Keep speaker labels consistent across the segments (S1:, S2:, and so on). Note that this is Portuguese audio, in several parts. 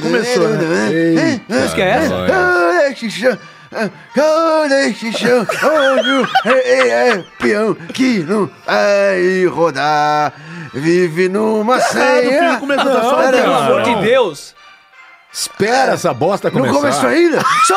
S1: Começou, né?
S2: Eita,
S1: música é essa?
S2: é peão que não vai rodar, vive numa
S1: Caralho, o filho
S2: ceia.
S1: começou tá um a dançar,
S2: Pera aí,
S1: cara.
S3: Pelo amor de Deus!
S1: Espera essa bosta
S2: Não
S1: começar.
S2: começou ainda? Só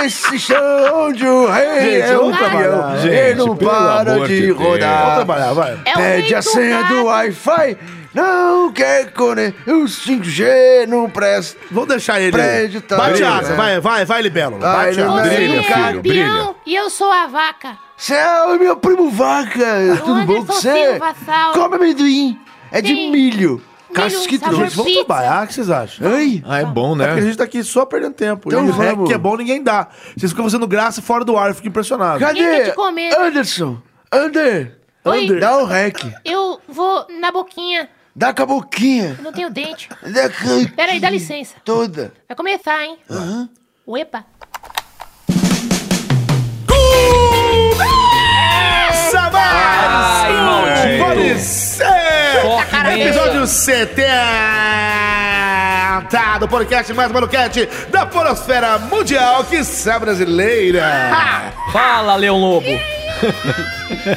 S2: desse chão onde o rei
S1: Gente,
S2: é o
S1: vamos
S2: peão.
S1: trabalhar.
S2: Ele não
S1: Gente, pelo
S2: para
S1: amor
S2: de
S1: de Deus. Vamos
S2: rodar.
S1: trabalhar, vai.
S4: É o
S2: Pede
S4: jeito
S2: a senha do Wi-Fi, não quer conectar. O 5G não presta.
S1: Vamos deixar ele.
S2: Prédio tá-
S1: Bate
S2: Brilha,
S1: a asa,
S2: né?
S1: vai, vai, vai, libelo.
S2: Vai,
S1: Bate a
S2: libelo.
S1: asa.
S4: Você
S2: Brilha,
S4: é
S2: filho,
S4: o peão e eu sou a vaca.
S2: Céu, é meu primo vaca, É tudo bom com
S4: Anderson
S2: você?
S4: Silva Sal.
S2: Come amendoim, é de
S4: Sim.
S2: milho. Casquito.
S4: sabor
S2: Gente,
S1: Gente, vamos
S4: Pizza.
S1: trabalhar, o que vocês acham?
S2: Ai,
S3: Ah, é bom,
S1: É porque a
S3: né?
S1: gente tá aqui só perdendo tempo.
S2: Então
S1: e o
S2: vamos.
S1: que é bom, ninguém dá. Vocês ficam fazendo graça fora do ar, eu fico impressionado.
S4: quer
S2: cadê?
S4: te comer?
S2: Anderson, Ander,
S4: Oi.
S2: Ander, dá o rec,
S4: Eu vou na boquinha,
S2: dá com a boquinha,
S4: eu não tenho dente.
S2: dá com
S4: Pera aí, dá licença.
S2: toda.
S4: Vai começar, hein? Uepa.
S1: Ai,
S3: maldito.
S1: Pode ser!
S3: Foca nele.
S1: Episódio 70 do podcast mais maluquete da Polosfera Mundial, que é
S3: Ah,
S1: brasileira.
S3: Fala, Leão Lobo!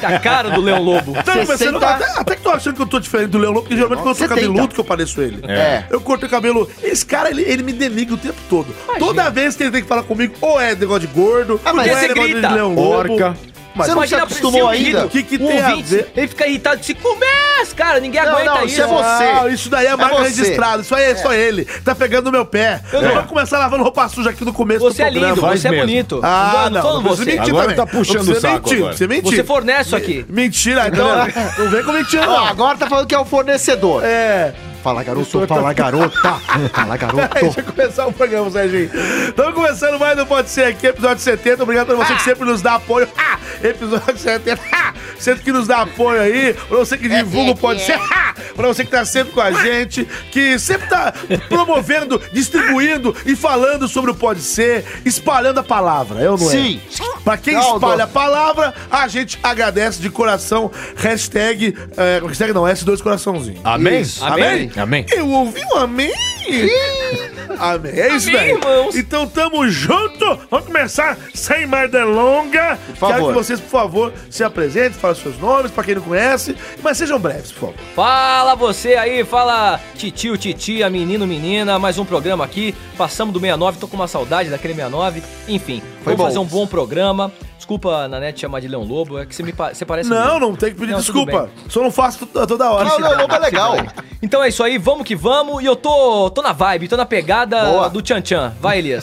S3: tá a cara do Leão Lobo.
S1: Tá, mas você não- até, até que tô achando que eu tô diferente do Leão Lobo, porque geralmente quando eu tô cabeludo que eu pareço ele.
S2: É.
S1: Eu corto o cabelo. Esse cara, ele, ele me denigra o tempo todo. Toda vez que ele tem que falar comigo, ou é negócio de gordo, ou
S3: Ah, mas
S1: é
S3: você
S1: negócio
S3: grita.
S1: de Leão Lobo.
S5: Porca.
S1: Mas
S5: Você não se
S3: Imagina
S5: acostumou
S3: seu
S5: ainda?
S1: O que, que
S3: o
S1: tem a
S3: um ouvinte,
S1: ver?
S3: Ele fica irritado, se começa, cara, ninguém
S5: Não,
S3: aguenta
S5: não,
S3: isso.
S5: isso é você.
S1: Não, isso daí é a marca
S5: você.
S1: registrada. Isso aí é só ele. Tá pegando no meu pé. Eu não
S3: não.
S1: vou começar lavando roupa suja aqui no começo
S3: Você
S1: do
S3: é
S1: programa.
S3: lindo,
S5: faz
S3: você é
S5: mesmo.
S3: bonito.
S1: Ah, não.
S3: Tô
S1: não
S3: falando
S1: precisa
S3: você.
S1: mentir
S5: Agora
S1: também.
S5: tá puxando
S1: Não precisa
S5: o saco
S1: mentir,
S5: agora.
S1: Você mentir.
S3: Você fornece isso aqui.
S1: Mentira, então. não vem com mentira,
S5: Ó,
S1: não.
S5: agora tá falando que é o fornecedor.
S1: É.
S5: Fala garoto, fala garota. Fala
S1: Aí, deixa eu
S5: garoto.
S1: começar o programa, Serginho. Estamos começando mais do Pode Ser aqui, episódio 70. Obrigado pra você que sempre nos dá apoio. Ah, episódio 70. Ah, sempre que nos dá apoio aí. Pra você que divulga o Pode Ser. Ah, pra você que tá sempre com a gente. Que sempre tá promovendo, distribuindo e falando sobre o Pode Ser. Espalhando a palavra, eu não é?
S5: Sim.
S1: Pra quem
S5: Caldo.
S1: espalha a palavra, a gente agradece de coração. Hashtag... eh, hashtag não, S2 coraçãozinho.
S5: Amém?
S3: Amém?
S5: Amém.
S1: Eu ouvi um amém? Amém. É isso
S3: Amém,
S1: daí.
S3: irmãos.
S1: Então tamo junto. Vamos começar sem mais delonga.
S5: favor.
S1: Quero que vocês, por favor, se apresentem, falem seus nomes, pra quem não conhece. Mas sejam breves, por favor.
S3: Fala você aí, fala titio, titia, menino, menina, mais um programa aqui. Passamos do 69, tô com uma saudade daquele 69. Enfim,
S5: Foi
S3: vamos
S5: bom.
S3: fazer um bom programa. Desculpa, Nanete, chamar de Leão Lobo, é que você me pa- você parece.
S1: Não,
S3: mesmo.
S1: não tem que pedir
S3: Não, tudo
S1: desculpa.
S3: bem.
S1: Só não faço to- toda hora.
S5: Não, não, não,
S2: tá
S5: é legal.
S3: Então é isso aí, vamos que vamos. E eu tô, tô na vibe, tô na pegada
S5: Boa.
S3: do Tchan Tchan. Vai, Elias.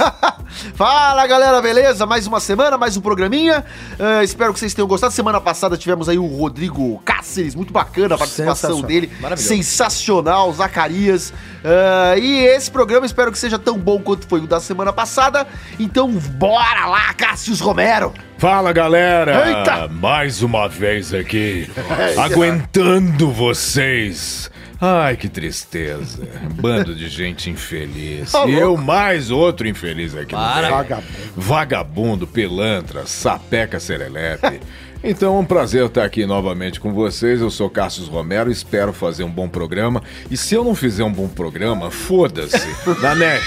S5: Fala galera, beleza? Mais uma semana, mais um programinha. Ah, espero que vocês tenham gostado. Semana passada tivemos aí o Rodrigo Cáceres, muito bacana a participação
S1: Sensacional.
S5: dele.
S3: Maravilhoso.
S5: Sensacional, Zacarias. Ah, e esse programa espero que seja tão bom quanto foi o da semana passada. Então bora lá, Cássius Romero.
S6: Fala galera!
S5: Eita!
S6: Mais uma vez aqui, aguentando vocês. Ai, que tristeza. Um Bando de gente infeliz.
S5: Tá
S6: e eu mais outro infeliz aqui
S3: Para.
S6: no meio. Vagabundo, pilantra, sapeca serelepe. Então é um prazer estar aqui novamente com vocês. Eu sou Cássio Romero, espero fazer um bom programa. E se eu não fizer um bom programa, foda-se. Na net.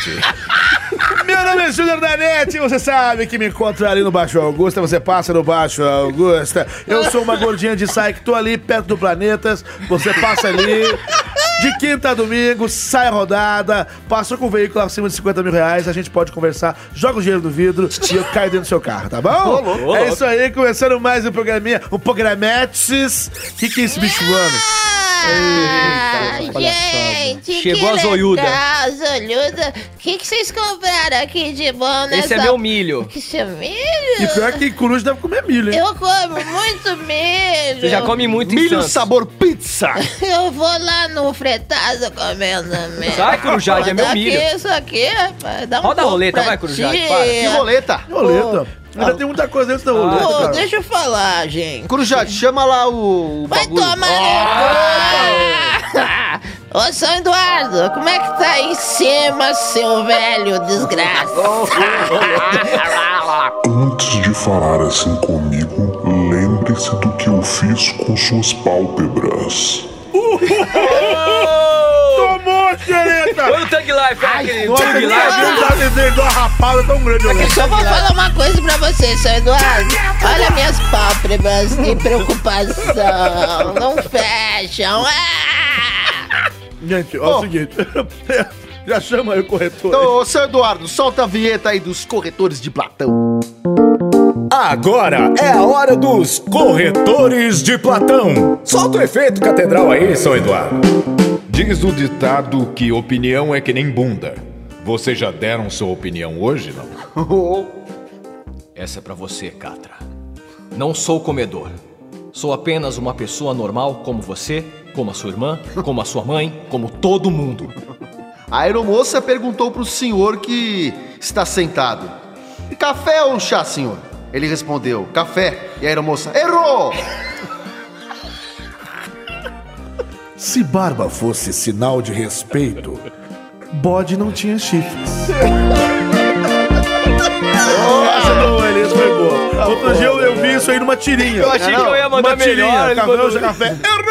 S1: Meu nome é Júnior Danete, você sabe que me encontra ali no Baixo Augusta, você passa no Baixo Augusta. Eu sou uma gordinha de saia que tô ali perto do Planetas, você passa ali. De quinta a domingo, sai a rodada, passou com o veículo acima de 50 mil reais, a gente pode conversar, joga o dinheiro no vidro e eu caio dentro do seu carro, tá bom? É isso aí, começando mais um programinha, um programetes. O que, que é esse bicho ano?
S4: Ah,
S3: Eita, palhaçada.
S4: gente,
S3: Chegou
S4: que
S3: a zoiuda.
S4: legal, a zoiuda. O que, que vocês compraram aqui de bom nessa...
S3: Esse é meu milho.
S4: Que isso é milho?
S1: E pior que coruja deve comer milho, hein?
S4: Eu como muito milho.
S3: Você já come muito em
S5: Milho
S3: Santos.
S5: sabor pizza.
S4: Eu vou lá no fretado comendo milho.
S3: Sai, Corujade, é meu milho.
S4: Aqui, isso aqui, rapaz. Dá um
S3: Roda a
S4: pouco
S3: roleta,
S4: pra
S3: vai, Corujade,
S4: ti.
S3: para. Que
S5: E roleta.
S1: Roleta. Ainda tem muita coisa dentro da roleta,
S4: Pô,
S1: cara.
S4: deixa eu falar, gente.
S5: Corujade, chama lá o. o
S4: Vai
S5: bagulho.
S4: tomar no cu! Ah! Ô, São Eduardo, como é que tá aí em cima, seu velho desgraça?
S7: Antes de falar assim comigo, lembre-se do que eu fiz com suas pálpebras.
S1: Tomou, xereta!
S3: Olha o Tang Life, olha aquele
S1: Nossa,
S3: Tang
S1: ele não
S3: Life.
S1: tá dentro uma rapada tão grande.
S4: Eu
S1: olha.
S4: só vou falar uma coisa pra você, seu Eduardo. Olha minhas pálpebras de preocupação. Não fecham. Ah!
S1: Gente, ó, é o seguinte. Já chama aí o corretor.
S5: Então, ô, seu Eduardo, solta a vinheta aí dos corretores de Platão.
S8: Agora é a hora dos corretores de Platão. Solta o efeito catedral aí, São Eduardo.
S6: Diz o ditado que opinião é que nem bunda. Vocês já deram sua opinião hoje, não?
S3: Essa é pra você, Catra. Não sou comedor. Sou apenas uma pessoa normal como você, como a sua irmã, como a sua mãe, como todo mundo.
S5: A aeromoça perguntou pro senhor que está sentado: Café ou um chá, senhor? Ele respondeu: Café. E a aeromoça: Errou!
S1: Se barba fosse sinal de respeito, bode não tinha chifres.
S3: Ah.
S1: Essa não, Elias, foi boa. Outro dia eu, eu vi isso aí numa tirinha.
S3: Tá Eu achei que eu ia mandar
S1: Uma tirinha,
S3: melhor. ele
S1: café,
S3: mandou-
S1: hoje é café.
S5: Quer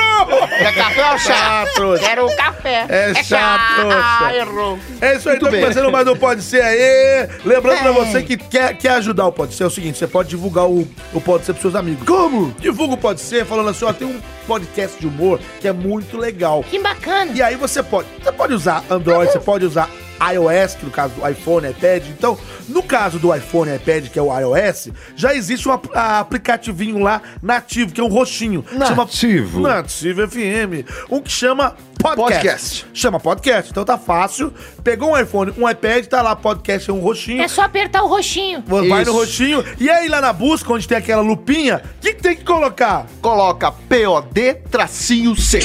S5: É café ou chá?
S1: Errou!
S4: Quero um café.
S1: É chato,
S4: Ah,
S1: chato.
S4: errou.
S1: É isso aí, tô começando mais um Pode Ser aí. Lembrando pra você que quer, quer ajudar o Pode Ser, é o seguinte, você pode divulgar o, o Pode Ser pros seus amigos. Como? Divulga o Pode Ser falando assim, ó, tem um podcast de humor que é muito legal.
S4: Que bacana.
S1: E aí você pode, você pode usar Android, você pode usar iOS, que no caso do iPhone, iPad. Então, no caso do iPhone, iPad, que é o iOS, já existe um ap- a- aplicativinho lá nativo, que é um roxinho.
S6: Nativo?
S1: Chama Nativo FM. Um que chama podcast.
S5: Podcast.
S1: Chama podcast. Então tá fácil. Pegou um iPhone, um iPad, tá lá podcast, é um roxinho.
S4: É só apertar o roxinho.
S1: Vai
S5: Isso.
S1: no roxinho. E aí lá na busca, onde tem aquela lupinha, o que, que tem que colocar?
S5: Coloca POD tracinho C.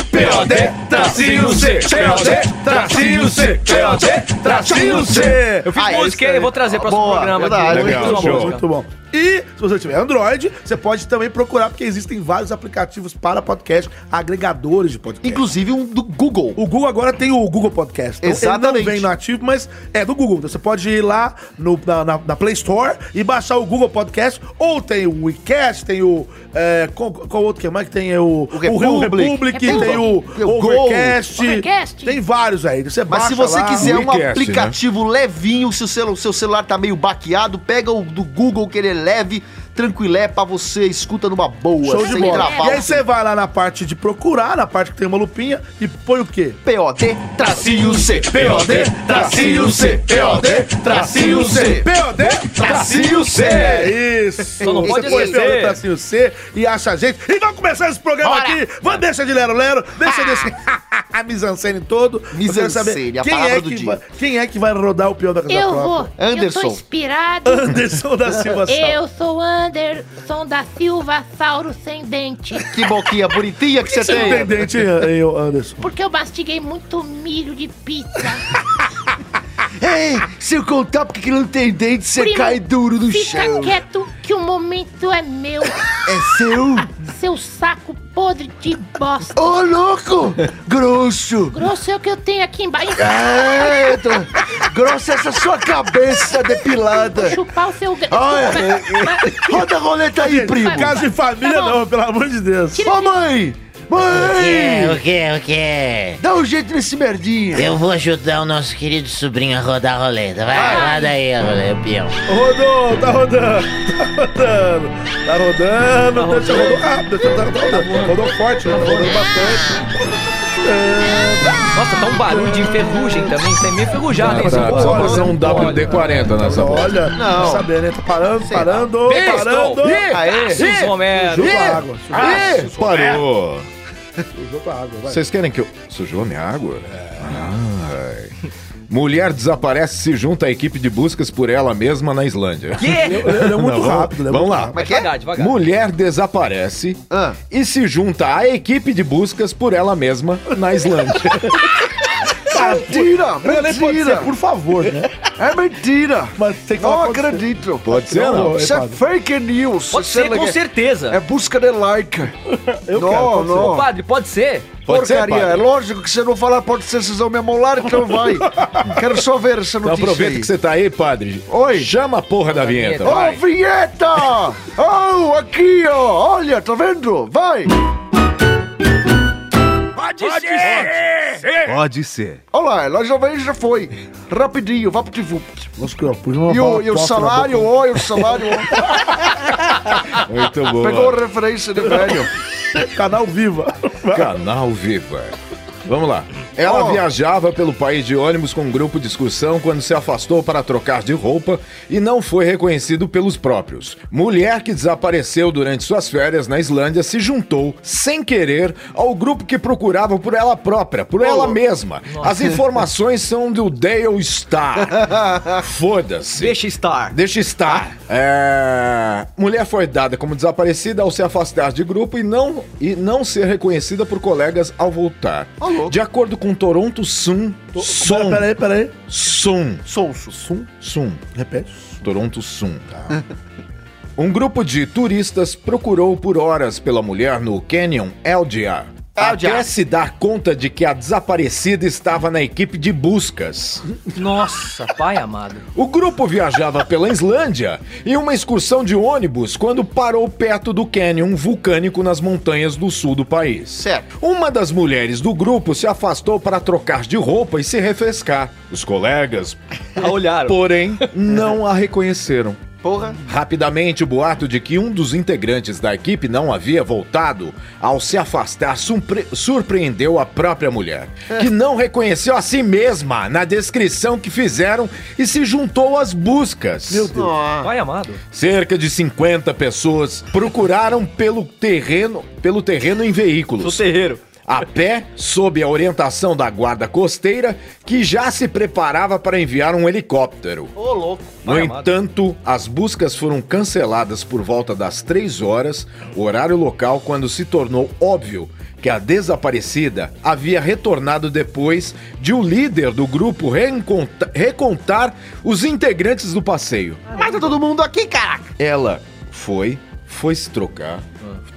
S1: tracinho C, POD, tracinho C, POD, tracinho C.
S3: Eu fiz
S5: Ah,
S3: música
S5: isso
S3: hein?
S5: aí.
S3: vou trazer para o
S5: Boa,
S3: programa
S5: verdade.
S3: aqui.
S6: Legal,
S3: Eu fiz uma
S6: show.
S3: música.
S1: Muito bom. E se você tiver Android, você pode também procurar, porque existem vários aplicativos para podcast, agregadores de podcast.
S5: Inclusive um do Google.
S1: O Google agora tem o Google Podcast. Então, Ele
S5: Exatamente.
S1: não vem nativo, mas é do Google. Então, você pode ir lá no- na, na- na Play Store e baixar o Google Podcast. Ou tem o WeCast, tem o. é, qual, qual outro que é mais que tem? É o,
S5: O Republic.
S1: tem o,
S5: É o Go.
S1: Overcast.
S4: Overcast.
S1: Tem vários aí. Então, Você
S5: Mas
S1: baixa
S5: se você
S1: lá.
S5: quiser um
S6: WeCast, né?
S5: aplicativo levinho, se o celu- seu celular tá meio baqueado, pega o do Google que ele é leve, tranquilé pra você, escuta numa boa,
S1: Show de
S4: sem
S1: bola.
S4: travar
S1: E aí você vai lá na parte de procurar, na parte que tem uma lupinha, e põe o quê?
S5: POD tracinho C.
S1: POD, tracinho C, POD, tracinho C, POD, tracinho C. É isso.
S3: Só não pode
S1: Você põe
S3: esquecer.
S1: POD, tracinho C e acha a gente. E vamos começar esse programa
S4: Bora.
S1: aqui. Vamos deixar de lero lero, deixa desse misancene todo. Eu quero
S5: Mise-en-scène,
S1: saber
S5: a
S1: quem
S5: palavra
S1: é
S5: do
S1: que
S5: dia.
S1: vai- Quem é que vai rodar o pior da casa
S4: Eu vou.
S1: própria?
S4: Eu
S5: Anderson.
S4: tô inspirado.
S1: Anderson da Silva Sá.
S4: Eu sou Anderson da Silva Sauro sem dente.
S5: Que boquinha bonitinha que você
S1: Você
S5: tem.
S1: tem dente, hein, ô, Anderson?
S4: Porque eu mastiguei muito milho de pizza.
S5: Ei, se eu contar porque que não tem dente, você
S4: Primo,
S5: cai duro no
S4: Fica
S5: chão.
S4: quieto que o momento é meu.
S5: É seu?
S4: Seu saco podre de bosta.
S5: Ô, louco! Grosso!
S4: Grosso é o que eu tenho aqui embaixo.
S5: É, tô- grossa essa sua cabeça depilada.
S4: Chupar o seu... gra-
S5: Olha,
S4: Mas-
S5: Roda a roleta aí, primo.
S1: Casa de família
S4: Tá bom.
S1: não, pelo amor de Deus.
S4: Tira-
S5: Ô, mãe!
S9: É,
S5: Mãe!
S9: o que, o que?
S5: Dá um jeito nesse merdinha.
S9: Eu vou ajudar o nosso querido sobrinho a rodar a roleta. Vai, roda aí a roleta, peão.
S1: Rodou, tá rodando, tá rodando, tá rodando, deixa rodou rápido, deixa tá rodando, rodou forte, né? rodou bastante.
S3: Nossa, tá um barulho de ferrugem também. Tá meio enferrujado, hein? esse
S6: Tá,
S3: povo.
S6: Só fazer um WD-40 nessa bola.
S1: Olha,
S5: Não.
S1: não saber, né? Tá parando, parando,
S3: Pistol.
S1: parando.
S3: Ih,
S5: Aê!
S3: é Ih, Romero.
S8: Ah,
S1: Chupa água, chupa água.
S6: Parou.
S1: Sujou tua água, vai.
S6: Vocês querem que eu. Sujou minha água? Ai. Mulher desaparece e se junta à equipe de buscas por ela mesma na Islândia.
S3: Quê?
S1: Ele é muito
S6: Não, vamos-
S1: rápido, né?
S6: Vamos
S1: Muito
S6: lá.
S5: Mas que é?
S3: Devagar, devagar.
S6: Mulher desaparece
S5: Ah.
S6: e se junta à equipe de buscas por ela mesma na Islândia.
S2: Mentira!
S1: Não, nem pode ser,
S2: Mentira!
S1: por favor, né?
S2: É mentira!
S1: Mas tem que
S2: Não
S1: falar quando-
S2: acredito!
S6: Pode ser, não?
S2: Isso é
S1: padre.
S2: fake news!
S3: Pode
S2: isso é
S3: ser, com
S2: legal.
S3: certeza.
S2: É busca de like! não,
S3: Ô,
S2: não!
S3: padre, pode ser.
S6: Pode ser,
S2: Porcaria,
S6: padre?
S2: é lógico que você não falar, pode ser, vocês vão me amolar, então vai. Quero só ver essa
S6: Então
S2: notícia
S6: aproveita
S2: aí.
S6: que você tá aí, padre.
S2: Oi.
S6: Chama a porra da vinheta.
S2: Ó,
S6: vai.
S2: vinheta! oh, aqui, ó! Olha, tá vendo? Vai!
S6: Pode ser.
S2: Olha lá, ela já veio, já foi. Rapidinho, vapt-vupt.
S1: Nossa, que eu pus uma
S2: E o, e o
S1: bosta na
S2: salário, ó, e o salário, ó.
S6: Muito bom.
S2: Pegou a referência de velho.
S1: boca. Canal Viva.
S6: Canal Viva. Vamos lá. Ela
S2: Oh.
S6: viajava pelo país de ônibus com um grupo de excursão quando se afastou para trocar de roupa e não foi reconhecido pelos próprios. Mulher que desapareceu durante suas férias na Islândia se juntou, sem querer, ao grupo que procurava por ela própria, por ela mesma. As informações são do Dale Star. Foda-se.
S3: Deixa estar.
S6: Deixa estar. É, Mulher foi dada como desaparecida ao se afastar de grupo e não, e não ser reconhecida por colegas ao voltar. de acordo com Toronto Sun, Sun,
S1: Peraí, peraí.
S6: Sun,
S5: Sonso.
S6: Sun, Sun,
S1: Repete.
S6: Toronto Sun. tá? Um grupo de turistas procurou por horas pela mulher no Canyon Eldia. Até se dar conta de que a desaparecida estava na equipe de buscas.
S3: Nossa, pai amado.
S6: O grupo viajava pela Islândia em uma excursão de ônibus quando parou perto do cânion vulcânico nas montanhas do sul do país.
S5: Certo.
S6: Uma das mulheres do grupo se afastou para trocar de roupa e se refrescar. Os colegas,
S3: Olharam.
S6: porém, não a reconheceram.
S5: Porra.
S6: Rapidamente, o boato de que um dos integrantes da equipe não havia voltado ao se afastar surpre- surpreendeu a própria mulher, que não reconheceu a si mesma na descrição que fizeram e se juntou às buscas.
S5: Nossa.
S3: Pai amado.
S6: Cerca de 50 pessoas procuraram pelo terreno, pelo terreno em veículos.
S3: terreiro.
S6: A pé, sob a orientação da guarda costeira, que já se preparava para enviar um helicóptero.
S5: Ô, louco.
S6: No
S3: Vai, amado.
S6: entanto, as buscas foram canceladas por volta das 3 horas, horário local, quando se tornou óbvio que a desaparecida havia retornado depois de o líder do grupo reenconta- recontar os integrantes do passeio.
S5: Mata
S2: tá
S5: todo mundo aqui, caraca.
S6: Ela foi, foi se trocar,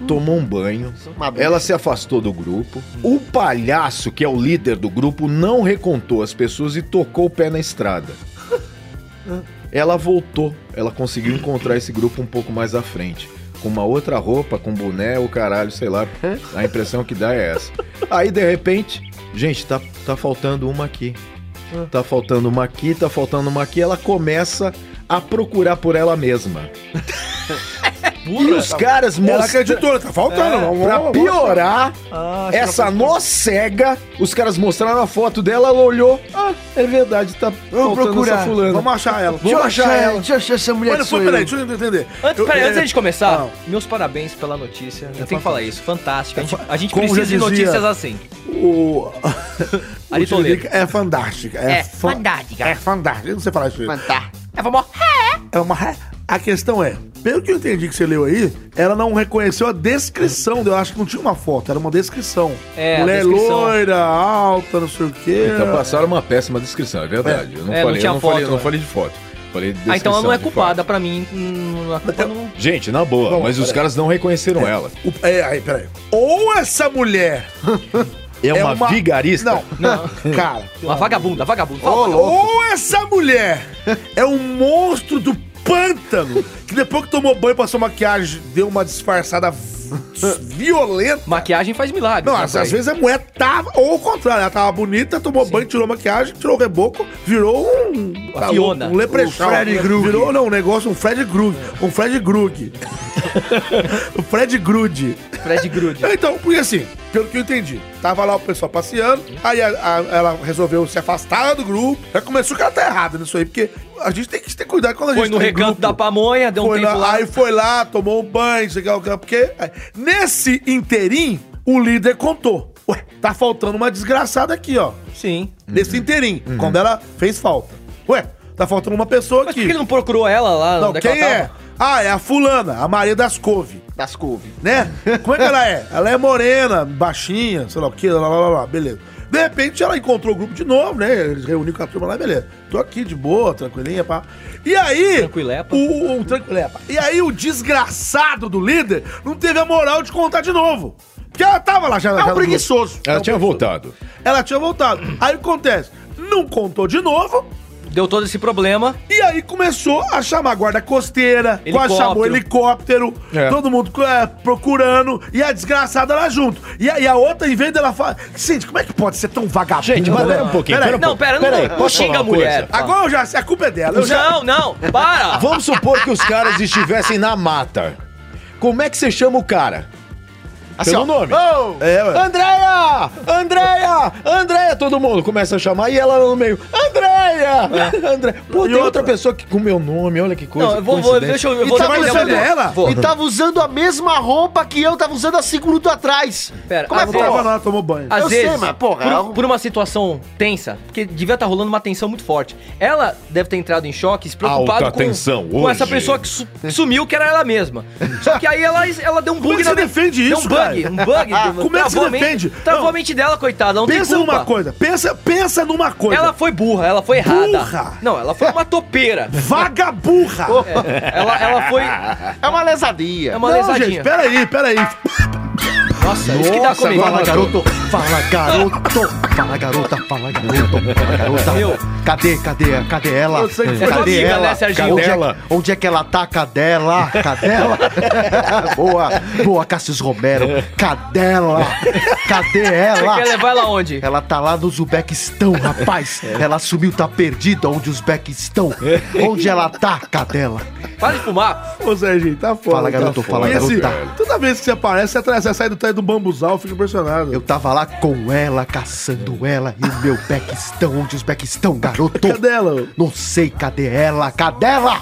S6: tomou um banho,
S5: Uma bosta.
S6: ela se afastou do grupo. O palhaço, que é o líder do grupo, não recontou as pessoas e tocou o pé na estrada. Ela voltou, ela conseguiu encontrar esse grupo um pouco mais à frente. Com uma outra roupa, com boné ou caralho, sei lá. A impressão que dá é essa. Aí, de repente, gente, tá, tá faltando uma aqui. Tá faltando uma aqui, tá faltando uma aqui. Ela começa a procurar por ela mesma. e os caras
S1: tá Ela
S6: mostram-
S1: acreditou, tá faltando. vamos-
S6: Pra
S1: vamos-
S6: piorar,
S3: Ah,
S6: essa nocega, os caras mostraram a foto dela, ela olhou. Ah, é verdade, tá faltando
S2: procurar.
S6: essa fulana.
S1: Vamos achar ela.
S2: Deixa eu
S1: Vamos
S2: achar ela, deixa eu achar essa mulher
S1: Olha,
S2: que sou
S1: foi,
S2: eu.
S1: peraí, deixa eu entender.
S3: Antes,
S1: Eu-
S3: peraí,
S1: é-
S3: antes da gente começar,
S1: Não.
S3: meus parabéns pela notícia. Eu tenho que
S1: fantástico.
S3: falar isso, fantástico. A gente, a gente
S1: Como
S3: precisa
S1: já
S3: de
S1: dizia-
S3: notícias assim.
S1: O...
S3: Ari Toledo.
S1: É fantástica. É,
S9: É
S1: fan-
S9: fantástica.
S1: É fantástica. Eu não sei falar isso.
S9: Tá. Eu vou morrer.
S1: É uma... A questão é, pelo que eu entendi que você leu aí, ela não reconheceu a descrição. Eu acho que não tinha uma foto, era uma descrição.
S3: É, a
S1: Mulher
S3: descrição.
S1: loira, alta, não sei o quê.
S6: Então passaram uma péssima descrição, é verdade. Eu não
S3: É, não
S6: falei,
S3: tinha
S6: eu não falei,
S3: foto,
S6: eu não
S3: né?
S6: falei de foto. Falei de
S3: Ah, então ela não
S6: descrição,
S3: é
S6: de
S3: culpada pra mim. hum, a culpa não-
S6: foto. Gente, na boa,
S1: Bom,
S6: mas os
S1: peraí.
S6: caras não reconheceram ela.
S1: O- é, aí, peraí. Ou essa mulher
S6: É uma, vigarista.
S1: Não, não. Cara,
S3: Uma vagabunda, vagabunda. Fala, vagabunda.
S1: ou essa mulher é um monstro do pântano que depois que tomou banho, passou maquiagem, deu uma disfarçada v- violenta.
S3: Maquiagem faz milagre. né,
S1: Não, às, às vezes a mulher tava, ou o contrário, ela tava bonita, tomou banho, tirou maquiagem, tirou o reboco, virou um.
S3: A Fiona.
S1: Um leprechaun.
S2: O Fred Krug.
S1: Virou, não, um negócio, um Fred Grug. Um Fred Grug. o Fred Grude.
S3: Fred Grude.
S1: Então, porque assim, pelo que eu entendi, tava lá o pessoal passeando, aí a- a- ela resolveu se afastar do grupo. Já começou que ela tá errada nisso aí, porque a gente tem que ter cuidado quando a gente
S3: Foi no
S1: tá em
S3: recanto
S1: grupo.
S3: da pamonha, deu um
S1: Foi
S3: tempo
S1: lá,
S3: lá.
S1: Aí foi lá, tomou um banho, sei lá, o que, porque aí, é, nesse interim, o líder contou. Ué, tá faltando uma desgraçada aqui, ó.
S3: Sim.
S1: Nesse inteirinho, quando ela fez falta. Ué, tá faltando uma pessoa
S3: Uhum. Mas por que
S1: aqui.
S3: ele não procurou ela lá?
S1: Não,
S3: onde
S1: quem
S3: ela
S1: é?
S3: tava?
S1: Ah, é a fulana, a Maria das Couve,
S5: Das couve.
S1: né? Como é que ela é? Ela é morena, baixinha, sei lá o quê, lá, lá, lá, lá, beleza. De repente ela encontrou o grupo de novo, né? Eles reuniram com a turma lá, beleza. Tô aqui de boa, tranquilinha, pá. E aí.
S3: Tranquilepa.
S1: O, o tranquilepa. E aí o desgraçado do líder não teve a moral de contar de novo. Porque ela tava lá já. já
S5: É um
S1: no grupo.
S5: preguiçoso.
S6: Ela tinha voltado.
S1: Ela tinha voltado. Aí o que acontece? Não contou de novo.
S3: Deu todo esse problema.
S1: E aí começou a chamar a guarda costeira, quase
S3: Helicóptero.
S1: chamou helicóptero,
S6: É.
S1: todo mundo é, procurando, e a desgraçada lá junto. E a, e a outra, em vez dela falar. Gente, como é que pode ser tão vagabundo?
S6: Gente, mas pera um pouquinho,
S1: Peraí.
S6: pera um
S1: Não,
S3: Não, pera, não,
S6: Pera aí,
S3: não
S6: posso
S3: xinga
S6: falar
S3: a
S6: uma
S3: mulher.
S1: agora eu já sei, a culpa é dela. Eu já, Ah,
S3: Não, não, para!
S6: Vamos supor que os caras estivessem na mata. Como é que você chama o cara?
S5: Assim,
S6: Pelo
S5: ó.
S6: nome.
S5: Oh!
S1: É, ué.
S6: Andréia! Andréia! Andréia! Todo mundo começa a chamar e ela lá no meio. Andréia! André... Pô,
S1: É. E
S6: tem outra...
S1: outra
S6: pessoa que, com meu nome, olha que coisa.
S3: Não, eu vou, vou,
S6: coincidência.
S3: deixa eu. eu
S5: E
S3: vou
S5: tá
S3: dar uma
S5: pensando
S3: olhada.
S1: nela?
S3: Vou.
S5: E tava usando a mesma roupa que eu tava usando há cinco minutos atrás.
S3: Pera,
S5: Como
S3: ah,
S5: é
S1: Não
S5: que
S3: vou-
S1: tava
S5: pode?
S1: lá, tomou banho.
S3: Às
S5: Eu sei,
S3: vezes,
S5: mas, porra, é
S3: por, um,
S5: algo-
S3: por uma situação tensa, porque devia estar rolando uma tensão muito forte. Ela deve ter entrado em choque, se preocupado
S6: Alta
S3: com,
S6: tensão
S3: com
S6: hoje.
S3: essa pessoa que su- sumiu, que era ela mesma. Só que aí ela, ela deu um bug
S1: Como é que você
S3: na me-
S1: defende
S3: deu
S1: isso,
S3: um bug,
S1: cara?
S3: um bug.
S1: Como é que você
S3: travou a mente-
S1: defende?
S3: Travou
S1: Não.
S3: a mente dela, coitada, ela não
S1: Pensa
S3: tem culpa.
S1: numa coisa, pensa, pensa numa coisa.
S3: Ela foi burra, ela foi errada.
S1: Burra?
S3: Não, ela foi uma topeira. É,
S1: Vagaburra!
S3: ela, ela foi... É
S5: É uma lesadinha.
S3: uma
S1: Não,
S3: lesadinha.
S1: gente, peraí, peraí.
S3: Nossa, isso que dá
S6: Nossa,
S3: comigo.
S6: agora-
S5: Fala, garoto. Fala, garoto. Fala, garota. Fala, garoto. Fala, garota.
S3: Meu.
S5: Cadê, cadê, cadê ela?
S1: Eu sei que foi
S3: sua
S5: Cadê
S3: amiga,
S5: ela?
S3: né, Serginho?
S5: Onde,
S6: Cadela.
S5: é, onde é que ela tá? Cadela? Cadela? boa, boa, Cassius Romero. Cadela? Cadê ela?
S3: Você quer levar ela onde?
S5: Ela tá lá no Uzbequistão, rapaz. Ela sumiu, tá perdida onde os Uzbeques estão. Onde ela tá, cadela?
S3: Para de fumar.
S1: Ô, Serginho, tá foda.
S5: Fala, garoto,
S1: tá foda.
S5: fala,
S1: E assim,
S5: garota.
S1: Toda vez que você aparece, você, tra- você sai do trás do bambuzal, eu fico impressionado.
S5: Eu tava lá com ela, caçando ela e o meu Bequistão. Onde os Bequistão, garoto?
S1: Cadê ela? ô?
S5: Não sei, cadê ela? Cadela?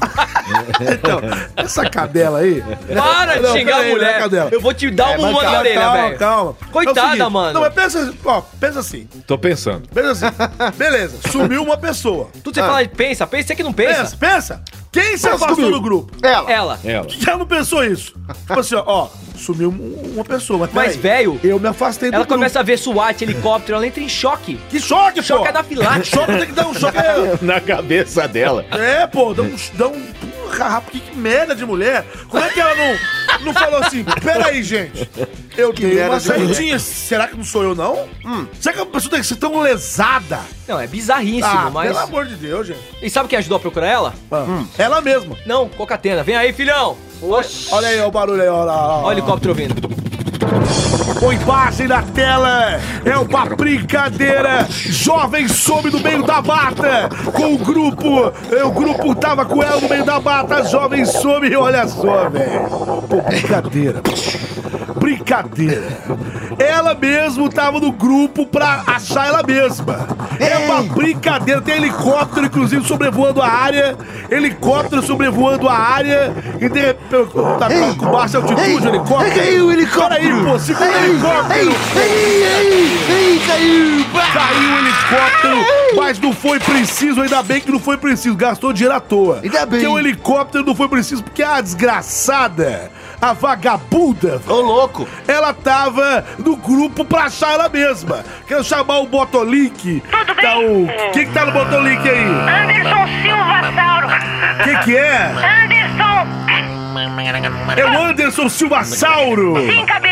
S1: Então, essa cadela aí.
S3: Para de
S1: Não,
S3: xingar a
S1: peraí, não é
S3: mulher.
S1: cadela.
S3: Eu vou te dar
S1: Mas
S3: uma na
S1: calma,
S3: orelha,
S1: calma,
S3: velho.
S1: calma. É o
S3: Coitada,
S1: seguinte,
S3: mano.
S1: Não, mas pensa, ó, pensa assim.
S6: Tô pensando.
S1: Pensa assim. Beleza, sumiu uma pessoa.
S3: Tudo você fala, pensa, pensa, você que não
S1: Ah. Pensa, É.
S3: pensa.
S1: pensa. Quem se afastou
S5: comigo.
S1: do grupo?
S5: Ela.
S3: Ela.
S6: é Ela.
S1: Já não pensou isso? Tipo assim, ó, ó sumiu um- uma pessoa. Mas,
S3: Mas,
S1: peraí,
S3: velho,
S1: Eu me afastei do
S3: Ela
S1: grupo.
S3: começa a ver SWAT, helicóptero, ela entra em choque.
S1: Que choque, pô!
S3: Choque anafilático.
S1: Choque tem que dar um choque.
S6: Na cabeça dela.
S1: É, pô, dá um. Dá um porra, rapaz, que, que merda de mulher. Como é que ela não, não falou assim? Peraí, gente. Eu dei
S5: merda
S1: uma
S5: de mulher.
S1: saidinha. Será que não sou eu, não?
S3: Hum.
S1: Será que a pessoa tem que ser tão lesada?
S3: Não, é bizarríssimo,
S1: ah,
S3: mas. Hum.
S1: pelo amor de Deus, gente.
S3: E sabe quem ajudou a procurar ela?
S1: Ah, Ela mesma.
S3: Não, Cocatena. Vem aí, filhão. Oxi.
S1: Olha aí ó, o barulho aí, ó. lá, ó.
S3: Olha o helicóptero vindo.
S1: Põe imagem na tela. É uma brincadeira. Jovem some no meio da mata com o grupo. É, O grupo tava com ela no meio da mata. Jovem some e olha só, velho. Pô, brincadeira. Brincadeira. Ela mesmo tava no grupo pra achar ela mesma. É uma brincadeira. Tem helicóptero, inclusive, sobrevoando a área. Helicóptero sobrevoando a área. E de repente. Tá com baixa altitude, o helicóptero.
S5: caiu o helicóptero.
S1: Peraí, pô, segura o helicóptero.
S5: Ei, ei, ei, ei, caiu.
S1: Caiu o helicóptero, mas não foi preciso, ainda bem que não foi preciso, gastou dinheiro à toa.
S5: Ainda bem.
S1: Porque o helicóptero não foi preciso, porque a desgraçada, a vagabunda,
S5: Ô, louco.
S1: ela tava no grupo pra achar ela mesma. Quero chamar o Botolink. Tá o... Quem que tá no Botolink aí?
S4: Ah.
S10: Anderson Silva Sauro.
S1: Quem que é?
S10: Anderson,
S1: É o Anderson Silva Sauro.
S10: sim, cabeça.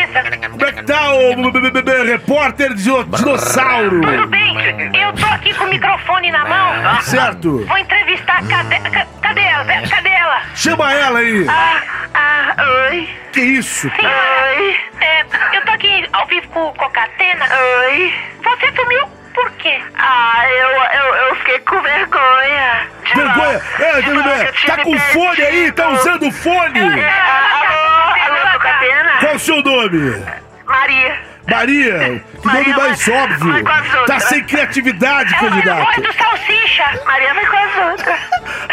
S1: Como é que tá o b- b- b- b- repórter de dinossauro?
S10: Tudo bem? Eu tô aqui com o microfone na mão.
S1: Certo.
S10: Vou entrevistar a cade... ca- cadê ela? Pe- Cadê ela?
S1: Chama ela aí.
S10: Ah, ah, oi.
S1: Que isso?
S10: Senhora, é, eu tô aqui ao vivo com o Cocatena. Oi. Você sumiu por quê? Ah, eu, eu, eu fiquei com vergonha.
S1: Vergonha! É, vergonha! Tá com fone aí? Tá usando fone?
S10: É. Alô, alô, Cocatena?
S1: Qual o seu nome?
S10: Maria.
S1: Maria! Que nome
S10: Maria,
S1: mais
S10: vai- vai
S1: óbvio!
S10: com as
S1: Tá
S10: outras.
S1: sem criatividade,
S10: Ela é vai no
S1: candidato!
S10: do salsicha. Maria vai com as outras.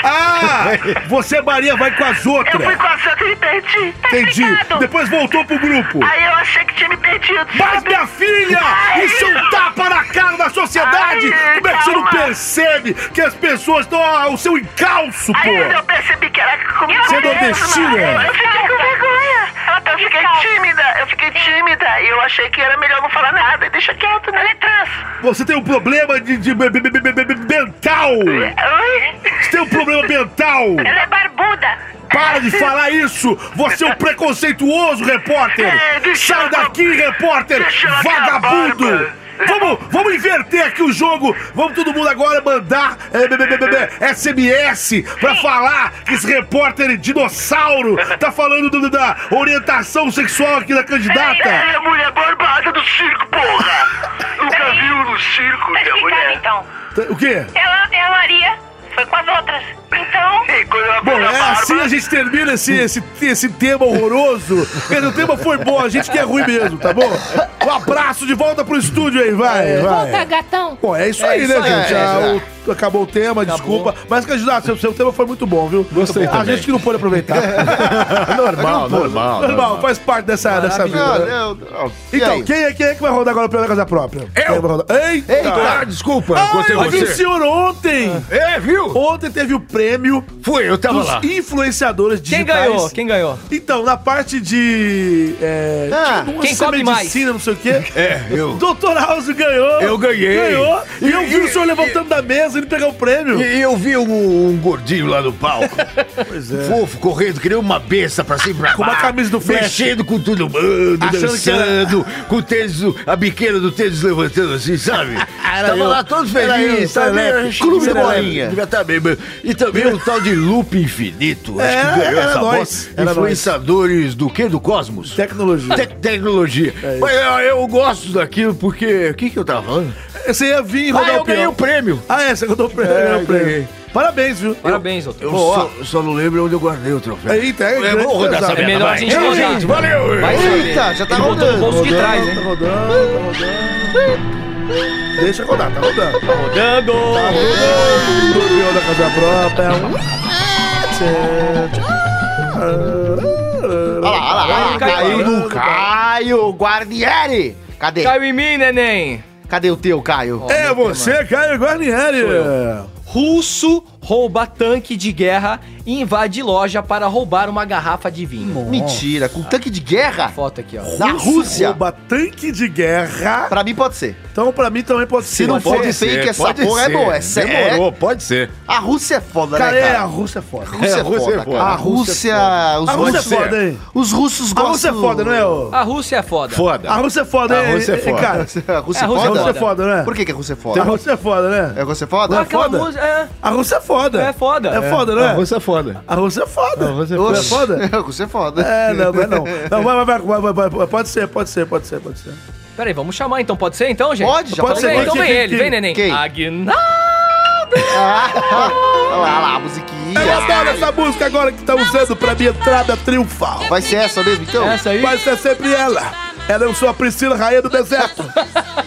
S1: Ah! Você, Maria, vai com as outras.
S10: Eu fui com a Santa e me perdi. Tá
S1: Entendi.
S10: explicado.
S1: Depois voltou pro grupo.
S10: Aí eu achei que tinha me perdido.
S1: Mas,
S10: sabe?
S1: minha filha,
S10: Ai.
S1: isso é um tapa na cara da sociedade.
S10: Ai,
S1: Como é que você não
S10: calma.
S1: percebe que as pessoas estão ao seu encalço, pô?
S10: Aí eu percebi que era comigo
S1: Você é
S10: mesma.
S1: nordestina?
S10: Eu fiquei com vergonha. Eu fiquei tímida, eu fiquei tímida. E eu achei que era melhor não falar nada e deixa quieto, né? Ela é trans.
S1: Você tem um problema de, de, be- be- be- be- be- be- mental.
S10: É. Oi?
S1: Você tem um problema mental.
S10: Ela é barbuda.
S1: Para de falar isso! Você é um preconceituoso, repórter!
S10: É, deixa
S1: Sai
S10: eu-
S1: daqui, repórter!
S10: Deixa eu ver a
S1: Vagabundo!
S10: barba.
S1: Vamos, vamos inverter aqui o jogo! Vamos todo mundo agora mandar é, be- be- be- be- SMS pra falar que esse repórter dinossauro tá falando do- da orientação sexual aqui da
S10: Ela
S1: candidata!
S10: é a mulher barbada do circo, porra. Nunca viu no circo, minha mulher. então.
S1: Tá, O quê?
S10: Ela é a Maria, foi com as outras. Então...
S1: Bom, é assim a gente termina esse, esse, esse tema horroroso. Quer dizer, o tema foi bom, a gente que é ruim mesmo, tá bom? Um abraço de volta pro estúdio aí, vai,
S11: Volta,
S1: vai.
S11: gatão.
S1: Bom, é isso
S6: É
S1: aí,
S6: isso
S1: né,
S6: aí,
S1: gente?
S6: é
S1: Ah,
S6: isso aí.
S1: o- acabou o tema, desculpa. Mas, candidato, seu, seu tema foi muito bom, viu? Gostei A
S6: também.
S1: gente que não pôde aproveitar. normal, normal, normal. Faz parte dessa, dessa vida. né? Então, quem é, quem é que vai rodar agora pela casa própria? Eu! Vai rodar? Eita!
S6: Ah, desculpa,
S1: Ah,
S6: cortei
S1: mas
S6: você.
S1: o senhor ontem!
S6: É, viu?
S1: Ontem teve o prêmio.
S6: Fui, eu tava
S1: dos
S6: lá.
S1: influenciadores
S3: Quem
S1: digitais.
S3: ganhou? Quem ganhou?
S1: Então, na parte de. É,
S5: Ah,
S1: tipo, não
S3: quem
S1: sei,
S3: come mais?
S1: medicina, não sei o quê.
S6: É, eu.
S1: Dr. House ganhou.
S6: Eu ganhei.
S1: Ganhou. E,
S6: E-
S1: eu vi o senhor levantando da mesa, ele pegar o prêmio.
S6: E eu vi um, um gordinho lá no palco.
S1: Pois é.
S6: Fofo, correndo, que nem uma besta pra cima e pra
S1: Com uma
S6: baixo,
S1: camisa do Flash.
S6: Mexendo com todo mundo,
S1: Achando que era-
S6: dançando, com o tênis, a biqueira do tênis levantando assim, sabe? Tava
S1: eu.
S6: lá todos
S1: Era
S6: felizes,
S1: eu,
S6: sabe?
S1: Serelepe.
S6: Clube de
S1: Serelepe.
S6: bolinha. Devia tá bem, mas- E também o tal de Loop Infinito, acho
S1: É,
S6: que ganhou
S1: era
S6: essa
S1: nós,
S6: voz.
S1: era nós.
S6: Influenciadores do quê? Do Cosmos?
S1: Tecnologia. É
S6: Tec- tecnologia.
S1: isso.
S6: Mas eu, eu gosto daquilo porque... O que que eu tava falando?
S1: Você ia vir e rodar
S6: Ah, eu
S1: o prêmio.
S6: ganhei o prêmio.
S1: Ah, é, você rodou o prêmio.
S6: É,
S1: ganhou o prêmio.
S6: ganhei.
S1: Parabéns, viu?
S3: Parabéns, doutor.
S6: Eu só, só não lembro onde eu guardei o troféu.
S1: Eita, é
S6: é
S1: grande
S6: bom rodar
S1: pesado.
S6: essa
S3: É melhor a gente
S6: Ei,
S3: rodar.
S6: gente, valeu!
S3: Vai saber.
S5: Eita, já tá
S3: Ele botou
S5: rodando.
S3: no bolso de
S1: Rodando,
S3: trás,
S1: Tá
S3: hein?
S1: rodando, tá rodando. Deixa rodar, tá rodando. Tá
S3: Rodando!
S1: rodando. Campeão da casa própria.
S5: Olha lá, olha lá, olha lá.
S3: Caiu, caiu.
S5: Caiu do Caio Guarnieri. Cadê?
S3: Caiu em mim, neném!
S5: Cadê o teu, Caio?
S1: É você, Caio Guarnieri.
S3: Russo rouba tanque de guerra e invade loja para roubar uma garrafa de vinho.
S5: Mentira, com tanque de guerra?
S3: Foto aqui, ó.
S5: Na
S1: é
S5: Rússia?
S1: Rouba tanque de guerra.
S5: Pra mim pode ser.
S1: Então, pra mim também pode ser.
S5: Se não for
S6: Pode
S5: de
S6: ser,
S5: fake, essa
S6: pode
S5: porra é
S6: ser.
S5: boa. Essa é boa.
S6: Demorou, pode ser.
S5: A Rússia é foda,
S1: Cara,
S5: né,
S1: é,
S5: cara?
S1: a Rússia é foda.
S5: A Rússia é foda, cara. A Rússia... Os
S1: A Rússia é
S5: russos...
S1: foda, hein?
S5: Os russos
S1: A
S5: gostam...
S1: Rússia é foda, não é? ô?
S3: A Rússia é foda.
S6: Foda.
S1: A Rússia é foda,
S6: A
S1: hein?
S6: Rússia é
S1: hein,
S6: foda.
S1: Cara,
S5: A Rússia
S3: É,
S5: é
S3: a Rússia
S1: a
S5: foda?
S1: Rússia é foda, né?
S5: Por que, que a Rússia é
S1: A
S5: foda?
S1: Rússia é foda, né?
S5: É a Rússia é foda?
S3: Aquela
S1: foda?
S3: música- é.
S1: A Rússia é foda.
S3: É foda.
S1: É foda, né?
S6: é foda.
S1: A Rússia é foda. A Rússia é
S5: Oxi,
S1: foda.
S5: A Rússia é foda.
S1: É, não, mas não. Não, vai, vai, vai, vai, vai, vai. Pode ser, pode ser, pode ser, pode ser.
S3: Peraí, vamos chamar então, pode ser então, gente?
S5: Pode, já pode
S3: pode ser.
S1: ser.
S3: Então
S1: Quem,
S3: vem
S1: quem,
S3: ele,
S1: quem?
S3: vem neném.
S5: Quem?
S3: Aguinaldo!
S5: Olha lá, olha lá, a musiquinha.
S1: Eu adoro essa Tá música agora que tá usando pra minha entrada triunfal.
S5: Vai ser essa mesmo, então?
S3: Essa aí?
S1: Mas é sempre ela. Ela eu sou a Priscila Rainha do Deserto.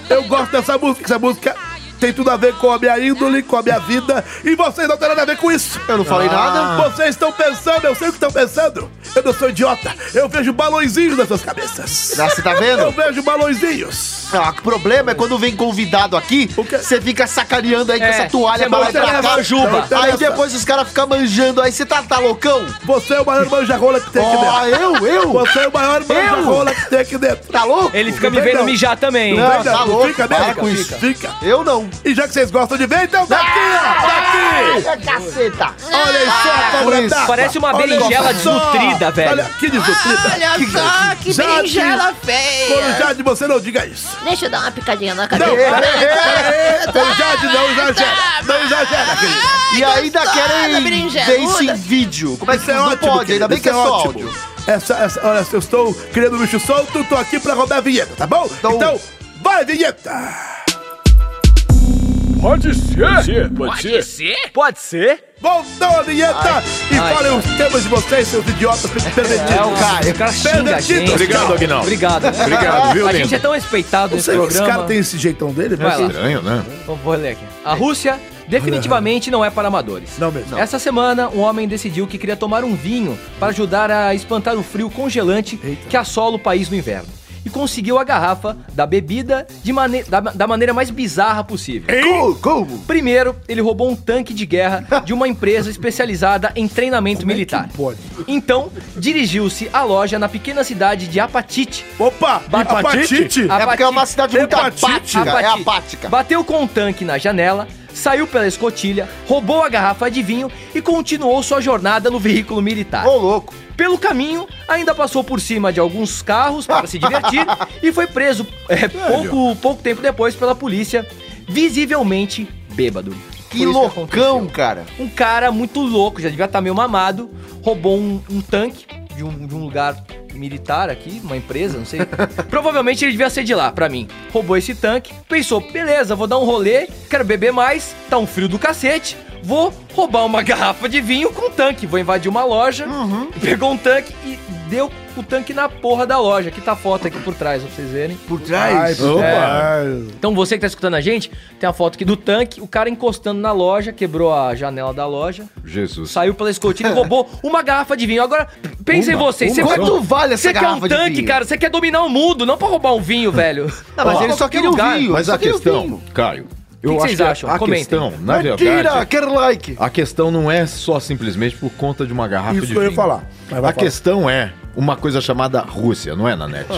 S1: Eu gosto dessa música. Essa música tem tudo a ver com a minha índole, com a minha vida. E vocês não têm nada a ver com isso. Ah.
S5: Eu não falei nada.
S1: Vocês estão pensando, eu sei o que estão pensando. Eu não sou idiota. Eu vejo balõezinhos nas suas cabeças.
S5: Ah, você tá
S1: Eu
S5: vendo?
S1: vejo balõezinhos.
S5: Ah, o problema é quando vem convidado aqui,
S1: O quê?
S5: você fica sacaneando aí com
S3: É,
S5: essa toalha
S3: você não
S5: pra lá e pra
S3: interessa,
S5: cá.
S3: Juba.
S1: Não interessa.
S5: Aí depois os caras ficam manjando, aí você tá, tá loucão?
S1: Você é o maior manjarrola que tem aqui
S5: Ó,
S1: dentro.
S5: eu, eu?
S1: Você é o maior manjarrola que tem aqui dentro.
S5: Tá louco?
S3: Ele fica
S1: Não
S3: me
S1: vem,
S3: vendo
S1: não.
S3: mijar também.
S5: Não,
S1: Vem,
S5: tá
S1: não
S5: louco,
S1: Fica
S5: para
S1: mesmo?
S5: com isso.
S1: Fica.
S5: Eu não.
S1: E já que vocês gostam de ver, então daqui, ó. Daqui.
S5: Ah, Caceta.
S1: Olha aí só a cobra
S5: isso.
S1: d'água.
S3: Parece uma
S1: Olha só.
S3: berinjela desnutrida, velho.
S1: Olha, que desnutrida.
S4: Olha só que
S1: Jade.
S4: berinjela
S1: Quando
S4: feia.
S1: Jade, você não diga isso.
S11: Deixa eu dar uma picadinha na
S1: Não,
S11: cabeça.
S1: peraí, peraí. Não Jade, não exagera. Não exagera, querida.
S5: E ainda querem ver isso em
S4: berinjeluda.
S5: vídeo. Como é que
S1: Isso é
S5: não
S1: ótimo,
S5: pode?
S1: querida,
S5: Ainda bem
S1: isso
S5: que é só
S1: ótimo.
S5: áudio.
S1: Essa, essa, olha, eu estou criando um bicho solto, tô aqui pra rodar a vinheta, tá bom? Então,
S5: Então-
S1: vai, vinheta.
S3: Pode ser? Pode ser?
S1: Voltou a vinheta e
S3: ai.
S1: falem os temas de vocês, seus idiotas pervertidos.
S3: É o cara, o cara xinga a gente.
S6: Obrigado, Aguinaldo.
S3: Obrigado.
S6: Obrigado, viu,
S3: A
S6: lindo?
S3: gente é tão respeitado
S1: Não
S3: nesse
S1: sei, esse
S3: programa.
S1: cara tem esse jeitão dele,
S3: Vai
S1: mas... assim,
S3: lá.
S6: é Estranho, né?
S3: Vamos vou ler aqui. A Rússia Definitivamente não é para amadores.
S1: Não mesmo.
S3: Essa semana, um homem decidiu que queria tomar um vinho para ajudar a espantar o frio congelante que assola o país no inverno. E conseguiu a garrafa da bebida de mane da, da maneira mais bizarra possível. Como? Primeiro, ele roubou um tanque de guerra de uma empresa especializada em treinamento
S1: é
S3: militar. Então, dirigiu-se à loja na pequena cidade de Apatite.
S1: Opa! Hepatite?
S3: Ah,
S5: É porque é uma cidade muito apática. É apática.
S3: Bateu com o tanque na janela, saiu pela escotilha, roubou a garrafa de vinho e continuou sua jornada no veículo militar.
S5: Ô, louco.
S3: Pelo caminho, ainda passou por cima de alguns carros para se divertir e foi preso é, pouco, pouco tempo depois pela polícia, visivelmente bêbado.
S5: Que
S3: Foi isso
S5: loucão,
S3: aconteceu.
S5: cara.
S3: Um cara muito louco, já devia estar meio mamado, roubou um, um tanque de um, de um lugar militar aqui, uma empresa, não sei. Provavelmente ele devia ser de lá, pra mim. Roubou esse tanque, pensou, beleza, vou dar um rolê, quero beber mais, tá um frio do cacete, vou roubar uma garrafa de vinho com um tanque, vou invadir uma loja, pegou um tanque e deu o tanque na porra da loja. Aqui tá a foto aqui por trás, pra vocês verem.
S2: Por trás?
S5: É.
S1: Opa!
S3: Então você que tá escutando a gente, tem a foto aqui do tanque, o cara encostando na loja, quebrou a janela da loja,
S6: Jesus.
S3: saiu pela escotilha e roubou uma garrafa de vinho. Agora, pensa em vocês, você
S5: Quanto
S3: quer-
S5: vale essa
S3: você quer um
S5: garrafa de
S3: tanque,
S5: vinho?
S3: cara, você quer dominar o mundo, não pra roubar um vinho, velho.
S5: Não, mas
S3: Ó,
S5: ele só
S3: qualquer
S5: quer o
S3: lugar.
S5: vinho.
S6: Mas
S5: só
S6: a
S5: queria o
S6: questão,
S5: vinho.
S6: Caio, eu
S3: que
S6: acho
S3: vocês
S6: que a-
S3: acham?
S6: a
S3: Comentem.
S6: questão, na
S5: Mentira,
S6: verdade,
S5: quero like.
S6: a questão não é só simplesmente por conta de uma garrafa
S1: Isso
S6: de
S1: que eu ia
S6: vinho.
S1: falar. Mas vai
S6: A questão é uma coisa chamada Rússia, não é, Nanete?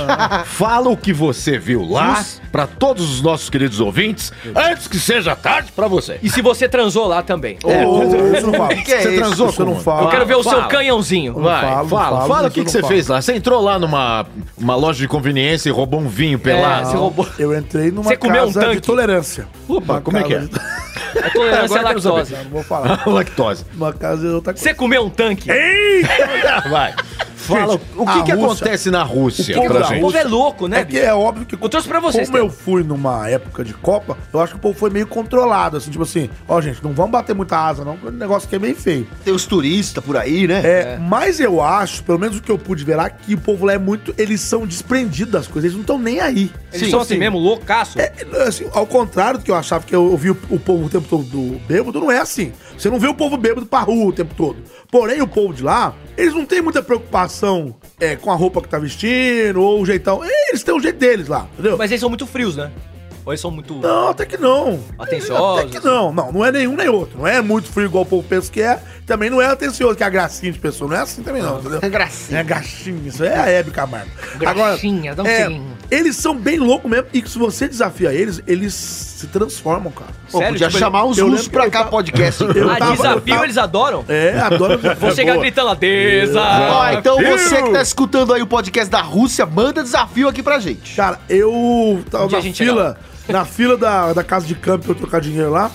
S6: Fala o que você viu lá pra todos os nossos queridos ouvintes antes que seja tarde pra você.
S3: E se você transou lá também.
S1: Ô, isso eu não falo.
S5: É. Que é
S6: Você
S5: isso?
S6: transou
S1: Isso eu não
S6: com-
S1: falo.
S3: Eu quero ver o seu
S6: fala.
S3: canhãozinho. É,
S6: Vai, fala,
S1: falo, falo,
S6: fala o
S1: mas
S6: que,
S1: eu
S6: que
S1: não
S6: você
S1: falo.
S6: fez lá. Você entrou lá numa uma loja de conveniência e roubou um vinho pelado.
S3: você roubou.
S1: Eu entrei numa
S3: Você comeu um
S1: casa
S3: tanque?
S1: de tolerância.
S6: Opa, como é que é?
S3: A tolerância à lactose.
S1: Não vou falar.
S6: Lactose.
S1: Uma casa de outra coisa.
S3: Você comeu um tanque?
S5: É
S6: Vai. Fala o que,
S1: a
S6: que
S1: Rússia-
S6: acontece na Rússia
S1: o povo
S6: pra
S1: da
S3: o
S6: gente.
S3: povo é louco, né?
S1: É que é óbvio que.
S3: Eu trouxe pra vocês,
S1: Como eu
S3: Teo.
S1: fui numa época de Copa, eu acho que o povo foi meio controlado. Assim, tipo assim, ó, gente, não vamos bater muita asa, não, porque o negócio aqui é meio feio.
S5: Tem os turistas por aí, né?
S1: É, Mas eu acho, pelo menos o que eu pude ver lá, que o povo lá é muito. Eles são desprendidos das coisas, eles não estão nem aí.
S5: é
S3: Eles são assim mesmo, loucaço.
S1: É, assim, ao contrário do que eu achava, que eu ouvi o, o povo o tempo todo do bêbado, não é assim. Você não vê o povo bêbado pra rua o tempo todo. Porém, o povo de lá, eles não têm muita preocupação é, com a roupa que tá vestindo ou o jeitão. Eles têm o jeito deles lá, entendeu?
S3: Mas eles são muito frios, né? Ou eles são muito...
S1: Não, até que não.
S3: Atenciosos.
S1: Até que não. Não, não é nenhum nem outro. Não é muito frio igual o povo pensa que é. Também não é atencioso, que é a gracinha de pessoa. Não é assim também, não. Entendeu?
S5: É gracinha.
S1: É gracinha. Isso é a Hebe Camargo.
S3: Gracinha, dá um
S1: é,
S3: selinho.
S1: Eles são bem loucos mesmo. E se você desafia eles, eles se transformam, cara.
S5: Pô,
S3: Sério,
S5: podia
S3: tipo,
S5: chamar os
S1: eu
S5: russos
S1: lembro que
S5: pra
S1: eu
S5: cá,
S1: tava-
S5: podcast.
S1: Eu
S3: Ah,
S1: tava-
S3: desafio
S1: eu tava-
S3: eles adoram?
S1: É, adoro.
S3: Vou chegar
S1: Boa.
S3: gritando ah." lá,
S5: Ó,
S3: desafio.
S5: então você que tá escutando aí o podcast da Rússia, manda desafio aqui pra gente.
S1: Cara, eu tava
S3: Um
S1: na
S3: dia a gente chega
S1: fila, na fila da, da casa de câmbio pra eu trocar dinheiro lá.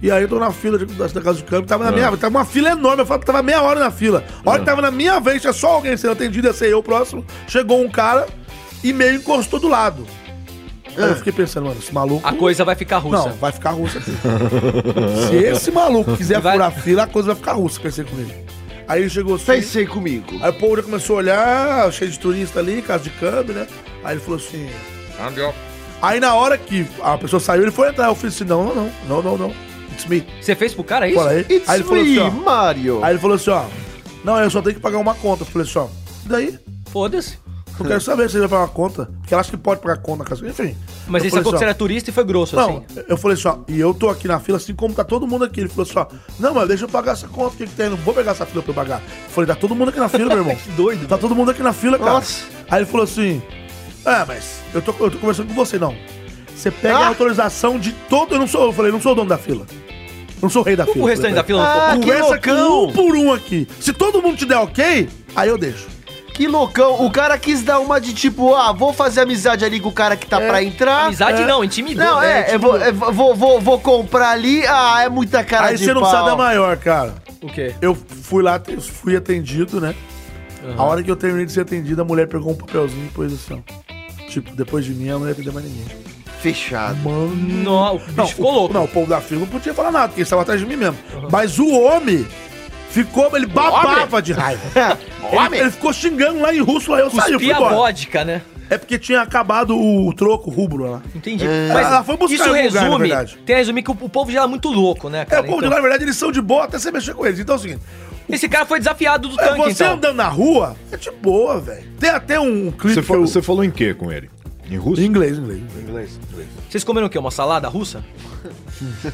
S1: E aí eu tô na fila de- da, da casa de câmbio, tava na minha, tava uma fila enorme, eu falava que tava meia hora na fila. A hora que tava na minha vez, tinha só alguém sendo atendido, ia ser eu próximo. Chegou um cara e meio encostou do lado. Aí eu fiquei pensando, mano, esse maluco.
S3: A coisa vai ficar russa.
S1: Não, vai ficar russa. assim. Se esse maluco quiser
S3: Vai-
S1: furar a fila, a coisa vai ficar russa, pensei comigo. Aí ele chegou assim.
S5: Pensei comigo.
S1: Aí o povo já começou a olhar, cheio de turista ali, casa de câmbio, né? Aí ele falou assim. Aí na hora que a pessoa saiu, ele foi entrar. Eu falei assim: não, não, não, não, não, não. It's me.
S3: Você fez pro cara é isso?
S1: Fala aí.
S5: It's
S1: Aí ele falou assim:
S5: me,
S1: ó.
S5: Mario.
S1: Aí ele falou assim: ó. Não, eu só tenho que pagar uma conta. Eu falei assim: ó. E daí?
S3: Foda-se.
S1: Eu quero saber se ele vai pagar uma conta. Porque ela acha que pode pagar conta na casa. Enfim.
S3: Mas
S1: Eu falei
S3: ele sacou que
S1: assim,
S3: você
S1: ó,
S3: era turista e foi
S5: Tipo
S3: grosso,
S1: não,
S3: assim.
S1: eu falei só, e eu tô aqui na fila, assim como tá todo mundo aqui. Ele falou só, não, mas deixa eu pagar essa conta, o que, que tem? Não vou pegar essa fila pra eu pagar. Eu falei, tá todo mundo aqui na fila, meu irmão. que doido. Tá todo mundo aqui na fila, cara.
S5: Nossa.
S1: Aí ele falou assim, é, mas eu tô, eu tô conversando com você, não. Você pega a
S5: Ah.
S1: autorização de todo. Eu não sou, eu falei, não sou o dono da fila. Eu Não sou o rei da
S3: O
S1: fila.
S3: restante da fila
S5: Ah,
S3: não
S5: que
S1: Conversa com um
S5: loucão!
S1: por um aqui. Se todo mundo te der ok, aí eu deixo.
S5: Que loucão. O cara quis dar uma de tipo, ah, vou fazer amizade ali com o cara que tá pra
S1: Ah,
S5: entrar.
S1: é.
S3: Amizade não, intimidou.
S5: Não,
S3: né?
S5: é, eu vou, eu vou, vou, vou comprar ali. Ah, é muita cara
S1: aí
S5: de
S1: você não
S5: pau.
S1: sabe a maior, cara.
S3: O quê?
S1: Eu fui lá, eu fui atendido, né? A hora que eu terminei de ser atendido, a mulher pegou um papelzinho e pôs assim, ó. Tipo, depois de mim, ela não ia atender mais ninguém.
S5: Fechado.
S1: Mano.
S3: Não, o bicho
S1: Não,
S3: ficou
S1: o,
S3: louco.
S1: Não, o povo da fila não podia falar nada, porque ele estava atrás de mim mesmo. Mas o homem ficou, ele babava de raiva. ele, ele ficou xingando lá em russo, lá eu saí, eu fui
S3: Cuspia
S1: embora.
S3: vodka, né?
S1: É porque tinha acabado o troco rubro lá.
S3: Entendi.
S1: Mas
S3: Mas
S1: ela foi buscar em Ah,
S3: isso
S1: algum lugar,
S3: resume,
S1: na verdade.
S3: tem a resumir que o, o povo já é muito louco, né, cara?
S1: É, o povo de lá, na verdade, eles são de boa até você mexer com eles. Então é o seguinte.
S3: Esse cara foi desafiado do
S1: é,
S3: tanque,
S1: Você
S3: então.
S1: andando na rua, é de boa, velho. Tem até um clipe
S6: Você,
S1: que
S6: fa-
S1: eu-
S6: você falou em quê com ele? Em russo?
S1: Em inglês, em inglês.
S6: inglês.
S3: Vocês comeram o quê? Uma salada russa?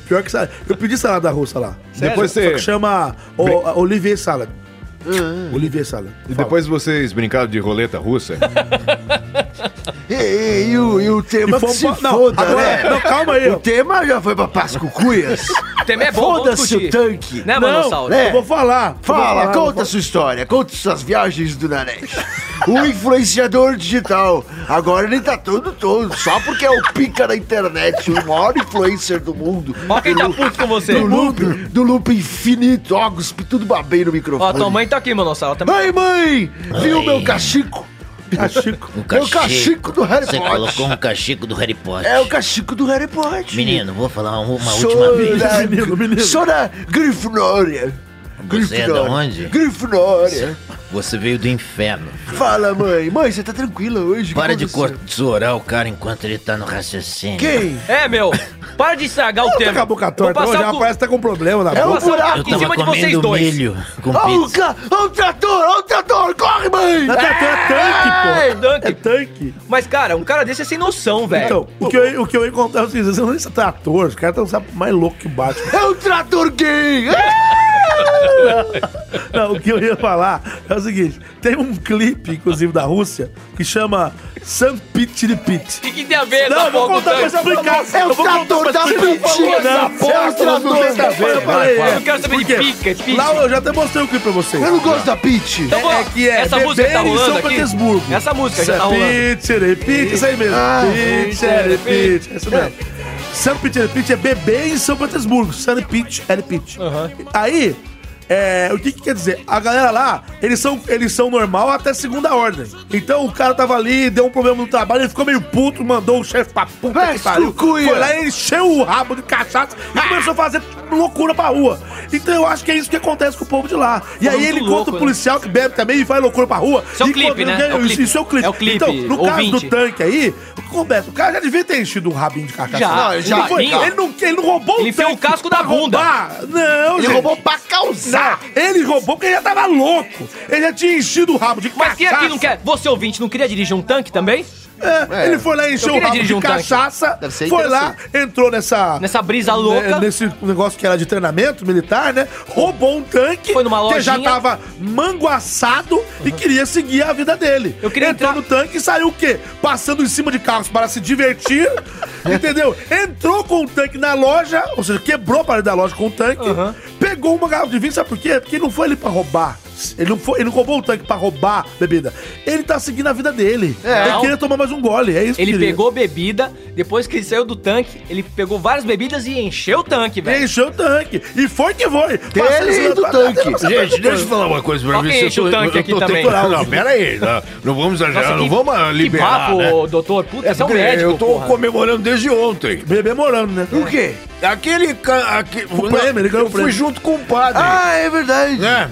S1: Pior que salada. Eu pedi salada russa lá.
S6: Sério?
S1: Depois você... Só que chama o, a Olivier Salad.
S5: Ah.
S1: Olivier Salad.
S6: E depois vocês brincaram de roleta russa?
S5: E, e- e o, e o tema
S1: E
S5: que
S1: fomos
S5: se
S1: pra- não,
S5: foda,
S1: agora-
S5: né?
S1: não, calma aí, ó.
S5: O tema já foi pra Pascucuias.
S3: O tema é bom, vamos
S5: Foda-se o
S3: discutir.
S5: tanque.
S3: Né,
S5: não,
S3: Manossauro?
S5: né?
S1: Eu vou falar.
S5: Fala,
S1: Eu vou
S5: conta sua história, conta suas viagens do Nanesh. O influenciador digital. Agora ele tá todo todo, só porque é o pica da internet, o maior influencer do mundo.
S3: Ó quem
S5: Do
S3: tá
S5: loop-
S3: puto com você.
S5: Do loop, do loop infinito. Ó, cuspi tudo babei no microfone.
S3: Ó, tua mãe tá aqui, Manossauro. Também...
S5: Mãe, mãe, viu meu cachico?
S1: falar. Ah, Chico.
S7: O
S5: É o cachico do Harry
S7: Você
S5: Potter.
S7: colocou um cachico do Harry Potter.
S5: É o cachico do Harry Potter.
S7: Menino, vou falar uma última
S5: Sou
S7: vez.
S5: da-
S1: Menino, menino.
S5: Sou da Grifinória.
S7: Você é da onde?
S5: Grifinória.
S7: Você veio do inferno.
S5: Fala, mãe. Mãe, você tá tranquila hoje?
S7: Para
S5: Como
S7: de
S5: você-
S7: cortesourar o cara enquanto ele tá no raciocínio.
S5: Quem?
S3: É, meu. Para de estragar o tema.
S1: Acabou com a
S3: Vou
S1: torta. Hoje
S3: passar
S1: já
S3: o cu-
S1: parece que tá com problema na
S5: É
S1: boca.
S5: um
S3: vou passar
S5: buraco.
S7: Eu
S3: Em cima
S7: tava
S3: de vocês
S7: comendo
S3: dois.
S7: milho com
S5: Olha Ah, o,
S7: pizza.
S5: ca... olha o trator, olha o trator. Corre, mãe.
S1: Até é tanque, pô.
S3: tanque.
S1: É tanque.
S3: Ah, Mas, cara, um cara desse é sem noção, velho.
S1: Então, o que, eu, o que eu ia contar é o seguinte: você não se tá ator, os caras estão mais louco que o Batman.
S5: É o trator gay. Ah!
S1: Não, o que eu ia falar é o seguinte: tem um clipe, inclusive, da Rússia, que chama San Pit de Pit.
S3: O que, que tem a ver
S1: Não, eu vou
S3: com o
S1: contar pra
S3: tanque?
S1: explicar.
S5: É
S1: Eu
S5: o
S1: vou contar
S5: trator
S1: pra
S5: da
S1: explicar.
S5: mentira.
S1: Não,
S5: essa porra,
S1: é o trator
S5: não tem
S1: da
S5: a ver.
S1: Eu falei,
S3: vai.
S1: é.
S3: Eu quero saber de
S1: Por quê?
S3: pica, de pica.
S1: Lá eu já até mostrei o clipe pra vocês.
S5: Eu não gosto da Peach.
S3: Então, vou-
S1: É que é
S3: essa música que tá
S1: beber em
S3: rolando
S1: São
S3: aqui?
S1: Petersburgo.
S3: Essa música já tá rolando.
S1: Pitcher, pitcher, é isso aí mesmo.
S5: Ah,
S1: Pitcher, pitcher, é isso mesmo. San Peter Pitch é bebê em São Petersburgo. San Pitch, L Pitch. Aí, é, o que, que quer dizer? A galera lá, eles são, eles são normal até segunda ordem. Então o cara tava ali, deu um problema no trabalho, ele ficou meio puto, mandou o chefe pra puta
S5: Vai,
S1: que pariu.
S5: sucuia.
S1: Foi lá, encheu o rabo de cachaça e começou a fazer loucura pra rua. Então eu acho que é isso que acontece com o povo de lá. E aí
S3: muito
S1: ele
S3: louco,
S1: conta o
S3: né?
S1: policial que bebe também e faz loucura pra rua.
S3: Isso é um
S1: E
S3: clipe,
S1: quando-
S3: né? É um
S1: isso-
S3: clipe.
S1: Isso é o clipe.
S3: É o clipe,
S1: Então, no caso
S3: ouvinte.
S1: do tanque aí, o que acontece? O cara já devia ter enchido um rabinho de cachaça.
S3: Já,
S1: Não,
S3: um
S1: ele, não foi,
S3: rabinho.
S1: ele, não, ele não roubou
S3: Ele enfiou
S1: tanque
S3: o casco da
S1: pra
S3: bunda.
S1: roubar. Não,
S12: Ele
S1: gente.
S12: roubou pra causar.
S1: Não, ele roubou porque ele já tava louco. Ele já tinha enchido o rabo de cachaça.
S3: Mas quem aqui não quer? Você, ouvinte, não queria dirigir um tanque também?
S1: É,
S12: É.
S1: Ele foi lá, encheu o
S3: Eu queria
S1: rabo de
S3: dirigir um tanque.
S1: cachaça,
S12: Deve ser
S1: foi lá, entrou nessa...
S3: Nessa brisa
S1: né,
S3: Tá louca.
S1: Nesse negócio que era de treinamento militar, né? Roubou um tanque
S3: Foi numa
S1: que já
S3: lojinha.
S1: tava manguaçado e queria seguir a vida dele.
S3: Eu queria
S1: Entrou
S3: entrar-
S1: no tanque e saiu o quê? Passando em cima de carros para se divertir, entendeu? Entrou com o tanque na loja, ou seja, quebrou a parede da loja com o tanque,
S3: Uhum.
S1: pegou uma garrafa de vinho, sabe por quê? Porque ele não foi ali pra roubar. Ele não, foi, ele não roubou o tanque pra roubar bebida. Ele tá seguindo a vida dele. Ele
S3: Não.
S1: queria tomar mais um gole, é isso que
S3: Ele
S1: queria.
S3: pegou bebida, depois que ele saiu do tanque, ele pegou várias bebidas e encheu o tanque, velho.
S1: Encheu o tanque. E foi que foi. Passando
S5: e
S1: esse-
S5: é do tanque.
S6: Gente, deixa eu falar uma coisa pra
S3: Ok,
S6: vocês.
S3: enche o tanque aqui também.
S6: Não, pera aí. Não, não vamos exagerar, não vamos ah, liberar,
S3: que
S6: né?
S3: papo, doutor. Puta, você é um
S6: porque
S3: médico,
S6: eu tô
S3: porra.
S6: comemorando desde ontem.
S1: Bebê morando, né?
S5: O quê?
S6: Aquele... ca- aque-
S1: O prêmio, ele ganhou
S6: Eu
S1: o
S6: fui
S1: prêmio.
S6: junto com o padre.
S5: Ah, é verdade.
S6: Né?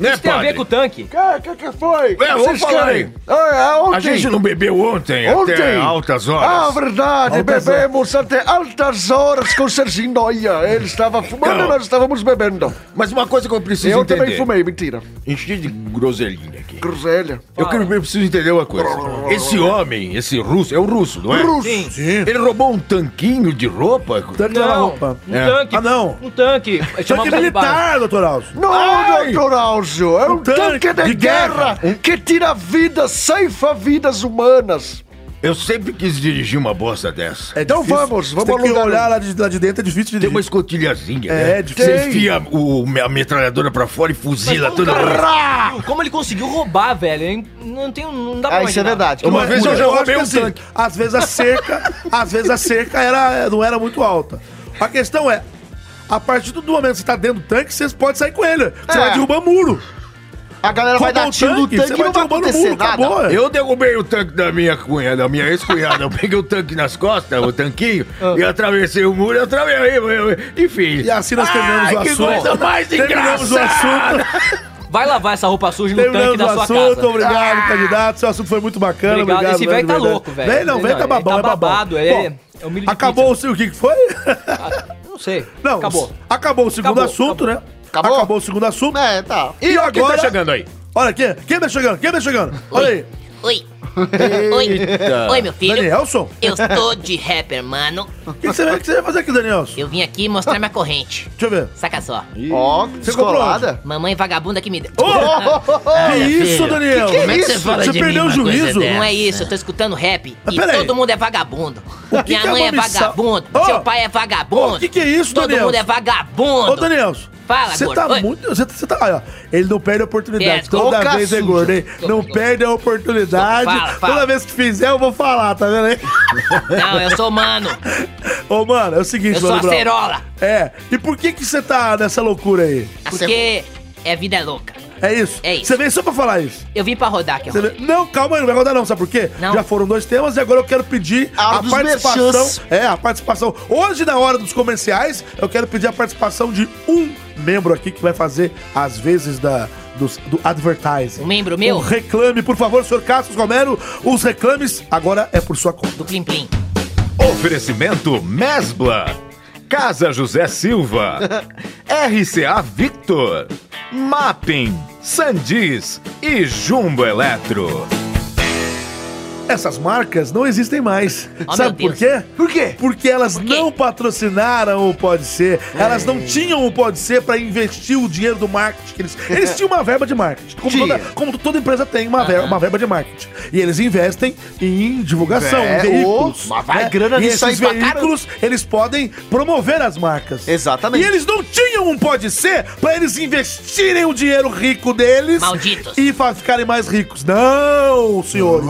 S6: Né,
S3: Isso tem a ver com o
S6: padre?
S3: tanque.
S5: Cara, o que, que foi?
S6: É, vamos falar aí.
S5: Ah, é, ontem.
S6: A gente não bebeu ontem, até altas
S5: Ah,
S6: horas.
S5: verdade.
S1: Altas
S5: bebemos até altas horas com Serginho Noia. Ele estava fumando
S6: Não.
S5: e nós estávamos bebendo.
S6: Mas uma coisa que eu preciso
S5: Eu
S6: entender.
S5: também fumei, mentira.
S6: Enchi de groselinha aqui.
S5: Groselha.
S6: Eu, quero, eu preciso entender uma coisa. Esse homem, esse russo, é um russo, não é?
S5: Russo.
S3: Sim.
S6: Ele roubou um tanquinho de roupa?
S1: Tanque
S3: Não,
S1: da roupa.
S3: um
S6: É.
S3: tanque.
S1: Ah, não.
S3: Um tanque.
S1: Tanque
S3: Chamamos de bar.
S1: militar, doutor Alcio.
S5: Não,
S6: Ai!
S5: doutor Alzio, é um,
S1: Um tanque
S5: tanque, de,
S1: de guerra.
S5: guerra, que tira vidas, ceifa vidas humanas.
S6: Eu sempre quis dirigir uma bosta dessa.
S5: Então
S1: difícil.
S5: vamos, vamos
S1: Tem que
S5: alugar
S1: olhar
S5: um.
S1: lá de, lá de dentro, é difícil de
S6: Tem uma
S1: dirigir.
S6: escotilhazinha,
S1: É,
S6: né?
S1: é difícil.
S6: Você enfia o, a metralhadora pra fora e fuzila toda hora.
S3: Rá! Como ele conseguiu roubar, velho? hein? Não, tem, não
S4: Tá
S3: dá
S12: Ah, isso
S3: pra
S12: é
S3: imaginar.
S12: verdade.
S6: Uma
S1: Mas
S6: vez eu já
S1: acho
S6: roubei
S1: que é assim,
S6: um tanque.
S1: Às vezes a cerca, às vezes a cerca era, não era muito alta. A questão é, a partir do momento que você tá dentro do tanque, você pode sair com ele. Você
S12: É.
S1: vai derrubar muro.
S12: A galera vai
S1: Roubar
S12: dar
S1: o
S12: tiro no
S1: tanque,
S12: tanque
S1: você
S12: e não vai
S1: vai derrubando o muro,
S12: acontecer
S1: acabou.
S12: nada.
S1: É.
S6: Eu derrubei o tanque da minha cunhada, da minha ex-cunhada. Eu peguei o tanque nas costas, o tanquinho, e atravessei o muro, eu atravessei. eu- eu- Enfim.
S1: Ah. E assim nós terminamos o
S6: Ai, Que
S1: assunto.
S6: coisa mais
S1: Terminamos o
S6: engraçada.
S1: assunto.
S3: Vai lavar essa roupa suja no tanque
S1: Terminamos
S3: da
S1: o
S3: sua
S1: um assunto,
S3: casa.
S1: obrigado, candidato. Seu assunto foi muito bacana,
S3: Obrigado,
S1: obrigado.
S3: esse velho
S1: Leandro,
S3: tá
S1: verdade.
S3: louco, velho.
S1: Vem não, vem
S3: Não,
S1: tá
S3: ele
S1: babão,
S3: tá
S1: é babão.
S3: babado, ele é-
S1: Bom,
S3: é um milho de
S1: Acabou o, o que que foi?
S4: Ah,
S3: Não sei.
S1: Não,
S3: Acabou.
S1: Acabou o segundo
S3: Acabou,
S1: assunto, né?
S5: Acabou?
S1: Acabou o segundo assunto.
S5: É, tá.
S1: E, agora...
S6: Quem tá chegando aí?
S1: Olha aqui, quem tá chegando? Quem tá chegando? Olha aí,
S4: Oi. Oi. Oi, meu filho.
S1: Danielson.
S4: Eu tô de rapper, mano.
S1: O que que você vai- que você vai fazer aqui, Danielson?
S4: Eu vim aqui mostrar minha corrente.
S1: Deixa eu ver.
S4: Saca só.
S5: Ó,
S1: comprou
S5: descolada. Oh!
S4: Mamãe vagabunda que me deu.
S1: que isso,
S9: filho.
S1: Daniel?
S9: Como é que você fala
S1: Você
S9: de
S1: perdeu
S9: mim
S1: o
S9: uma coisa
S1: juízo?
S9: dessa?
S4: Não é isso, eu tô escutando rap
S1: Mas
S4: e
S1: peraí.
S4: todo mundo é vagabundo.
S1: O que
S4: Minha
S1: que é
S4: mãe é
S1: uma missão?
S4: vagabundo,
S1: Ô!
S4: seu pai é vagabundo.
S1: Ô, que que é isso,
S4: Todo
S1: Daniel?
S4: mundo é vagabundo.
S1: Ô, Danielson.
S4: Fala,
S1: Você
S4: gordo.
S1: tá
S4: Oi.
S1: muito. Você tá. você tá- olha, ele não perde a oportunidade.
S4: É,
S1: toda
S5: boca
S1: vez é
S5: suja.
S1: gordo, hein? Não
S4: Tô-
S1: perde a oportunidade.
S4: Fala, fala.
S1: Toda vez que fizer, eu vou falar, tá vendo aí?
S4: Não, eu sou mano.
S1: Ô, mano, é o seguinte,
S4: Eu sou
S1: mano. Brown.
S4: acerola.
S1: É. E por que que você tá nessa loucura aí?
S4: Porque é vida louca.
S1: É isso?
S4: É isso.
S1: Você veio só pra falar isso.
S4: Eu vim pra rodar aqui, ó.
S1: Você veio- Não, calma aí, não vai rodar não, sabe por quê?
S4: Não.
S1: Já foram dois temas e agora eu quero pedir
S5: Ah,
S1: a
S5: dos
S1: participação.
S5: merchans.
S1: É, a participação. Hoje, na hora dos comerciais, eu quero pedir a participação de um membro aqui que vai fazer as vezes da, dos- do advertising.
S4: Um membro meu?
S1: Um reclame, por favor, senhor Cassius Romero. Os reclames agora é por sua conta.
S4: Do Plim Plim.
S6: Oferecimento Mesbla, Casa José Silva, RCA Victor, Mapping, Sandis e Jumbo Eletro.
S1: Essas marcas não existem mais.
S4: Oh,
S1: sabe
S4: meu
S1: por
S4: Deus.
S1: quê?
S5: Por quê? É.
S1: Porque elas
S4: quê?
S1: não patrocinaram o Pode Ser. Elas não tinham o Pode Ser pra investir o dinheiro do marketing. que Eles, eles tinham uma verba de marketing. Como,
S5: Tinha.
S1: toda, como toda empresa tem uma, verba, uma verba de marketing. E eles investem em divulgação, em
S5: Inve-
S1: veículos. né?
S5: Ô, mas vai grana
S1: e
S5: nisso aí
S1: esses
S5: pra caramba.
S1: veículos, eles podem promover as marcas.
S5: Exatamente.
S1: E eles não tinham um Pode Ser pra eles investirem o dinheiro rico deles.
S4: Malditos.
S1: E fa- ficarem mais ricos. Não, senhores.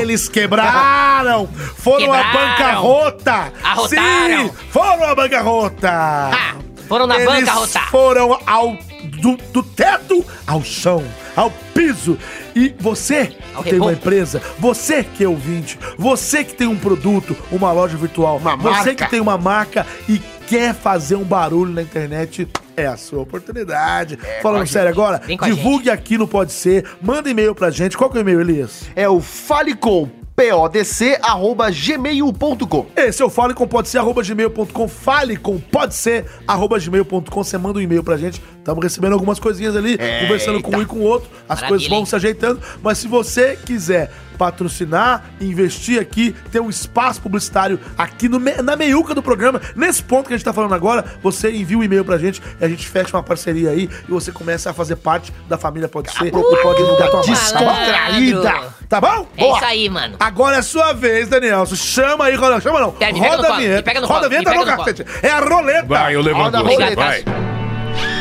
S1: Eles quebraram. Foram a
S4: Quebraram.
S1: bancarrota.
S4: Arrotaram.
S1: Sim, foram a bancarrota.
S4: Ah, foram na
S1: Eles
S4: banca rotar.
S1: foram ao do, do teto ao chão, ao piso. E você
S4: Ao
S1: que tem uma
S4: reboco.
S1: empresa, você que é ouvinte, você que tem um produto, uma loja virtual,
S5: Uma
S1: você
S5: marca.
S1: que tem uma marca e quer fazer um barulho na internet, é a sua oportunidade. Falando sério agora,
S4: Vem com É, a
S1: divulgue aqui no Pode Ser, manda e-mail pra gente. Qual que é o e-mail, Elias?
S5: É o falecom, P-O-D-C, arroba gmail.com.
S1: Esse é o Fale com pode ser, arroba gmail.com, fale com pode ser, arroba gmail.com, você manda um e-mail pra gente, estamos recebendo algumas coisinhas ali, conversando com um e com o outro, as
S4: Maravilha,
S1: coisas vão
S4: hein?
S1: se ajeitando, mas se você quiser patrocinar, investir aqui, ter um espaço publicitário aqui no me- na meiuca do programa, nesse ponto que a gente tá falando agora, você envia um e-mail pra gente, e a gente fecha uma parceria aí, e você começa a fazer parte da família Pode Ser, e pode divulgar tua marca, tá bom?
S4: Malandro.
S1: Tá bom?
S4: É isso aí, mano.
S1: Agora é sua vez, Danielson. Chama aí, Ronaldo. Chama não.
S4: Pega, me pega no
S1: roda a
S4: colo, me
S1: vinheta.
S4: pega no
S1: roda
S4: colo,
S1: a vinheta,
S4: me
S1: não,
S4: pega no
S1: cacete. É a roleta.
S6: Vai, eu levanto.
S5: Roda,
S6: você,
S4: roda,
S6: vai.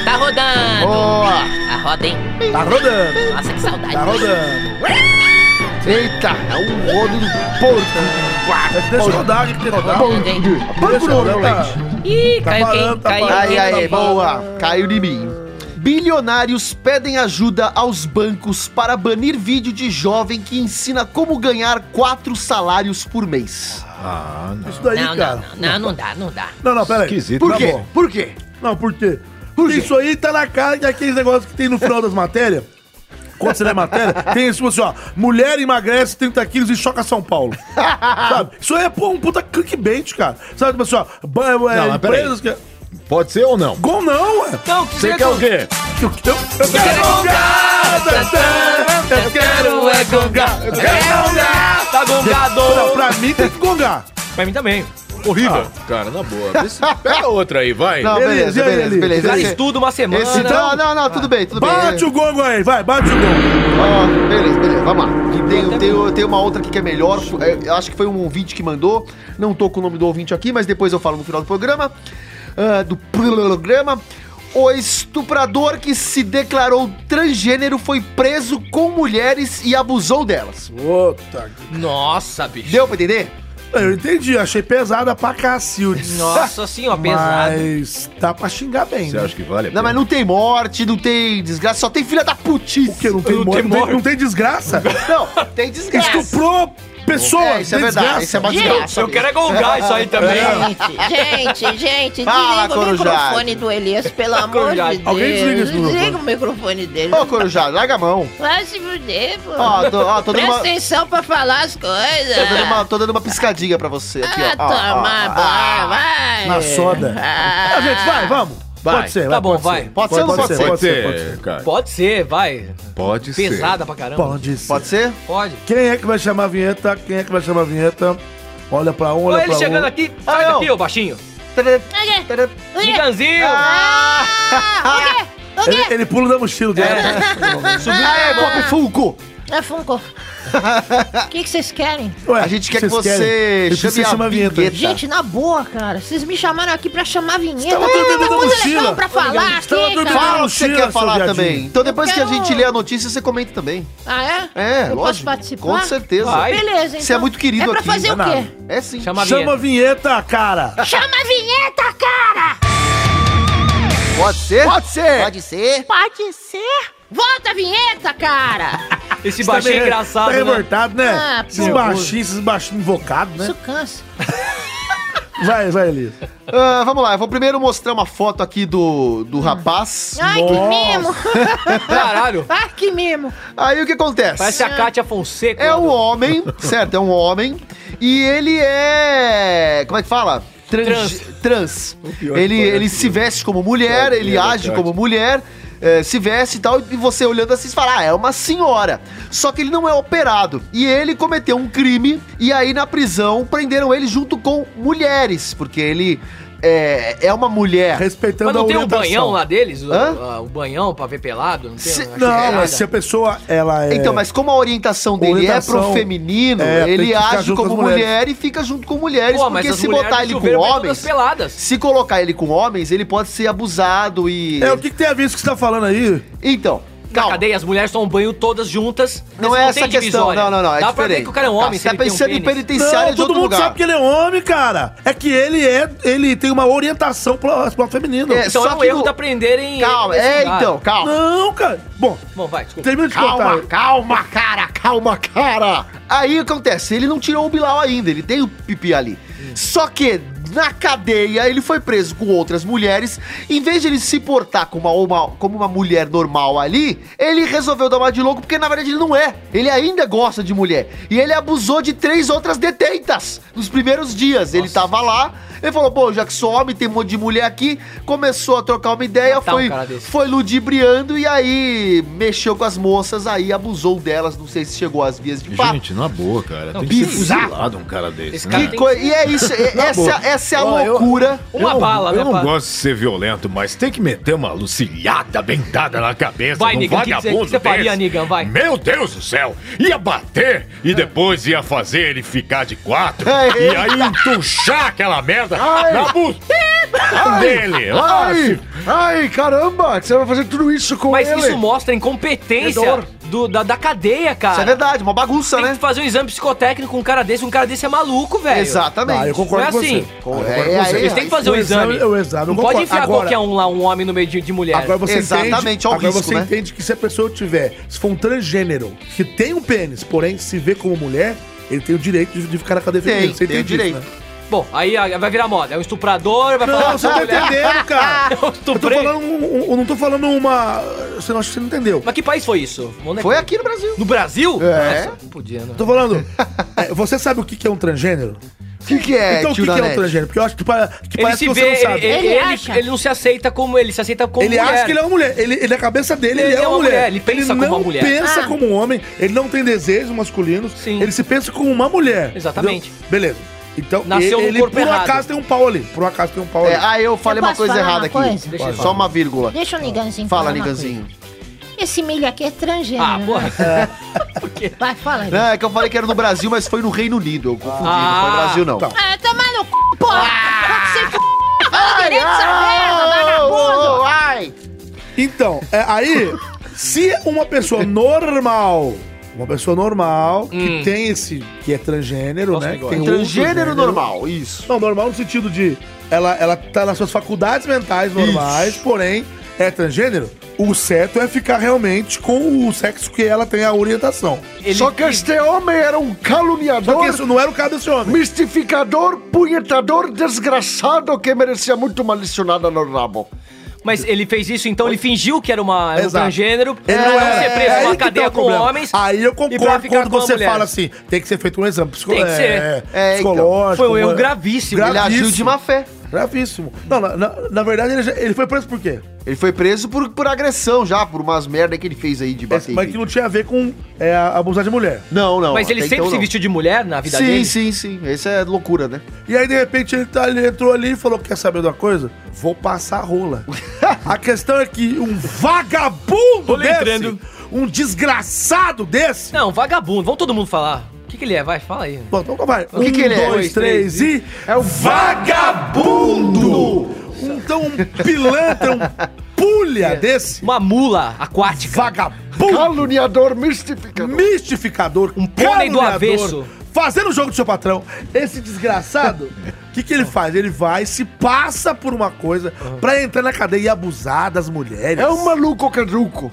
S4: Tá rodando.
S5: Boa.
S4: A roda, hein?
S1: Tá rodando.
S4: Nossa, que saudade.
S1: Tá rodando.
S5: Eita, é um rodo do porco.
S1: Deixa eu rodar, tem que rodar.
S4: Rodando, hein?
S1: Deixa eu rodar.
S4: Ih,
S1: Tá
S4: caiu
S1: parando,
S4: quem?
S1: tá
S4: Caiu
S1: parando.
S5: Aí,
S4: quem?
S5: aí,
S4: Tá bom.
S5: boa. Caiu de mim. Bilionários pedem ajuda aos bancos para banir vídeo de jovem que ensina como ganhar quatro salários por mês.
S1: Isso daí,
S4: Não,
S1: cara.
S4: não, não, não, não dá, não dá.
S1: Não, não, pera aí.
S6: Esquisito.
S5: Por
S1: Tá
S5: quê?
S1: bom.
S5: Por quê?
S1: Não, por quê?
S5: Por quê?
S1: Isso aí tá na cara daqueles negócios que tem no final das matérias. Quando você lê a matéria, tem isso assim, ó. Mulher emagrece 30 quilos e choca São Paulo. Sabe? Isso aí é pô, um puta clickbait, cara. Sabe, tipo assim, ó. ba- é,
S6: mas peraí.
S1: empresas que...
S6: Pode ser ou não?
S1: Gol não, ué.
S3: Não, que
S6: Você quer o quê?
S1: Eu, eu, eu quero
S3: um
S1: gongada, eu quero é gongar, eu quero gongar.
S3: Tá gongado.
S1: Não, pra mim tem que gongar.
S3: Pra mim também.
S6: Horrível. Ah, cara, na boa. Vê se- Pega outra aí, vai.
S5: Não,
S1: Beleza,
S5: beleza,
S1: e aí, então.
S5: beleza,
S1: Eli?
S3: O
S5: beleza.
S3: cara
S5: Esse-
S3: estuda uma semana.
S5: Esse não, não, não, tudo bem, tudo
S1: Bate
S5: bem.
S1: o gongo aí, vai, bate o gongo.
S5: Ó, beleza, beleza, vamos lá. Tem, tem, tem uma outra aqui que é melhor, é, eu acho que foi um ouvinte que mandou, não tô com o nome do ouvinte aqui, mas depois eu falo no final do programa, Ah, do programa. O estuprador que se declarou transgênero foi preso com mulheres e abusou delas.
S1: Puta.
S3: Nossa, bicho.
S5: Deu pra entender?
S1: Eu entendi, achei pesada pra cacildes.
S3: Nossa senhora, pesado.
S1: Mas dá pra xingar bem,
S6: Você
S1: né?
S6: acha que vale a
S5: Não, mas não tem morte, não tem desgraça, só tem filha da putice.
S1: Porque não tem,
S3: Não
S1: morte,
S3: tem
S1: não tem-
S3: morte.
S1: não tem desgraça.
S5: Não, tem desgraça.
S1: Estuprou pessoas.
S5: É, isso é verdade,
S1: desgraça.
S5: isso é uma
S3: Gente,
S5: desgraça.
S3: eu quero é gongar isso aí também.
S1: É.
S4: Gente, gente, gente,
S5: Fala,
S4: desliga o
S5: Corujade.
S4: microfone do Elias, pelo amor de
S3: Corujade.
S4: Deus.
S1: Alguém desliga esse
S4: Desliga o microfone dele.
S5: Ô, Corujado, larga a mão.
S4: Vai se fuder, pô.
S5: Ó, tô, ó, tô dando
S4: Presta
S5: uma...
S4: atenção pra falar as coisas.
S5: Tô dando, uma, tô dando uma piscadinha pra você aqui, ó. ah, Ó,
S4: Ah,
S5: ó,
S4: toma,
S5: ó,
S4: boa,
S5: ó.
S4: vai.
S1: Na soda.
S4: Ah.
S1: Ah, gente, vai, vamos.
S3: Vai.
S1: Pode ser,
S3: Tá
S1: vai,
S3: bom,
S1: pode
S3: vai.
S1: Ser.
S5: Pode ser ou não pode ser?
S1: Pode ser, pode ser.
S6: ser, cara.
S3: Pode ser, vai.
S6: Pode ser.
S3: Pesada pra caramba.
S1: Pode ser.
S5: Pode ser?
S3: Pode.
S1: Quem é que vai chamar a vinheta? Quem é que vai chamar a vinheta? Olha pra um, olha
S3: Olha
S1: pra
S3: ele chegando
S1: um.
S3: aqui. Sai
S5: não.
S3: daqui, ô baixinho. Giganzinho.
S4: Ah, O quê? O
S1: Ele, ele pula um da mochila
S5: É.
S1: dele.
S5: Subiu. Ah, é, Pop Funko.
S4: quê? É Funko. O que que vocês querem?
S1: Ué,
S5: A gente quer que
S1: vocês
S5: você
S1: querem? Eu
S5: chame
S1: preciso
S5: a
S1: chamar vinheta.
S5: vinheta.
S4: Gente, na boa, cara. Vocês me chamaram aqui pra chamar a vinheta.
S1: Tava
S4: Tem
S1: dormindo
S4: muita
S1: na
S4: coisa
S1: mochila.
S4: legal pra falar aqui,
S1: Tava dormindo
S4: cara.
S5: Fala o que você
S1: Mochila,
S5: quer
S1: seu
S5: falar
S1: viadinho.
S5: também. Então depois
S4: Eu
S5: que a gente
S4: quero-
S5: lê a notícia, você comenta também.
S4: Ah, é?
S5: É,
S4: Eu
S5: lógico.
S4: posso participar?
S5: Com certeza.
S3: Vai.
S4: Beleza, então.
S5: Você é muito querido
S4: É pra
S5: aqui,
S4: fazer o
S1: não é
S4: quê?
S5: É sim.
S3: Chama a
S1: Chama a
S3: vinheta.
S1: vinheta, cara.
S4: Chama a vinheta, cara!
S5: Pode ser? Pode ser. Pode ser.
S4: Pode ser? Volta a vinheta, cara!
S3: Esse
S1: Tá
S3: baixinho é
S1: meio-
S3: engraçado,
S1: Tá
S3: né?
S1: revoltado, né?
S4: Ah,
S1: esses
S4: pô.
S1: baixinhos, esses baixinhos invocados, né?
S4: Isso cansa.
S1: Vai, vai, Elias.
S5: Ah, vamos lá, eu vou primeiro mostrar uma foto aqui do, do rapaz.
S4: Ai, que mimo!
S3: Caralho.
S4: Ai, que mimo!
S5: Aí o que acontece?
S3: Parece a Kátia Fonseca.
S5: É
S3: lá do-
S5: um homem, certo? É um homem. E ele é. Como é que fala? Trans. trans. Ele, ele se veste como mulher, ele age como mulher, eh, se veste e tal. E você olhando assim, você fala, ah, é uma senhora. Só que ele não é operado. E ele cometeu um crime. E aí na prisão prenderam ele junto com mulheres, porque ele. É, é uma mulher.
S1: Respeitando
S3: Mas não
S1: a
S3: tem
S5: um
S3: o
S1: orientação.
S3: banhão lá deles? O,
S5: Hã?
S3: a- o banhão pra ver pelado? Não, tem,
S5: Se-
S3: uma
S1: Não,
S3: chegada?
S1: mas se a pessoa, ela é...
S5: é Então, mas como a orientação dele é
S1: Orientação.
S5: pro feminino,
S1: É, tem
S5: ele
S1: que ficar
S5: age
S1: junto
S5: como
S1: com as mulheres.
S5: mulher e fica junto com mulheres,
S3: Pô, mas
S5: porque
S3: as
S5: se
S3: mulheres
S5: botar
S3: do é
S5: ele com
S3: chuveiro vêm todas
S5: homens,
S3: peladas.
S5: se colocar ele com homens, ele pode ser abusado e...
S1: É, o que, que tem a ver isso que você tá falando aí?
S5: Então,
S3: Na
S5: calma.
S3: cadeia, as mulheres tomam banho todas juntas. mas
S5: Não é essa
S3: tem
S5: a questão,
S3: divisória.
S5: não, não, não, é
S3: Dá pra ver
S5: diferente.
S3: que o cara é um homem, se
S5: Você tá
S3: ele tem um
S5: pensando em
S3: pênis.
S5: penitenciário
S1: não,
S5: de
S1: todo
S5: outro
S1: mundo
S5: lugar.
S1: sabe que ele é homem, cara. É que ele é, ele tem uma orientação pro, pro feminino.
S5: É,
S3: Então
S5: só
S3: é um
S5: que
S3: erro
S5: o-
S3: da prenderem...
S5: Calma,
S3: ele nesse
S5: é,
S3: lugar.
S5: então, calma.
S1: Não, cara. Bom,
S3: Bom, vai, desculpa.
S1: termina de contar.
S5: Calma, calma, cara, calma, cara. Aí o que acontece? Ele não tirou o Bilal ainda, ele tem o pipi ali. Só que na cadeia ele foi preso com outras mulheres. Em vez de ele se portar como uma, uma- como uma mulher normal ali, ele resolveu dar uma de louco porque na verdade ele não é. Ele ainda gosta de mulher. E ele abusou de três outras detentas nos primeiros dias. Ele tava lá. Ele falou, pô, já que sou homem, tem um monte de mulher aqui. Começou a trocar uma ideia,
S3: Matar um
S5: foi,
S3: cara desse.
S5: foi ludibriando e aí mexeu com as moças, aí abusou delas, não sei se chegou às vias de fato.
S6: Gente, na boa, cara.
S3: Não,
S6: tem que ser
S5: bizarro.
S6: fuzilado um cara desse.
S3: Esse
S6: né?
S3: cara
S5: Que coi- E é isso, é- essa, essa é a
S6: Ó, eu-
S5: loucura.
S3: Uma bala,
S6: eu
S3: né,
S6: não
S3: pá?
S6: gosto de ser violento, mas tem que meter uma lucilhada bentada na cabeça
S3: Vai,
S6: de um
S3: Nigga, o que que
S6: vagabundo
S3: você- que você faria,
S6: desse.
S3: Nigga? Vai.
S6: Meu Deus do céu! Ia bater e depois ia fazer ele ficar de quatro
S5: Ai.
S6: e aí entuchar aquela merda na buceta dele. Ah, se-
S2: ai, caramba, você vai fazer tudo isso com
S3: Mas
S2: ele?
S3: isso mostra a incompetência do, da, da cadeia, cara.
S5: Isso é verdade, uma bagunça,
S3: Tem
S5: né?
S3: que fazer um exame psicotécnico com um cara desse. Um cara desse é maluco, velho.
S5: Exatamente.
S1: Ah, eu concordo
S3: Não é
S1: com
S3: assim.
S1: você.
S5: Com- é,
S1: concordo com
S5: é,
S1: você.
S5: é,
S3: Eles têm que fazer o
S1: O
S3: exame.
S1: exame- o exame, eu
S3: Não pode
S1: concordo.
S3: enfiar
S1: Agora-
S3: qualquer um lá, um homem no meio de, de mulher.
S1: Agora você
S5: Exatamente,
S1: entende,
S5: olha o
S1: agora
S5: risco,
S1: você
S5: né?
S1: entende que se a pessoa tiver, se for um transgênero que tem um pênis, porém se vê como mulher, ele tem o direito de, de ficar na cadeia
S5: Tem,
S1: feminina. Você
S5: tem o
S1: entende isso,
S5: direito.
S1: né?
S3: Bom, aí ah, vai virar moda. É um estuprador, vai falar...
S1: Não, você não tá entendendo, cara.
S3: Eu
S1: Eu tô
S3: estuprei.
S1: falando, um- um- eu não tô falando uma. Você não acho que você não entendeu.
S3: Mas que país foi isso? Onde é
S5: Foi
S3: que-
S5: aqui no Brasil.
S3: No Brasil?
S5: É.
S3: Nossa, não podia, né?
S1: Eu tô falando. é, você sabe o que que é um transgênero?
S5: O que, que é,
S1: então o que, que é um
S5: Nanete?
S1: transgênero? Porque eu acho que, pa- que
S3: Ele
S1: parece
S3: se
S1: que você
S3: vê,
S1: não
S3: ele,
S1: sabe.
S3: ele,
S1: Ele,
S4: Ele
S3: ele-
S4: acha.
S3: ele não se aceita como. Ele se aceita como. mulher.
S1: acha que ele é uma mulher. Ele, ele- na cabeça dele, ele, é uma mulher.
S3: ele pensa como
S1: não
S3: uma mulher.
S1: pensa
S4: Ah.
S1: como um homem, ele não tem desejos masculinos,
S3: Sim.
S1: ele se pensa como uma mulher.
S3: Exatamente.
S1: entendeu? Beleza. Então,
S3: Nasceu no
S1: ele, ele
S3: corpo
S1: por um
S3: errado.
S1: acaso tem um pau ali. Por um acaso tem um pau
S5: É,
S1: ali.
S5: ah, eu falei
S4: Eu
S5: uma
S4: posso
S5: coisa
S4: falar uma
S5: errada aqui.
S4: coisa?
S3: Deixa eu
S5: Só
S3: falar.
S5: uma vírgula.
S4: Deixa o Niganzinho
S5: Fala,
S4: falar uma
S5: Niganzinho.
S4: coisa. Esse milho aqui é
S1: um
S4: transgênero.
S3: Ah,
S4: né?
S3: porra.
S1: É.
S4: Vai, fala aí.
S5: Não, é que eu falei que era no Brasil, mas foi no Reino Unido. Eu confundi, não foi
S3: Ah,
S5: no Brasil, não.
S1: tá.
S4: Ah, toma no c, porra! Vai se f... Fala direito essa merda, vagabundo!
S5: Oh, Ah, ai.
S1: Então, é, aí, se uma pessoa normal. Uma pessoa normal, que tem esse. que é transgênero,
S3: Hum. Nossa,
S1: né?
S3: que
S1: Que tem outro
S5: Transgênero
S1: gênero.
S5: normal, isso.
S1: Não, normal no sentido de. Ela, ela tá nas suas faculdades mentais normais, porém, é transgênero, o certo é ficar realmente com o sexo que ela tem a orientação.
S2: Só que este homem era um caluniador.
S1: Só que isso não era o caso desse homem.
S2: Mistificador, punhetador, desgraçado que merecia muito uma licionada no rabo.
S3: Mas ele fez isso, então ele fingiu que era uma, era um
S1: Exato.
S3: transgênero pra
S1: Ele
S3: não ser
S1: é aí
S3: preso numa
S1: que tá
S3: cadeia
S1: o
S3: com
S1: problema.
S3: homens.
S1: Aí eu
S3: e pra
S1: concordo
S3: ficar
S1: quando
S3: com uma
S1: você
S3: mulher.
S1: fala assim, tem que ser feito um exame psico-
S3: Tem que ser.
S1: é,
S5: É, então.
S1: psicológico.
S3: Foi um erro
S1: mano.
S3: gravíssimo.
S5: Ele agiu de má fé.
S1: Gravíssimo. Não, na, na- na verdade, ele, já- ele foi preso por quê?
S5: Ele foi preso por, por agressão já, por umas merda que ele fez aí de bater.
S1: Esse- mas
S5: em
S1: que não tinha a ver com é, abusar de mulher.
S5: Não, não.
S3: Mas ele
S5: até
S3: sempre
S5: então
S3: se
S5: não.
S3: vestiu de mulher na vida
S5: sim,
S3: dele?
S5: sim, sim. Isso é loucura, né?
S1: E aí, de repente, ele, tá- ele entrou ali e falou: Quer saber de uma coisa? Vou passar a rola. a questão é que um vagabundo desse,
S3: entrando.
S1: um desgraçado desse.
S3: Não, vagabundo. Vamos todo mundo falar. O que, que ele é? Vai, fala aí.
S1: Bom, então vai.
S5: O que que ele é?
S1: dois,
S5: Dois,
S1: três, e.
S5: três
S1: É o vagabundo! Então, um pilantra, um pulha desse.
S3: Uma mula aquática.
S1: Vagabundo!
S2: Uh! Caluniador, mistificador.
S1: mistificador, um
S3: pônei do avesso.
S1: Fazendo o jogo do seu patrão, esse desgraçado, o que, que ele faz? Ele vai, se passa por uma coisa pra entrar na cadeia e abusar das mulheres.
S2: É um maluco cadruco.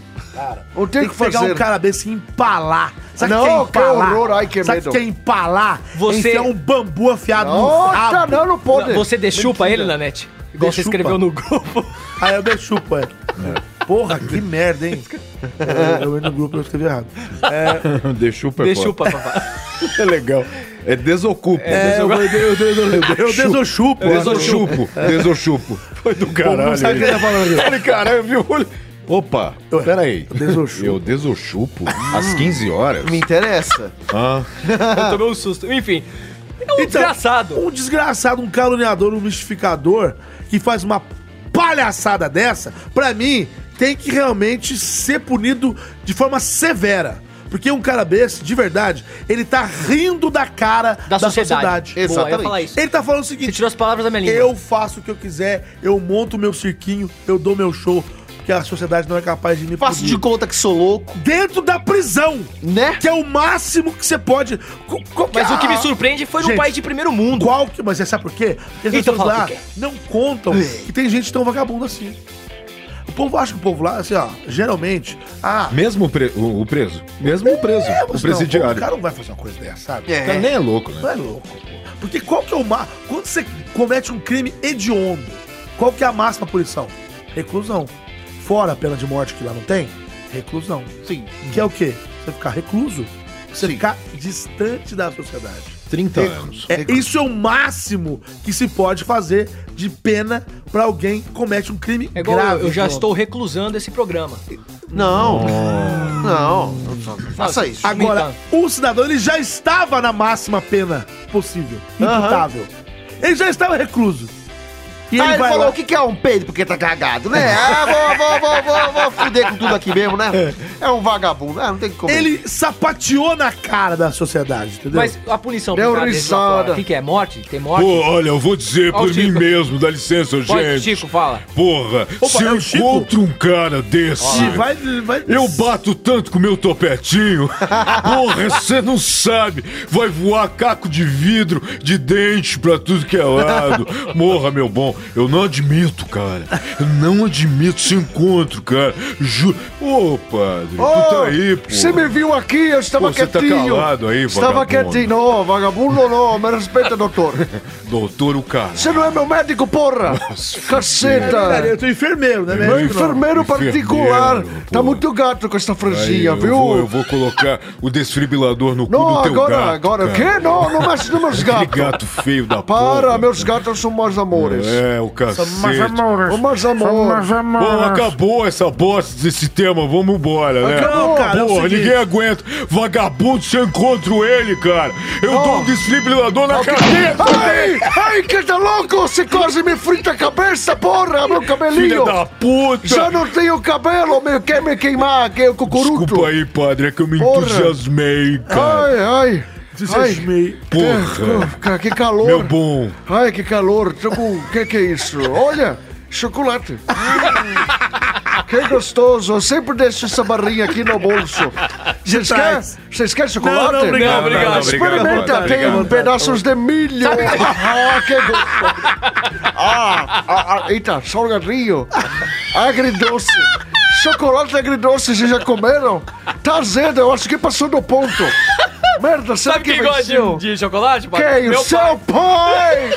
S2: Não tem
S1: Tem
S2: o
S1: que
S2: que
S1: pegar
S2: fazer.
S1: um cara desse e empalar. Sabe o
S2: Não,
S1: que é empalar?
S2: que horror, ai, que
S1: Sabe o
S2: medo.
S1: que é empalar?
S3: Você-
S1: Enfiar um bambu afiado no
S2: Nossa,
S1: rabo.
S2: não, não pode.
S3: Você deixupa ele, Nanete? Igual você
S1: Deixupa.
S3: escreveu no grupo.
S1: Aí eu deixo, pô. Porra, que merda, hein? É, Eu entro no grupo e eu escrevi errado.
S6: Deixa o
S3: Deixupa, papai.
S6: É legal. É desocupa.
S1: É, eu, eu, eu, eu, eu, eu desochupo.
S6: Desochupo. Desochupo. Foi do
S1: Não sabe o que ele tá falando aqui.
S6: Falei, caralho, viu? Olha- Opa, peraí.
S1: desochupo.
S6: Eu desochupo às 15 horas?
S5: Me interessa.
S6: Ah,
S3: Eu tomei um susto. Enfim, é um
S1: Então,
S3: desgraçado.
S1: Um desgraçado, um caluniador, um mistificador que faz uma palhaçada dessa, pra mim, tem que realmente ser punido de forma severa. Porque um cara desse, de verdade, ele tá rindo da cara
S3: Da, sociedade.
S5: sociedade.
S3: Boa, eu ia
S5: Exatamente.
S3: falar isso.
S1: Ele tá falando o
S3: Você
S1: seguinte:
S3: tirou as palavras da minha língua.
S1: eu faço o que eu quiser, eu monto meu cirquinho, eu dou meu show, porque a sociedade não é capaz de me
S5: Faço de
S1: punir.
S5: conta que sou louco,
S1: Dentro da prisão,
S5: né?
S1: que é o máximo que você pode. Co- co-
S3: Mas o que me
S1: Ah,
S3: surpreende foi num
S1: Gente.
S3: país de primeiro mundo.
S1: Qual que. Mas é, sabe por quê? Porque as
S3: Então
S1: pessoas
S3: fala
S1: lá
S3: por quê. É.
S1: não contam que tem gente tão vagabunda assim. O povo acha que o povo lá, assim, ó, geralmente. Ah,
S6: mesmo o, pre- o- o preso. Mesmo o preso.
S1: é,
S6: o
S1: mas Não, o
S6: presidiário.
S1: cara não vai fazer uma coisa dessa, sabe?
S6: O cara nem é louco, né?
S1: Não é louco, pô. Porque qual que é o má. Quando você comete um crime hediondo, qual que é a máxima punição? Reclusão. Fora a pena de morte que lá não tem, reclusão.
S5: Sim.
S1: Que é o quê? Você ficar recluso. Você
S5: Sim.
S1: ficar distante da sociedade.
S6: 30 anos.
S1: É, isso é o máximo que se pode fazer de pena pra alguém que comete um crime
S3: É igual
S1: grave.
S3: eu, eu
S1: João.
S3: já estou reclusando esse programa.
S5: Não. Não. não só- Faça isso.
S1: Agora, o cidadão ele já estava na máxima pena possível, imputável. Ele já estava recluso. E
S5: ah, ele
S1: vai
S5: falou
S1: lá-
S5: o que, que é um peido porque tá cagado,
S2: É.
S5: né? Ah, vou, vou, vou, vou, vou fuder com tudo aqui mesmo, né? É um vagabundo. Ah, não tem como.
S1: Ele sapateou na cara da sociedade, entendeu?
S3: Mas a punição
S5: Deu
S3: cara desse lá
S5: risada.
S3: fora, O que, que é? Morte? Tem morte?
S6: Pô, olha, eu vou dizer
S3: Ó o
S6: por mim
S3: Chico.
S6: mesmo, dá licença,
S3: Pode,
S6: gente.
S3: Chico, fala.
S6: Porra, se
S1: é
S6: eu
S1: o Chico?
S6: encontro um cara desse.
S1: E vai, vai...
S6: Eu bato tanto com meu topetinho. Porra, você não sabe. Vai voar caco de vidro, de dente pra tudo que é lado. Morra, meu bom. Eu não admito, cara. Eu não admito esse encontro, cara. Ju... Ô, padre, tu
S2: Ô,
S6: tá aí, pô.
S2: Você me viu aqui, eu estava
S6: Pô, você tá
S2: quietinho.
S6: calado aí,
S2: Estava
S6: vagabundo.
S2: quietinho. Não, vagabundo não, me respeita, doutor.
S6: Doutor, o cara.
S2: Você não é meu médico, porra.
S1: Cara,
S2: Caceta.
S1: eu tô enfermeiro, né,
S2: Meu
S1: médico? não.
S2: enfermeiro particular.
S6: Enfermeiro,
S2: Tá
S6: pô.
S2: muito gato com essa
S6: Aí,
S2: franjinha,
S6: eu,
S2: viu?
S6: vou, eu vou colocar o desfibrilador no cu
S2: Não,
S6: do teu
S2: agora,
S6: gato.
S2: agora. O
S6: cara.
S2: quê? Não, não mexe nos meus
S6: Aquele
S2: gatos.
S6: gato feio da porra.
S2: Para, meus gatos são meus amores.
S6: É, o cacete.
S2: São meus amores.
S6: Bom, acabou essa bosta desse tema, vamos embora, né?
S1: Acabou, cara, é o
S6: Porra,
S1: seguinte.
S6: ninguém aguenta. Vagabundo, se eu encontro ele, cara. Eu dou um desfibrilador na cabeça
S2: Ai, ai, que tá louco? Você quase me frita a cabeça, porra, meu
S6: filha
S2: cabelinho.
S6: da puta.
S2: Já não tenho cabelo, meu, quer me queimar, que é o cocuruto.
S6: Desculpa aí, padre, é que eu me
S2: Porra.
S6: entusiasmei, cara.
S2: Ai, ai. Ai, é,
S1: Desesmei.
S6: Porra,
S2: cara, que calor.
S6: meu bom.
S2: Ai, que calor. Tô com... Que que é isso? Olha, chocolate.
S5: Que gostoso. Eu sempre deixo essa barrinha aqui no bolso. Vocês querem,
S1: trás.
S5: vocês querem chocolate?
S1: Não, não,
S6: Não,
S1: obrigado.
S6: não, não,
S5: Experimenta,
S6: obrigado,
S5: tem
S6: obrigado.
S5: pedaços de milho. ah, que gostoso. Ah, ah, ah, eita, salgadinho. Agridoce. Chocolate agridoce, vocês já comeram? Tá azedo, eu acho que passou do ponto. Merda, será
S3: Sabe
S5: que
S3: quem
S5: vai
S3: gosta
S5: ser?
S3: de, de chocolate? Pato?
S5: Quem? O seu pai.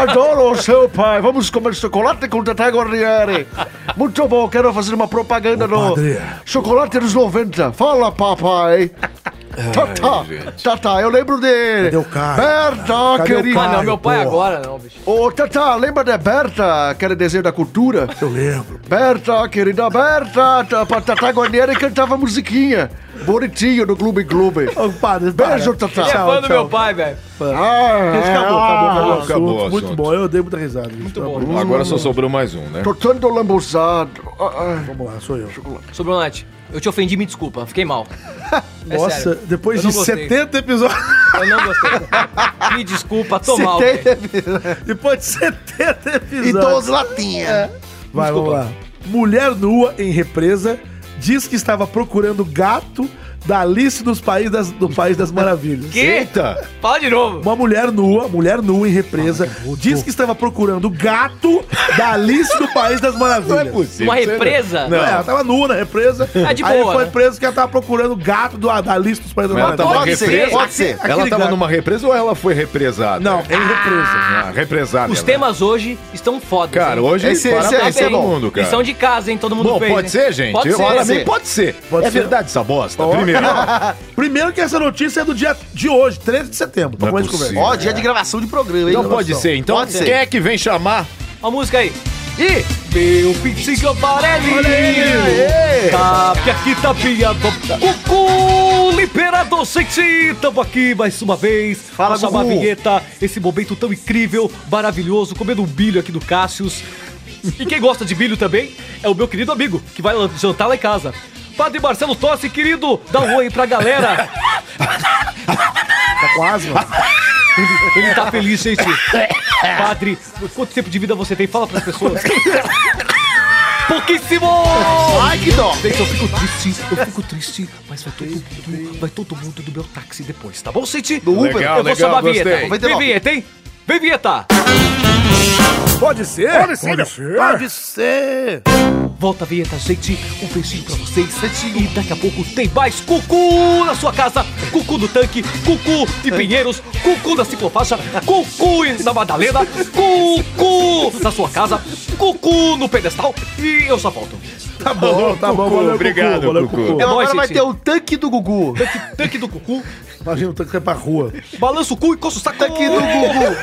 S5: Adoro o seu pai! Vamos comer chocolate com Tata Guarnieri! Muito bom, quero fazer uma propaganda do
S1: padre.
S5: chocolate dos 90. Fala, papai! Tata,
S6: gente.
S5: Tata, eu lembro de
S1: Cadê o cara?
S5: Berta,
S1: Cadê o
S5: querida.
S3: Ah, não,
S1: cara?
S3: meu pai
S1: Porra.
S3: agora não, bicho.
S5: Ô, Tata, lembra de Berta, aquele desenho da cultura?
S1: Eu lembro.
S5: Berta, querida Berta, ta- pra Tata Guarnieri cantava musiquinha. Bonitinho no Clube Clube.
S1: Ô, padre,
S5: Beijo,
S1: para.
S5: Tata.
S3: Ele é fã do meu pai, velho.
S5: Ah,
S1: Gente, Acabou, acabou, acabou, o
S6: acabou o
S1: assunto. Muito
S6: assunto.
S1: bom, eu dei muita risada. Muito
S3: bom.
S6: Agora só sobrou mais um, né?
S5: Tô todo lambuzado. Ah, ah.
S1: Vamos lá, sou eu.
S3: Sobronate, eu te ofendi, me desculpa, fiquei mal. É
S1: Nossa,
S3: sério,
S1: depois
S3: eu não
S1: de
S3: gostei.
S1: 70 episódios.
S3: Eu não gostei. me desculpa, tô mal.
S13: tem-
S3: velho.
S1: Depois de 70 episódios.
S5: E 12 latinhas.
S1: Vai, vamos lá. Mulher nua em represa diz que estava procurando gato da Alice dos País das, do País das Maravilhas.
S3: Que?
S6: É. Eita!
S3: Fala de novo.
S1: Uma mulher nua, mulher nua em represa, diz que estava procurando gato da Alice do País das
S6: Não é
S1: Maravilhas.
S6: possível.
S3: Uma
S6: sério.
S3: represa?
S1: Não, ela tava nua na represa.
S3: Ah, de
S1: Aí
S3: boa,
S1: foi
S3: né?
S1: preso que ela tava procurando gato do, da Alice dos Países das
S6: Mas ela
S1: Maravilhas.
S6: tava
S3: Pode ser,
S6: represa?
S3: pode
S5: ser.
S6: Ela
S1: Aquele
S6: tava
S1: gato.
S6: numa represa ou ela foi represada?
S1: Não, em represa.
S6: Ah, represada.
S3: Os
S6: né?
S3: temas hoje estão fodas.
S6: Cara,
S3: hein?
S6: hoje
S13: Esse-
S6: parabéns
S13: esse- esse é
S6: todo
S13: bom.
S6: mundo, cara.
S3: Lição de casa, hein? Todo mundo
S6: Bom,
S3: fez,
S6: pode
S3: hein?
S6: ser, gente?
S3: Pode
S6: Eu-
S3: ser.
S6: Olha,
S3: sim.
S6: bem, pode ser.
S1: Pode
S6: é
S1: ser.
S6: verdade essa bosta, primeiro.
S1: Primeiro que essa notícia é do dia de hoje, 13 de setembro. pra
S6: Não é
S1: começo de conversa.
S6: possível.
S13: Ó, dia de gravação de programa, hein?
S6: Então pode ser. Então
S13: Pode ser.
S6: quem é que vem chamar?
S3: Ó a música aí. E meu pintinho amarelinho, sabe aqui tá piado. Cucu, liberador sexy, tamo aqui mais uma vez.
S13: Fala,
S3: Nossa,
S13: Gugu.
S3: uma vinheta, esse momento tão incrível, maravilhoso, comendo um bilho aqui do Cássius. E quem gosta de bilho também é o meu querido amigo, que vai jantar lá em casa. Padre Marcelo Tosse, querido, dá um oi pra galera.
S1: Tá com asma?
S3: Ele tá feliz, gente. Padre, quanto tempo de vida você tem? Fala pras pessoas. Pouquíssimo!
S13: Ai, que dó.
S3: Gente, eu fico triste, eu fico triste, mas vai todo mundo, vai todo mundo do meu táxi depois, tá bom, gente? Do
S13: Uber?
S3: Eu vou
S6: Legal,
S3: chamar a
S6: legal,
S3: vinheta.
S6: gostei.
S3: Vem vinheta, hein? Vem vinheta!
S1: Pode ser? Pode ser. Pode ser.
S3: Volta a vinheta, gente. Um beijinho pra vocês. E daqui a pouco tem mais Cucu na sua casa. Cucu no tanque, Cucu de Pinheiros, Cucu na ciclofaixa, Cucu em- na Madalena, Cucu na sua casa, Cucu no pedestal. E eu só volto.
S1: Tá bom, tá bom.
S6: Cucu,
S1: valeu,
S6: obrigado,
S1: Cucu, valeu,
S6: Cucu.
S1: Cucu.
S3: É
S13: Agora
S3: nóis,
S13: vai
S3: gente.
S13: ter o tanque do Gugu.
S3: Tanque, tanque do Cucu,
S1: Imagina, o tanque que é pra rua.
S3: balança o cu e coça o saco.
S13: Tanque do Gugu.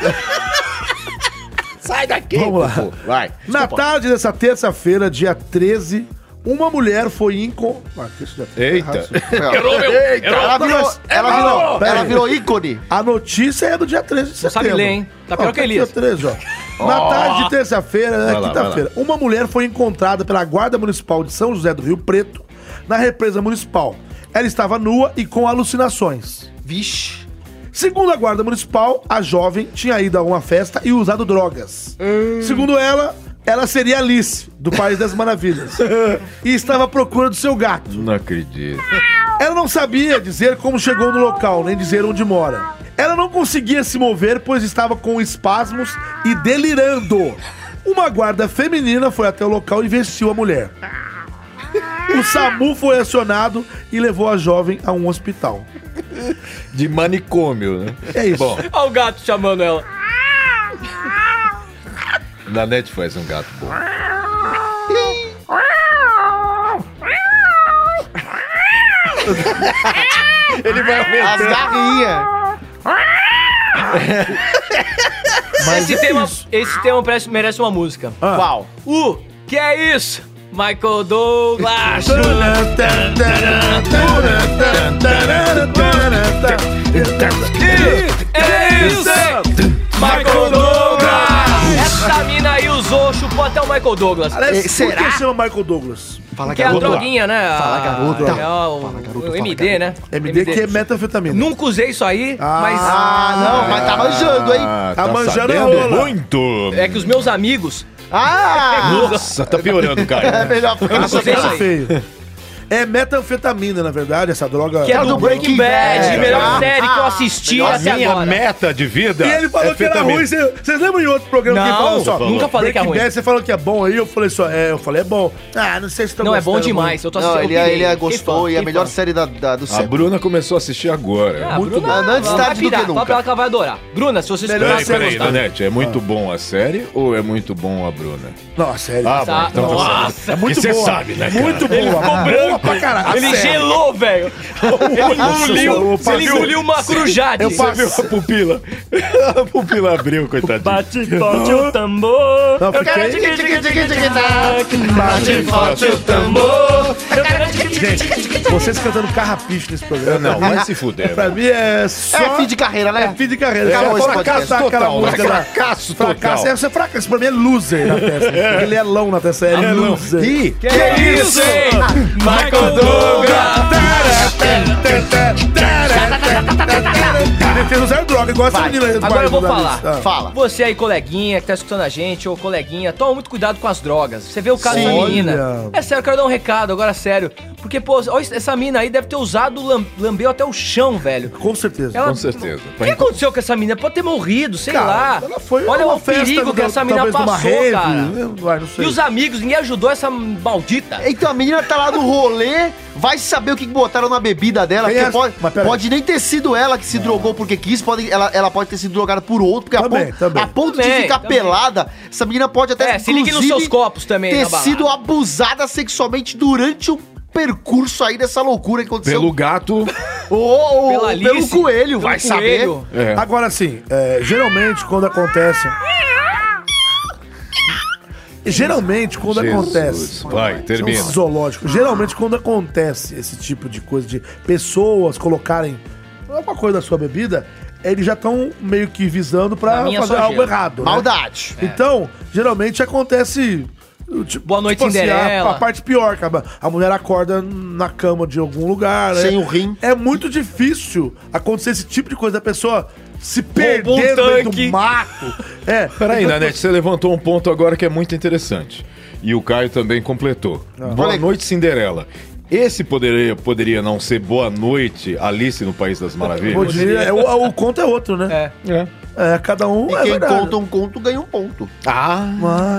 S1: Vamos lá.
S6: Vai.
S1: Na tarde dessa terça-feira, dia 13, uma mulher foi enco... Ah, isso já tá
S6: Eita.
S1: errado, isso.
S13: Ela virou,
S1: Mas-
S13: ela virou,
S1: Pera
S13: ela
S1: aí.
S13: virou ícone.
S1: A notícia é do dia 13 de
S3: Não sabe
S1: setembro.
S3: ler, hein? Tá pior
S1: Ó,
S3: que Elias.
S1: Dia 13, ó. Na tarde de terça-feira, né,
S6: Vai lá,
S1: quinta-feira, uma mulher foi encontrada pela Guarda Municipal de São José do Rio Preto na represa municipal. Ela estava nua e com alucinações.
S13: Vixe.
S1: Segundo a guarda municipal, a jovem tinha ido a uma festa e usado drogas. Segundo ela, ela seria Alice, do País das Maravilhas. e estava à procura do seu gato.
S6: Não acredito.
S1: Ela não sabia dizer como chegou no local, nem dizer onde mora. Ela não conseguia se mover, pois estava com espasmos e delirando. Uma guarda feminina foi até o local e vestiu a mulher. O SAMU foi acionado e levou a jovem a um hospital.
S6: De manicômio, né?
S1: É isso.
S6: Bom,
S3: Olha o gato chamando ela.
S6: na net faz um gato bom.
S7: Ah!
S6: Ele vai
S13: As
S6: aumentando.
S13: garrinhas.
S3: esse, tema, esse tema parece- merece uma música.
S13: Qual?
S3: O que é isso? Michael Douglas. é isso? Michael Douglas. Essa mina aí usou, chupou até o Michael Douglas.
S1: Aliás,
S13: Eh, será?
S1: por que chama Michael Douglas?
S13: Fala,
S3: Que é a
S13: garoto.
S3: droguinha, né? A-
S13: Fala, garoto.
S3: É o, o MD, né?
S1: MD, que é metanfetamina.
S3: Nunca usei isso aí, mas...
S13: Ah, não, mas tá manjando, hein?
S6: Ah,
S1: Tá manjando a
S6: sabendo
S1: rola.
S6: muito.
S3: É que os é meus amigos
S5: Ah!
S6: Nossa, tá piorando,
S5: É
S6: cara.
S5: melhor
S1: Eu
S5: ficar
S1: não
S5: só
S1: sou
S3: sei
S1: tão
S3: lá.
S1: feio. É metanfetamina, na verdade, essa droga.
S3: Que é
S5: Tá
S3: do
S5: do
S3: Breaking
S5: Breaking
S3: Bad,
S5: Bad,
S3: melhor
S5: ah,
S3: série que eu
S5: ah,
S3: assisti
S6: A
S3: até
S6: minha
S3: agora.
S6: meta de vida.
S1: E ele falou
S6: é
S1: que era
S6: fetamina.
S1: ruim. cê- Vocês lembram em outro programa que
S3: Não,
S1: ele falou só?
S3: nunca falei que é
S1: Breaking
S3: ruim.
S1: Bad, você falou que é bom aí, eu falei só, é, eu falei, é bom. Ah, não sei se tô
S3: Não, é bom
S1: gostando
S3: demais. Eu tô
S5: tá Não,
S3: assistindo.
S5: ele,
S3: eu
S5: é-
S3: pirei.
S5: ele é-
S3: Quem
S5: gostou
S3: fala?
S5: e é a
S3: Quem
S5: melhor
S3: fala?
S5: série da, da- do
S6: A
S5: século.
S6: Bruna começou a assistir agora.
S3: Ah,
S5: Muito
S3: Bruna,
S5: bom.
S3: ela
S5: Antes
S3: vai
S5: tarde do que
S3: pirar,
S5: nunca.
S3: Só pra ela que ela vai adorar. Bruna, se você
S1: Melhor
S3: escutar,
S6: Peraí,
S3: você vai
S6: peraí,
S3: gostar.
S6: Danete, é
S1: Ah.
S6: muito bom a série ou é muito bom a Bruna?
S1: Não, sério. é
S6: Ah,
S3: Tá.
S6: bom, então tá
S3: Nossa,
S6: certo. Que você sabe, né, cara?
S1: Muito boa.
S3: Ficou branco.
S1: Pra caralho.
S3: Ele
S1: A série.
S3: gelou, velho. Ele engoliu,
S1: Opa,
S3: ele
S1: viu?
S3: engoliu uma crujade.
S1: Eu
S6: Você viu a pupila? A pupila abriu, coitadinho.
S3: Bate forte o tambor.
S1: Não,
S3: eu quero
S1: fiquei-
S3: tique tique tique tique tac. Bate forte o tambor. Eu quero tique tique tique
S1: Gente, vocês cantando carrapicho nesse programa.
S6: Não, vai se fuder.
S1: Pra
S6: velho.
S1: mim é só.
S5: É fim de carreira, né?
S1: É fim de carreira.
S5: É,
S1: Acabou
S5: é
S1: esse
S5: fracasso
S1: podcast. Aquela
S6: total,
S1: música
S6: né?
S1: lá.
S6: Fracasso
S1: Fracasso.
S6: total.
S1: É, você fracasso. Pra mim é loser na testa. Ele é lão na testa. Ele é
S6: Alão.
S1: loser. é
S6: Ih,
S3: Que isso, hein? Michael Douglas.
S1: Ele fez usar droga, igual essa menina. aí do
S3: Agora eu vou
S1: da-
S3: falar.
S1: Ah.
S5: Fala.
S3: Você aí, coleguinha, que tá escutando a gente, ou coleguinha, toma muito cuidado com as drogas. Você vê o caso
S1: Sim.
S3: da menina.
S1: Olha.
S3: É sério, eu quero dar um recado, agora sério. Porque, pô, olha essa mina aí deve ter usado, lam- lambeu até o chão, velho.
S1: Ah, Com certeza. Tá
S3: Ela-
S6: Com certeza.
S3: O que aconteceu com essa mina? Pode ter morrido, sei
S1: Cara,
S3: lá.
S1: ela foi
S3: Olha
S1: numa
S3: o perigo que
S1: da-
S3: essa mina
S1: talvez numa
S3: passou,
S1: rave,
S3: cara.
S1: né? Vai, não sei.
S3: E os amigos, ninguém ajudou essa maldita.
S5: Então a menina tá lá no rolê, vai saber o que que botaram na bebida dela,
S1: Tem
S5: porque
S1: essa-
S5: pode,
S1: mas pera aí.
S5: pode nem ter sido ela que se drogou porque quis, pode, ela, ela pode ter sido drogada por outro, porque
S1: Também,
S5: a ponto,
S1: também.
S5: a ponto
S3: Também,
S5: de ficar
S3: também.
S5: pelada, essa menina pode até
S3: É, se liguem nos
S5: inclusive,
S3: seus copos também,
S5: ter
S3: na balada.
S5: sido abusada sexualmente durante o percurso aí dessa loucura que aconteceu.
S6: Pelo gato.
S5: Ou- ou-
S3: Pela
S5: ou pelo
S3: Alice,
S5: coelho,
S3: pelo
S5: vai
S3: coelho.
S5: saber.
S6: É.
S1: Agora assim, é, geralmente quando acontece. Geralmente quando acontece.
S6: Vai, termina.
S1: Isso é um zoológico. Geralmente, quando acontece esse tipo de coisa, de pessoas colocarem alguma coisa da sua bebida, eles já estão meio que visando
S3: Na
S1: pra
S3: minha
S1: fazer
S3: sujeira.
S1: algo errado. né?
S5: Maldade.
S1: Então, geralmente acontece. Tipo,
S3: Boa noite,
S1: tipo assim, a,
S3: Cinderela.
S1: a parte pior, cara. A mulher acorda na cama de algum lugar. né?
S5: Sem o rim.
S1: É muito difícil acontecer esse tipo de coisa da pessoa se
S3: Roubou um
S1: perder no meio
S3: tanque.
S1: do mato. É.
S6: Peraí,
S5: né,
S6: Nanete, você levantou um ponto agora que é muito interessante. E o Caio também completou. Boa
S5: Olha-
S6: noite, Cinderela. Esse poderia, poderia não ser Boa Noite, Alice no País das
S1: Bom
S6: Maravilhas?
S1: dia. É, o, o conto é outro, né?
S3: É.
S1: É, cada um.
S5: E
S1: é
S5: quem
S1: verdade.
S5: conta um conto ganha um ponto.
S6: Ah,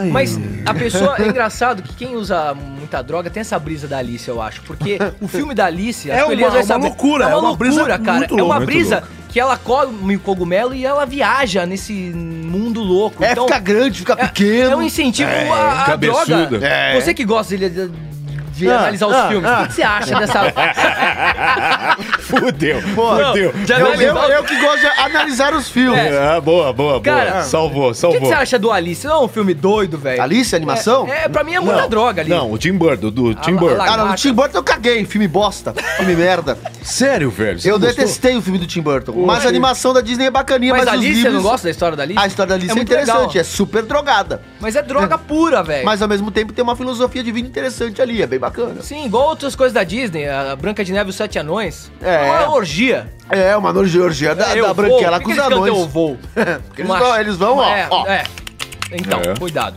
S1: Ai.
S3: Mas a pessoa. É engraçado que quem usa muita droga tem essa brisa da Alice, eu acho. Porque o filme da Alice. acho
S1: É
S3: que
S1: uma-
S3: o Elias vai
S1: é uma
S3: saber,
S1: loucura,
S3: É uma,
S1: é uma brisa
S3: loucura, cara.
S1: muito
S3: é uma
S6: louca, muito
S3: brisa
S6: louca.
S3: que ela come o cogumelo e ela viaja nesse mundo louco.
S5: É, fica grande, fica pequeno.
S3: Então, É um incentivo à, à
S6: cabeçuda.
S3: droga.
S6: É.
S3: Você que gosta de, de- de
S5: Ah,
S3: analisar os filmes, o que que você acha dessa.
S6: fudeu.
S5: Não,
S6: fudeu.
S3: já
S5: Eu,
S3: vai
S5: eu,
S3: levar-
S5: eu que gosto de analisar os filmes.
S3: É.
S6: Ah, boa, boa, boa.
S3: Cara,
S6: salvou,
S3: O que, que
S6: salvou.
S3: você acha do Alice? Não é um filme doido, velho.
S5: Alice, animação?
S3: É, é, pra mim é muita droga ali.
S6: Não, o Tim Burton, do Tim
S3: a
S6: Burton.
S3: lagarta.
S5: Ah, não, no Tim Burton eu caguei, filme bosta, filme merda.
S6: Sério, velho? você
S5: Eu
S6: não gostou?
S5: detestei o filme do Tim Burton. Mas a animação da Disney é bacaninha, mas,
S3: Mas, a
S5: os
S3: Alice,
S5: livros...
S3: você não gosta da história da Alice?
S5: A história da Alice é,
S3: muito
S5: interessante,
S3: legal.
S5: é super drogada.
S3: Mas é droga pura, velho.
S5: Mas ao mesmo tempo tem uma filosofia de vida interessante ali, é bem bacana.
S3: Sim, igual outras coisas da Disney, a Branca de Neve e os Sete Anões.
S5: É.
S3: É uma orgia.
S5: É, uma norgeorgia da,
S3: Eu
S5: da
S3: vou.
S5: branquela
S3: Por
S5: com
S3: que
S5: os
S3: eles cantam Eu
S5: anões.
S3: vou.
S5: Porque eles vão- eles vão, ó,
S3: É,
S5: ó.
S3: é. Então,
S6: É.
S3: cuidado.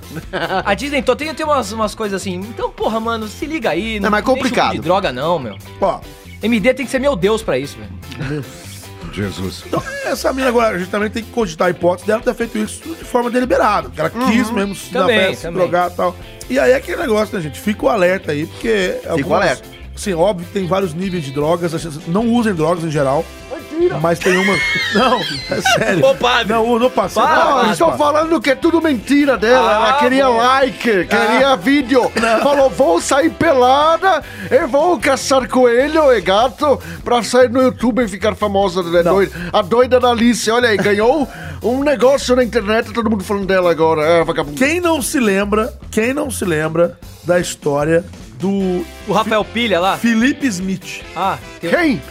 S3: A Disney então, tem, tem umas, umas coisas assim. Então, porra, mano, se liga aí.
S5: É, mas
S3: tem
S5: complicado.
S3: chupa de droga, não, meu.
S1: Ó,
S3: MD tem que ser meu Deus pra isso,
S6: Ah,
S3: velho.
S6: Jesus.
S1: Então, essa mina agora, a gente também tem que cogitar a hipótese dela ter feito isso de forma deliberada. porque Ela quis mesmo se
S3: Uhum. Também,
S1: dar festa, se
S3: também.
S1: drogar e tal. E aí é aquele negócio, né, gente? Fica o alerta aí, porque. Fica
S5: alerta.
S1: Sim, óbvio que tem vários níveis de drogas. assim, Não usem drogas em geral. Mas tem uma. Não, é sério.
S3: Ô, padre.
S1: Não, não passa.
S3: Para,
S1: Não,
S5: Não,
S3: padre.
S5: eles estão falando que é tudo mentira dela.
S3: Ah,
S5: Ela queria
S3: bom. Ah.
S5: like, queria vídeo. Falou, vou sair pelada, eu vou caçar coelho e gato pra sair no YouTube e ficar famosa. né, doida. A doida da Alice, olha aí, ganhou um negócio na internet, tá todo mundo falando dela agora. É, vagabundo.
S1: Quem não se lembra, quem não se lembra da história do
S3: O Rafael Pilha lá.
S1: Felipe Smith.
S3: Ah, tem
S5: Quem?
S6: Quem,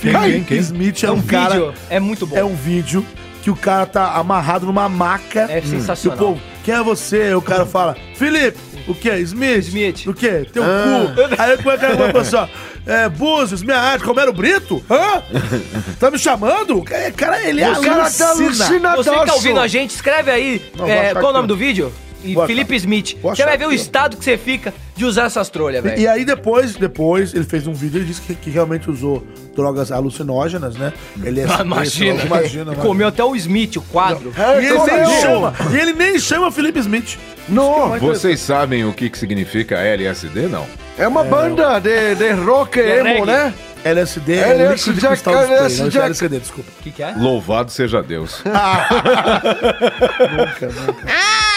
S6: quem,
S1: Felipe
S6: quem?
S1: Smith é
S3: um
S1: um cara.
S3: vídeo. É muito bom.
S1: É um vídeo que o cara tá amarrado numa maca.
S3: É sensacional.
S1: E o povo, quem é você? O cara fala, Felipe, o que? Smith?
S3: Smith.
S1: O que? Teu
S5: Ah.
S1: cu. Aí o cara vai pessoa, é, Búzios, minha arte, Romero Brito? Hã? tá me chamando? O cara, cara, ele é
S5: O cara
S1: alucina.
S5: tá alucinadaço.
S3: Você que tá ouvindo a gente, escreve aí.
S1: Não,
S3: é,
S1: vou achar
S3: qual o nome
S1: aqui.
S3: do vídeo? e
S1: Boa
S3: Felipe
S1: tarde.
S3: Smith.
S1: Boa
S3: Você vai
S1: tarde,
S3: ver o
S1: viu?
S3: estado que você fica de usar essas trolhas, velho.
S1: E, e aí depois, depois, ele fez um vídeo e disse que, que realmente usou drogas alucinógenas, né? Ele é
S3: Ah, imagina.
S1: imagina, imagina.
S3: E comeu até o Smith, o quadro.
S5: é,
S1: E ele, nem
S3: Comeu.
S1: chama, e ele nem chama Felipe Smith.
S2: Não,
S6: Vocês sabem o que, que significa LSD, não?
S2: é uma banda de, de rock emo,
S3: reggae.
S2: né?
S1: LSD,
S2: LSD,
S1: é um líquido de cristal
S2: Jack,
S1: display, não,
S2: LSD.
S1: LSD, desculpa.
S3: O que, que é?
S6: Louvado seja Deus.
S4: Ah,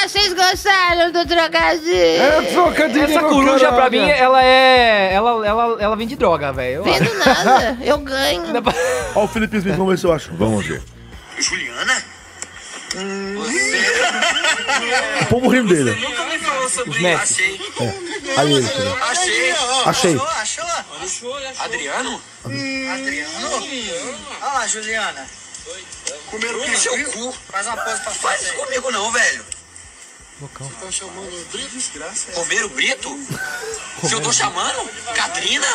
S4: vocês gostaram do
S2: É
S4: trocadilho?
S2: trocadilho
S3: Essa
S2: no
S3: coruja, pra
S2: caralho.
S3: mim, ela é. Ela, ela, ela vende droga, velho. Eu acho.
S4: Vendo nada, eu ganho.
S1: Olha o Felipe Smith, vamos ver se eu acho.
S6: Vamos ver.
S7: Juliana?
S1: Pombo o rimo dele.
S7: Nunca me falou sobre
S3: Messi.
S1: É. Aí ele, Felipe.
S7: Achei.
S1: Achei.
S7: Achou? Adriano? Adriano? Olha lá, Juliana. Comeram o seu cu. Faz uma pose pra Faz isso comigo não, velho. Tá Comer o Brito? Se eu tô chamando? Catrina?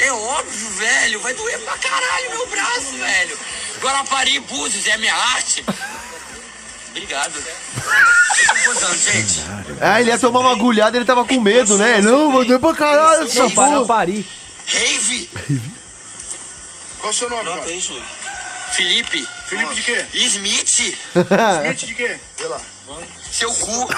S7: É óbvio, velho. Vai doer pra caralho meu braço, velho. Guarapari Búzios é minha arte. Obrigado. Eu tô gozando, gente.
S5: Ah, ele ia tomar uma agulhada, ele tava com medo, né? Não, vou doer pra caralho essa porra.
S3: Guarapari.
S7: Rave?
S1: Qual o seu nome, cara?
S7: Felipe.
S1: Felipe de quê?
S7: Smith.
S1: Smith de quê?
S7: Seu cu.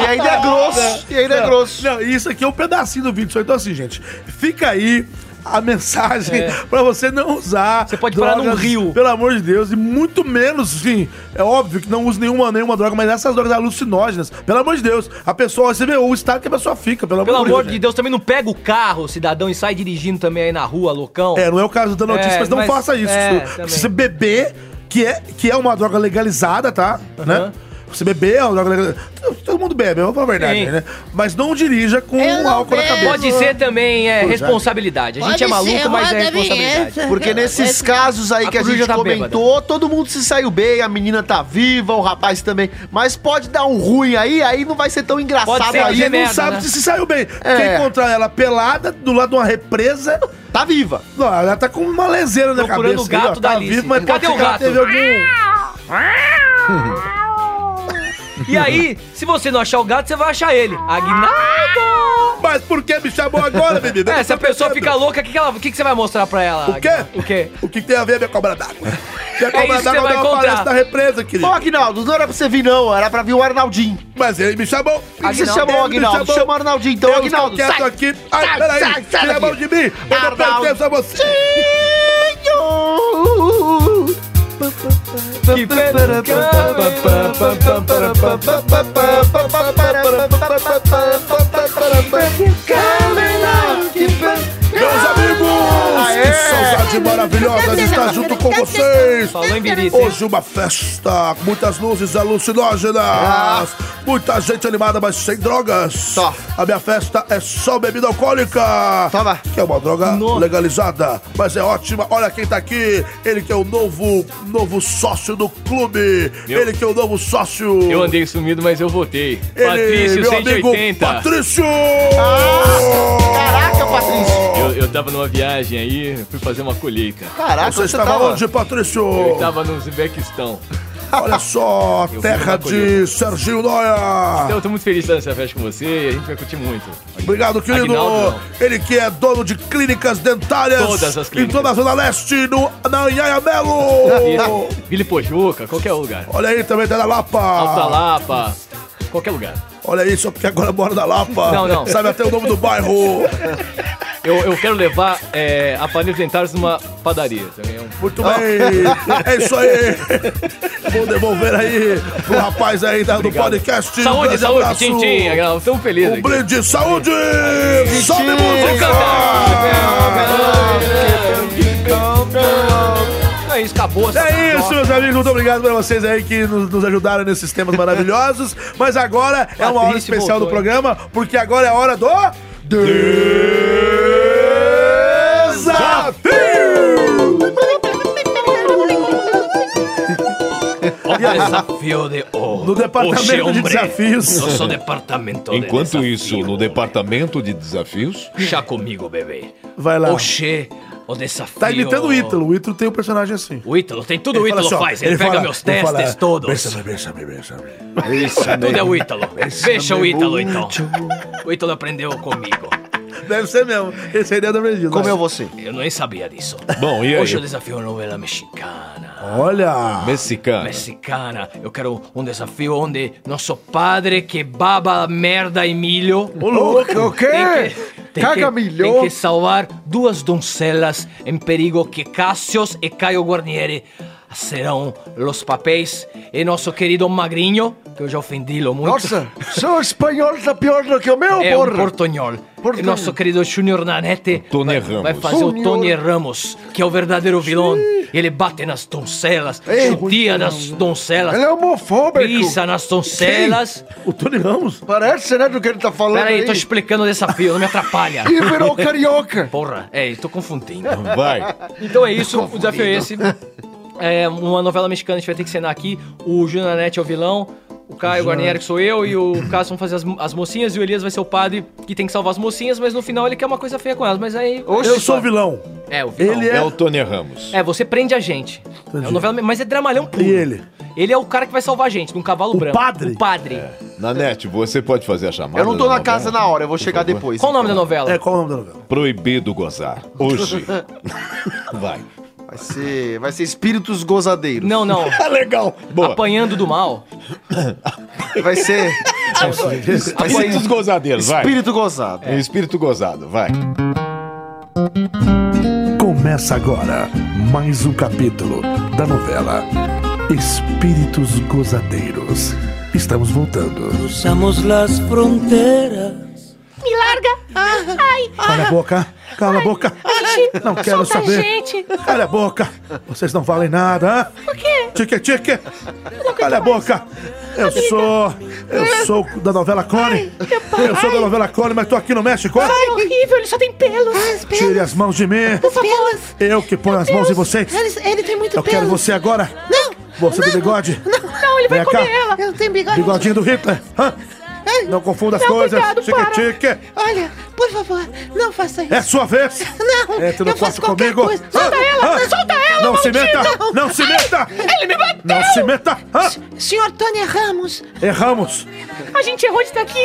S5: E ainda é grosso. E ainda é grosso.
S1: Não, e isso aqui é um pedacinho do vídeo só. Então, assim, gente, fica aí a mensagem pra você não usar. Você
S3: É. pode parar num rio.
S1: Pelo amor de Deus, e muito menos, sim. É óbvio que não uso nenhuma, nenhuma droga, mas essas drogas alucinógenas, pelo amor de Deus, a pessoa, você vê o estado que a pessoa fica, pelo,
S3: Pelo amor de
S1: gente.
S3: Deus, também não pega o carro, cidadão, e sai dirigindo também aí na rua, loucão.
S1: É, não é o caso da notícia,
S3: É,
S1: mas não
S3: mas-
S1: faça isso.
S3: é,
S1: se,
S3: também.
S1: se você beber, que é, que é uma droga legalizada, tá? Né? Você beber é uma droga legalizada. Todo- Todo mundo bebe, vamos falar a verdade,
S3: Sim.
S1: né? Mas não dirija com
S4: Eu não
S1: álcool na
S4: bebo.
S1: cabeça.
S3: Pode ser também é, responsabilidade. A gente
S4: Pode
S3: é maluco, mas é
S4: ser, roda a
S3: responsabilidade.
S4: vinheta.
S5: Porque nesses casos aí
S3: A
S5: que a
S3: coruja
S5: gente
S3: tá
S5: comentou, todo mundo se saiu bem, a menina tá viva, o rapaz também. Mas pode dar um ruim aí, aí não vai ser tão engraçado
S3: Pode ser,
S5: aí.
S1: E
S3: é
S1: não
S3: merda,
S1: sabe
S3: né?
S1: se saiu bem.
S5: É.
S1: Quem encontrar ela pelada, do lado de uma represa,
S5: Tá viva.
S1: não, ela tá com uma leseira na
S3: Procurando
S1: cabeça.
S3: o gato
S1: ali, ó, tá
S3: da Alice.
S1: viva, mas pode
S3: Cadê
S1: ser
S3: o
S1: que ela
S3: gato?
S1: Teve algum...
S3: E aí, se você não achar o gato, você vai achar ele.
S4: Ah!
S3: Aguinaldo!
S1: Mas por que me chamou agora, menina?
S3: É, se a pessoa fica louca, o que, que, ela- o que, que você vai mostrar pra ela?
S1: tá O quê?
S3: Aguinaldo? O quê?
S1: O que tem a ver é minha cobra d'água? Minha
S3: É isso
S1: cobra
S3: que você
S1: d'água
S3: vai
S1: não é
S3: encontrar.
S1: aparece na represa, querido.
S5: Ô, Agnaldo, não era pra você vir, não. Era pra vir o Arnaldinho.
S1: Mas ele me chamou.
S5: Por que você
S3: Agnaldo,
S5: chamou o Agnaldo? Chama o Arnaldinho, então.
S1: Eu estou
S5: Agnaldo,
S1: quieto
S5: sai.
S1: aqui. Ai,
S5: Sai,
S1: peraí.
S5: sai, sai
S1: Tira a mão
S5: daqui.
S1: de mim. Eu não
S5: Arnaldo.
S1: pertenço a você.
S3: Que
S1: Meus amigos. Que saudade maravilhosa de estar junto com vocês.
S3: Falou em birita. hein?
S1: Hoje uma festa, com muitas luzes alucinógenas,
S11: Ah.
S1: muita gente animada, mas sem drogas.
S5: Tá.
S1: A minha festa é só bebida alcoólica.
S5: Toma.
S1: Que é uma droga
S3: No.
S1: legalizada, mas é ótima. Olha quem tá aqui. Ele que é o novo, novo sócio do clube. Ele que é o novo sócio.
S11: Eu andei sumido, mas eu voltei.
S1: Ele,
S11: Patrício,
S1: meu amigo
S11: 180.
S1: Patrício!
S11: Ah!
S5: Caraca, Patrício.
S11: Eu, eu tava numa viagem aí, fui fazer uma colheita.
S5: Caraca,
S1: Você estava onde, Patrício?
S11: Eu tava no Uzbequistão.
S1: Olha só,
S11: fui
S1: terra
S11: pra
S1: de
S11: colheita.
S1: Serginho Noia.
S11: Então eu tô muito feliz de estar nessa festa com você e a gente vai curtir muito.
S1: Obrigado, querido.
S11: Aguinaldo, não.
S1: Ele que é dono de clínicas dentárias
S11: Todas as clínicas.
S1: em toda a Zona Leste, no, na Anhaia
S11: Isso.
S1: Melo.
S11: Vila Pojuca, qualquer lugar.
S1: Olha aí, também tá na Lapa.
S11: Alta Lapa, qualquer lugar.
S1: Olha aí, só porque agora mora na Lapa.
S11: Não, não.
S1: Sabe até o nome do bairro.
S11: Eu, eu quero levar é, aparelhos dentários numa padaria. Também é um...
S1: Muito bem. É isso aí. Vou devolver aí pro rapaz aí da, do podcast. Um
S11: Saúde,
S1: grande
S11: saúde,
S1: abraço.
S11: tchim, tchim. Agnaldo, Tamo feliz
S1: Um
S11: aqui.
S1: brinde, saúde! Sobe música!
S3: É isso, acabou. essa
S1: É isso,
S3: droga.
S1: meus amigos. Muito obrigado pra vocês aí que nos, nos ajudaram nesses temas maravilhosos. Mas agora é uma hora
S3: Patrícia
S1: especial do
S3: voltou, hein?
S1: programa, porque agora é a hora do. Desafio! E aí,
S3: desafio de ouro.
S1: No departamento
S3: Hoje, é
S1: de
S3: hombre,
S1: desafios.
S3: Nosso departamento de
S6: Enquanto isso, no departamento de desafios.
S3: Chá comigo, bebê.
S1: Vai lá.
S3: Oxê, o desafio.
S1: Tá imitando o Ítalo. O Ítalo tem um personagem assim.
S3: O Ítalo, tem tudo o
S1: Ele fala assim,
S3: Ítalo
S1: ó,
S3: faz. Ele,
S1: ele
S3: pega
S1: fala-
S3: meus
S1: ele
S3: testes
S1: fala,
S3: todos.
S1: "Bésame, bésame, bésame.
S3: Tudo é o Ítalo. Deixa o Ítalo, então. O Ítalo aprendeu comigo.
S1: Deve ser mesmo. Esse aí deve ter aprendido.
S14: Como é você?
S3: Eu nem sabia disso.
S6: Bom, e aí?
S3: Hoje eu desafio é uma novela mexicana.
S1: Ah. Olha!
S6: Mexicana.
S3: Mexicana. Eu quero um desafio onde nosso padre que baba merda e milho.
S1: Ô, louco!
S5: O quê? Caga milho?
S3: Tem que salvar duas doncelas em perigo que Cassius e Caio Guarnieri serão os papéis e nosso querido Magrinho, que eu já ofendi-lo muito.
S5: Nossa, seu espanhol tá pior do que o meu,
S3: É um
S5: porra.
S3: portunhol. E nosso querido Junior Nanete
S6: Tony
S3: vai,
S6: Ramos.
S3: vai fazer o
S5: Junior.
S3: Tony Ramos, que é o verdadeiro vilão. Ele bate nas doncelas,
S5: Ei,
S3: judia nas doncelas,
S5: Ele é homofóbico.
S3: pisa nas doncelas.
S1: O Tony Ramos?
S5: Parece, né, do que ele tá falando
S3: Pera aí,
S5: aí.
S3: tô explicando o desafio, não me atrapalha.
S5: E virou carioca.
S3: Porra, é, tô confundindo.
S6: Vai.
S3: Então é isso, o desafio é esse. É uma novela mexicana, a gente vai ter que cenar aqui. O Junior Nanete é o vilão. O Caio Guarnieri, que sou eu, e o Cássio vão fazer as, as mocinhas, e o Elias vai ser o padre que tem que salvar as mocinhas, mas no final ele quer uma coisa feia com elas. Mas aí.
S1: Eu sou o vilão.
S3: É, o vilão.
S1: Ele
S6: É o Tony Ramos.
S3: É, você prende a gente. É uma novela, mas é dramalhão puro.
S1: E ele?
S3: Ele é o cara que vai salvar a gente, num cavalo branco.
S1: padre? É,
S3: O padre.
S6: Nanete, você pode fazer a chamada?
S14: Eu não tô
S6: da
S14: na
S6: novela?
S14: casa na hora, eu vou chegar depois.
S3: Tá Qual o nome da novela?
S1: É, qual é o nome da novela?
S6: Proibido gozar. Hoje. Vai.
S14: Vai ser, vai ser Espíritos Gozadeiros.
S3: Não, não.
S6: Tá legal. Boa.
S3: Apanhando do mal.
S14: Vai ser
S6: Espíritos gozadeiros, vai. É.
S14: Espírito Gozado.
S6: Espírito gozado, vai.
S1: Começa agora mais um capítulo da novela Espíritos Gozadeiros. Estamos voltando.
S15: Cruzamos las fronteras.
S4: Me larga! Ai!
S1: Cala a boca, cala a boca. Não quero
S4: solta a
S1: saber.
S4: gente.
S1: Cala a boca. Vocês não valem nada, hã?
S4: Por quê?
S1: Tique, tique. Cala a boca. Eu sou. Eu sou da novela Cone.
S4: meu pai.
S1: Eu sou da novela Cone, mas tô aqui no México.
S4: Ai, é horrível, ele só tem pelos.
S1: Tire as mãos de mim.
S4: Por favor.
S16: Tá
S1: Eu que ponho as mãos em vocês.
S16: Ele, ele tem muito
S1: Eu quero você agora.
S16: Não!
S1: Você do bigode.
S4: Não, ele vai
S1: Vem
S4: comer
S1: cá.
S4: ela.
S16: Eu tenho bigode.
S1: Bigodinho do Hitler. Hã?
S16: Ai,
S1: Não confunda as
S4: Não,
S1: coisas.
S4: cuidado, para.
S1: tique, tique.
S16: Olha, por favor, não faça isso.
S1: É sua vez.
S16: Não,
S1: Entra no
S16: eu faço
S1: quarto
S16: qualquer
S1: comigo.
S16: coisa.
S1: Hã?
S16: Solta ela,
S1: Hã?
S16: solta ela,
S1: Não se
S16: maldita.
S1: meta. Não se meta.
S4: Ele me bateu!
S1: Não se meta. Hã?
S16: Senhor Tony Ramos,
S1: Erramos.
S4: A gente errou de estar aqui.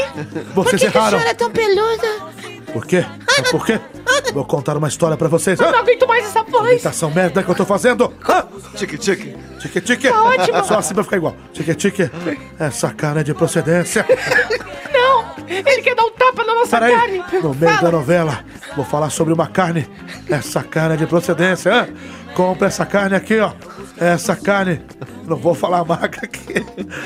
S16: por
S1: Vocês
S16: que, que a
S1: erraram.
S16: senhora é tão peluda?
S1: Por quê? Mas por quê? Vou contar uma história pra vocês.
S4: Eu não
S1: Hã?
S4: aguento mais essa voz.
S1: Imitação merda que eu tô fazendo. Hã?
S14: Tique, tique.
S1: Tique, tique.
S4: Tá ótimo.
S1: Só assim pra ficar igual. Tique, tique. Essa cara é de procedência.
S4: Não! Ele quer dar um tapa na nossa
S1: Peraí,
S4: carne.
S1: no meio da
S4: Fala.
S1: novela, vou falar sobre uma carne. Essa carne é de procedência, hã? Compra essa carne aqui, ó. Essa carne. Não vou falar a marca aqui.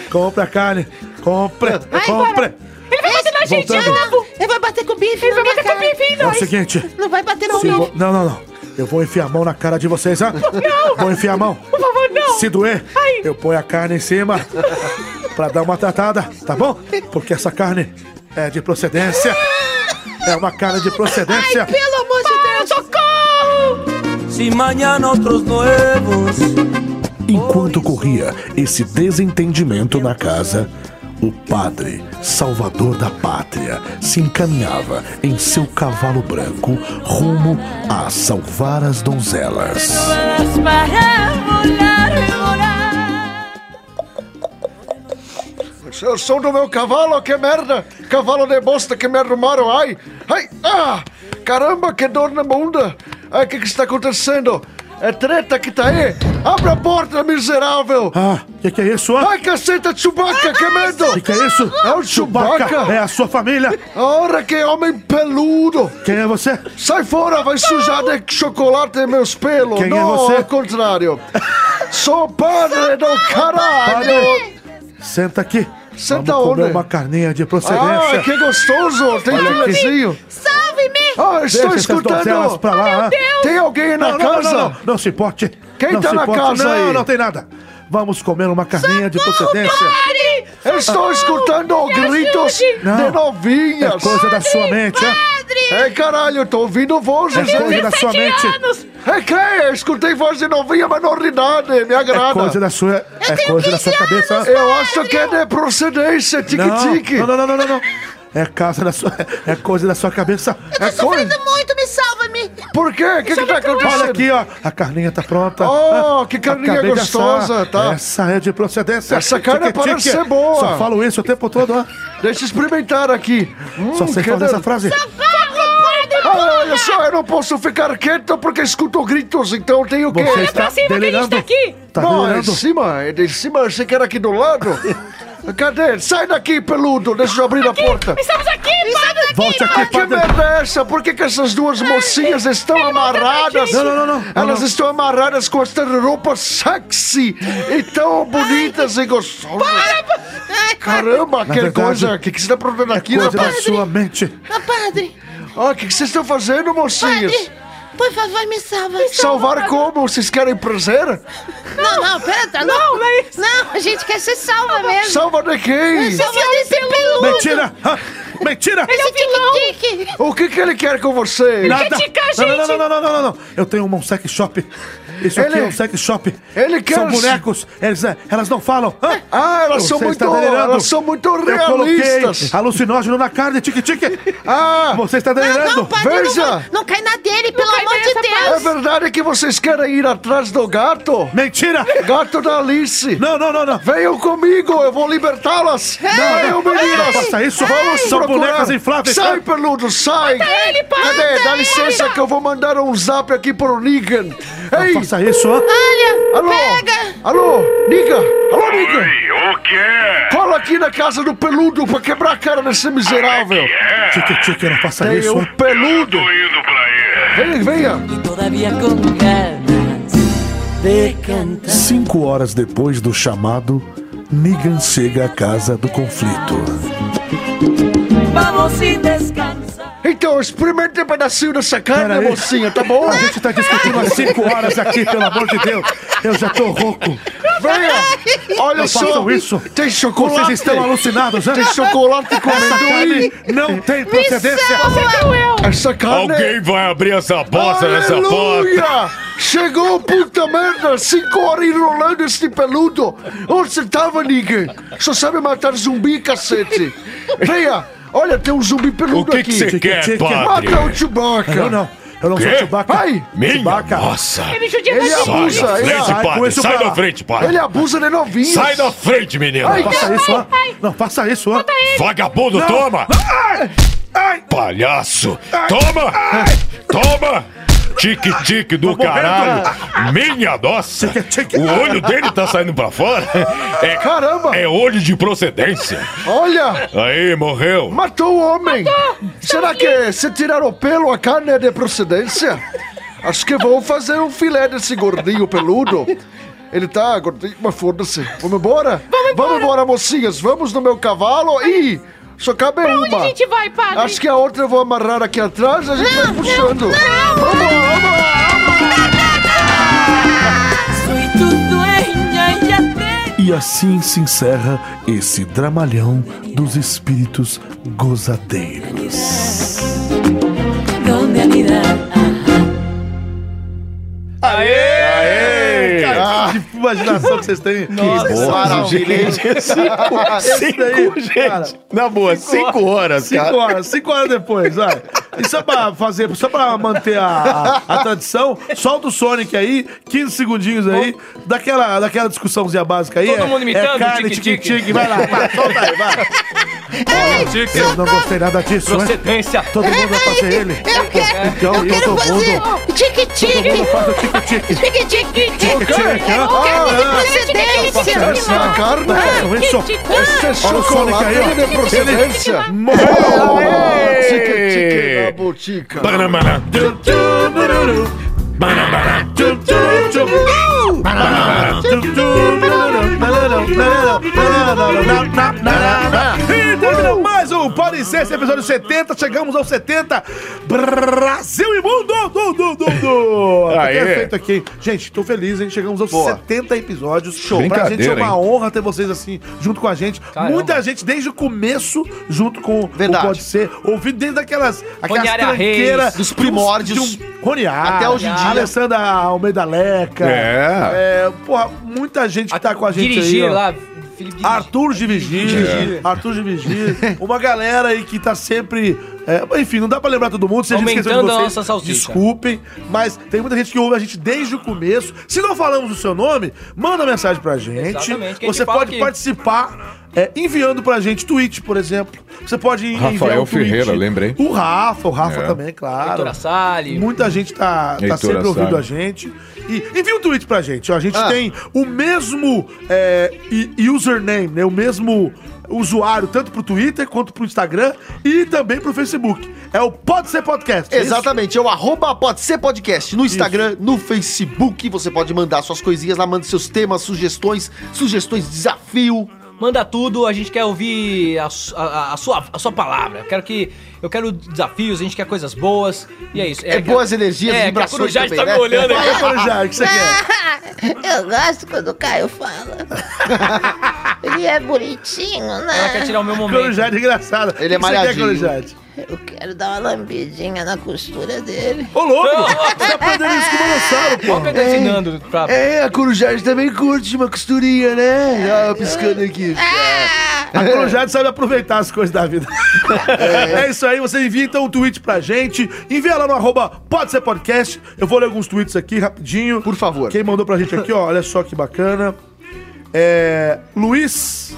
S1: Compra a carne. É Compra, compra.
S4: Ele vai bater na gente de
S1: Voltando.
S4: novo.
S16: Ele vai bater com o bife,
S4: Ele vai
S16: na minha
S4: bater com o
S16: cara.
S4: bife em
S1: É o
S4: nós.
S1: seguinte.
S16: Não vai bater
S4: é
S16: no
S1: se
S16: bife.
S1: vo- Não, não, não. Eu vou enfiar a mão na cara de vocês, hã? Não! Vou enfiar a mão.
S4: Por favor, não.
S1: Se doer,
S4: Ai.
S1: eu ponho a carne em cima pra dar uma tratada, tá bom? Porque essa carne é de procedência. É uma carne de procedência.
S16: Pelo amor de
S4: Para,
S16: Deus.
S4: socorro!
S15: Si mañana otros nuevos.
S17: Enquanto corria esse desentendimento na casa, o padre, salvador da pátria, se encaminhava em seu cavalo branco rumo a salvar as donzelas.
S4: Para volar, volar.
S5: Esse é o som do meu cavalo, que merda. Cavalo de bosta que me arrumaram, ai. Ai, ah. Caramba, que dor na bunda. Ai, o que que está acontecendo? É treta que tá aí. Abre a porta, miserável.
S1: Ah, o que, que é isso, hã?
S5: Ai, caceta, Chewbacca, que
S1: O que,
S5: medo.
S1: que é isso?
S5: É o Chewbacca.
S1: É a sua família!
S5: Ora, que homem peludo.
S1: Quem é você?
S5: Sai fora, vai sujar de chocolate meus pelos.
S1: Quem é
S5: não,
S1: você?
S5: ao contrário. Sou padre do caralho.
S1: Padre! Senta aqui!
S5: Senta
S1: Vamos comer
S5: onde?
S1: uma carninha de procedência!
S5: Ah, que gostoso. Tem
S1: Olha aqui.
S5: filezinho.
S16: Salve-me.
S5: Ah, estou
S1: Deixa essas donzelas
S5: escutando.
S1: pra lá! hã?
S5: Tem alguém na
S1: Não, não, não,
S5: casa?
S1: não, não, não se importe!
S5: Quem
S1: não
S5: tá
S1: se
S5: na
S1: importe.
S5: casa
S1: não,
S5: aí?
S1: Não, tem nada! Vamos comer uma carninha de procedência!
S4: Pare!
S5: Estou escutando gritos
S4: ajude.
S1: Não.
S5: de novinhas.
S1: É coisa da sua mente, hã?
S5: É, caralho, tô ouvindo vozes.
S1: É coisa
S5: É,
S1: da sua
S4: 17
S1: mente! é
S4: anos.
S5: que? Escutei voz de novinha, mas não ri nada, Me agrada.
S1: É coisa da sua. É coisa da sua cabeça.
S5: Eu acho que é de procedência, tique-tique.
S1: Não, não, não, não, não, não. É casa da sua. É coisa da sua cabeça. É coisa.
S4: Sofrendo muito, me salva-me.
S5: Por quê? O
S1: é
S5: que, que tá acontecendo?
S1: Olha aqui, ó. A carninha tá pronta.
S5: Oh,
S1: Ah,
S5: que carninha
S1: acabei de
S5: gostosa,
S1: assar.
S5: tá?
S1: Essa é de procedência.
S5: Essa carne
S1: Tique-tique.
S5: parece ser boa.
S1: Só falo isso o tempo todo, ó.
S5: Deixa eu experimentar aqui. Hum,
S1: Só sei
S5: que
S1: falar
S5: del-
S1: essa frase.
S5: Ah, Olha só, eu não posso ficar quieto porque escuto gritos, então eu tenho que...
S1: Você Olha está pra cima que a gente delirando. tá aqui. Tá
S5: não, é
S1: delirando.
S5: de cima, é de cima, eu achei que era aqui do lado. Cadê? Sai daqui, peludo, deixa eu abrir a porta.
S4: Estamos aqui, padre!
S5: Volte aqui, que merda é essa? Por que, que essas duas mocinhas estão amarradas?
S1: Não, não, não, não.
S5: Elas
S1: Não, não.
S5: estão amarradas com estas roupas sexy e tão bonitas e gostosas. Caramba,
S1: Na
S5: que
S1: verdade,
S5: coisa. O que, que você está provando
S1: É
S5: aqui,
S1: coisa da
S5: rapaz?
S1: sua mente.
S4: Ah, padre,
S5: Ah, o que, que vocês estão fazendo, mocinhas?
S4: padre, por favor, me salva.
S5: Salvar como? Vocês querem prazer?
S4: Não, não, pera, tá louco? Não, não é isso. Não, a gente quer ser salva mesmo.
S5: Salva de quem?
S4: Salva desse peludo.
S1: Mentira! Ah, Mentira!
S4: Esse tique-tique.
S5: O que, que ele quer com você?
S1: Nada! Não, não, não, não, não, não, não, não. Eu tenho um sex shop. Isso aqui
S5: Ele-
S1: é um sex shop.
S5: Ele quer-
S1: São bonecos. Eles, é, elas não falam. Hã?
S5: Ah, elas
S1: Você
S5: são
S1: está
S5: muito-
S1: delirando.
S5: elas são muito
S1: Eu
S5: realistas.
S1: coloquei alucinógeno na carne, tique-tique.
S5: Ah,
S1: Você está
S4: Não, não,
S1: delirando.
S4: padre,
S5: Veja.
S4: não, vai- não cai na dele, pelo amor de
S5: É
S4: Deus.
S5: verdade que vocês querem ir atrás do gato?
S1: Mentira!
S5: Gato da Alice!
S1: Não, não, não, não.
S5: Venham comigo, eu vou libertá-las! Venham, meninas!
S1: não faça isso.
S5: Vamos
S1: São
S5: procurar.
S1: bonecas infláveis. tá?
S5: Sai, peludo, sai!
S4: Mata ele, pai,
S5: Cadê?
S4: mata
S5: Dá
S4: ele.
S5: licença que eu vou mandar um zap aqui pro Negan! Ei!
S1: Faça isso, ó.
S4: Olha,
S5: Alô!
S4: pega.
S5: Alô, Negan! Alô, Negan!
S7: o é? quê?
S5: Cola aqui na casa do peludo pra quebrar a cara desse miserável!
S1: Tique-tique, não faça
S5: Tem
S1: isso.
S5: um peludo!
S7: Indo pra
S5: Venha, venha!
S18: y todavía con ganas de cantar.
S1: Cinco horas depois do chamado, Negan chega à casa do conflito.
S18: Vamos sin descansar.
S5: Então, experimenta um pedacinho dessa carne,
S1: Peraí.
S5: mocinha, tá bom?
S1: A gente tá discutindo há cinco horas aqui, pelo amor de Deus. Eu já tô rouco.
S5: Venha! Olha
S1: Não
S5: só!
S1: façam isso.
S5: Tem chocolate!
S1: Vocês estão alucinados, né?
S5: Tem chocolate com
S1: Essa
S5: amendoim!
S1: carne não tem procedência.
S4: é
S5: Essa carne... é
S13: Alguém vai abrir essa bosta nessa porta.
S5: Aleluia! Chegou, puta merda! Cinco horas enrolando esse peludo! Onde você tava, Nick? Só sabe matar zumbi, cacete! Venha! Olha, tem um zumbi peludo
S13: O que
S5: aqui!
S13: que você
S1: Tique,
S13: quer,
S1: tique.
S13: padre?
S5: Mata o Chewbacca!
S1: Eu não. Eu não sou
S13: Quê?
S1: Chewbacca.
S5: Vai!
S13: Minha
S1: Chewbacca.
S13: nossa.
S5: Ele abusa!
S13: Sai da
S5: ele,
S13: frente,
S1: Sai com
S13: padre.
S1: isso
S13: Sai
S1: pra
S13: da
S1: lá.
S13: frente,
S5: ele
S13: padre.
S5: abusa de novinhos!
S13: Sai da frente, menino.
S5: Ai,
S1: Faça isso, ó. Não, faça isso, ó.
S13: Vagabundo, toma. Palhaço. Toma. Toma. Tique-tique do caralho. Minha nossa.
S1: Tique-tique.
S13: O olho dele tá saindo pra fora. É,
S5: Caramba!
S13: é olho de procedência.
S5: Olha!
S13: Aí, morreu.
S5: Matou o homem! Será que se tirar o pelo a carne é de procedência? Acho que vou fazer um filé desse gordinho peludo. Ele tá gordinho, mas foda-se. Vamos embora? Vamos embora, mocinhas. Vamos no meu cavalo e... Só cabe uma.
S4: Onde a gente vai, padre?
S5: é- Acho que a outra eu vou amarrar aqui atrás e a gente vai puxando.
S4: Não,
S5: Vamos, vamos!
S18: Soy tu dueña y ya te
S1: E assim se encerra esse dramalhão dos espíritos gozadeiros.
S18: ¿Dónde anidar?
S1: Aê! Cara, que imaginação que vocês têm.
S13: Que
S19: Para,
S1: Cinco,
S13: gente. Na boa, cinco horas,
S1: Cinco horas, cinco horas depois, olha. E só pra fazer, só pra manter a, a, a tradição, solta o Sonic aí, 15 segundinhos aí, daquela, daquela discussãozinha básica aí.
S3: Todo mundo imitando,
S1: é carne,
S3: tique-tique.
S1: tique-tique, vai lá, vai, solta aí, vai.
S3: Tique,
S1: Eu não gostei nada disso, né?
S3: procedência.
S1: Todo mundo vai fazer ele.
S4: Eu quero,
S1: Então,
S4: eu
S1: e
S4: quero
S1: todo
S4: fazer tique-tique.
S1: Todo mundo faz o tique-tique.
S4: Tique-tique.
S1: Tique-tique,
S4: Eu
S1: ó.
S4: quero Ah,
S1: Ah,
S4: procedência.
S5: Essa é a carne!
S1: Não, isso.
S5: Esse é
S1: Olha o Sonic
S5: chocolate
S1: aí,
S5: é
S1: ó.
S5: de
S1: Ele
S5: procedência!
S13: Aê!
S5: Tique, tique na botica!
S13: Banamana. Banamana. Banamana.
S1: E terminamos mais um Pode Ser, esse episódio 70. Chegamos ao 70. Brasil e mundo! Du, du, du, Mundo! Tá
S6: Aê.
S1: Perfeito aqui. Gente, tô feliz, hein? Chegamos aos
S6: Boa.
S1: 70 episódios.
S6: Show.
S1: Pra gente é
S6: Brincadeira,
S1: uma
S6: hein?
S1: honra ter vocês assim, junto com a gente. Muita gente desde o começo, junto com o Pode Ser, ouvindo desde aquelas aquelas
S5: Roniara Reis,
S1: tranqueiras.
S5: dos primórdios.
S1: de um- Roniara,
S5: Até hoje em dia.
S1: Alessandra Almeida Leca.
S6: É.
S1: É, Porra, muita gente que tá com a gente
S3: Dirigir
S1: aí. ó.
S3: lá,
S1: Arthur de Vigia,
S3: Dirigir.
S6: É.
S1: Arthur de Vigia, uma galera aí que tá sempre. é, enfim, não dá pra lembrar todo mundo, se a gente esqueceu de
S3: Aumentando a
S1: vocês,
S3: nossa salsicha.
S1: desculpem, mas tem muita gente que ouve a gente desde o começo. Se não falamos o seu nome, manda mensagem pra gente.
S3: Exatamente, que a gente
S1: Você
S3: fala
S1: pode
S3: aqui.
S1: participar é, enviando pra gente tweet, por exemplo. Você pode
S6: Rafael
S1: enviar um tweet.
S6: Ferreira, lembrei.
S1: O Rafa, o Rafa
S6: É.
S1: também, claro.
S3: Heitora Salles.
S1: Muita gente tá, tá
S6: Heitora
S1: sempre ouvindo
S6: Salles.
S1: a gente. E envia um tweet pra gente, ó. A gente
S5: Ah.
S1: tem o mesmo é, i- username, né? O mesmo usuário, tanto pro Twitter quanto pro Instagram e também pro Facebook. É o Pode Ser Podcast. é isso?
S5: Exatamente, é o arroba pode ser podcast no Instagram, no Facebook. Você pode mandar suas coisinhas lá, manda seus temas, sugestões, sugestões, de desafio.
S3: Manda tudo, a gente quer ouvir a, su- a- a- a sua, a sua palavra. Eu quero que. Eu quero desafios, a gente quer coisas boas. E é isso.
S5: É boas energias,
S3: é, que a
S5: vibrações
S3: Corujade
S5: também,
S3: tá
S5: né?
S3: me olhando aqui.
S5: Fala, Corujade, o que você
S4: Eu gosto quando o Caio fala. Ele é bonitinho, né?
S3: Ela quer tirar o meu momento.
S1: Corujade é engraçada.
S5: Ele é
S1: O que você quer,
S5: malhadinho.
S1: Corujade?
S4: Eu quero dar uma lambidinha na costura dele.
S1: Ô, louco!
S3: Você
S1: tá aprendendo isso com o Manossauro, pô!
S3: pegar esse Nando pra-
S1: Tá
S5: É, a Corujade também curte uma costurinha, né? Ah, piscando aqui.
S3: Ah!
S1: A Corujade sabe aproveitar as coisas da vida. É. isso aí, você envia então um tweet pra gente, envia lá no arroba Pode Ser Podcast, eu vou ler alguns tweets aqui rapidinho. Por favor. Quem mandou pra gente aqui, ó, olha só que bacana. É, Luiz...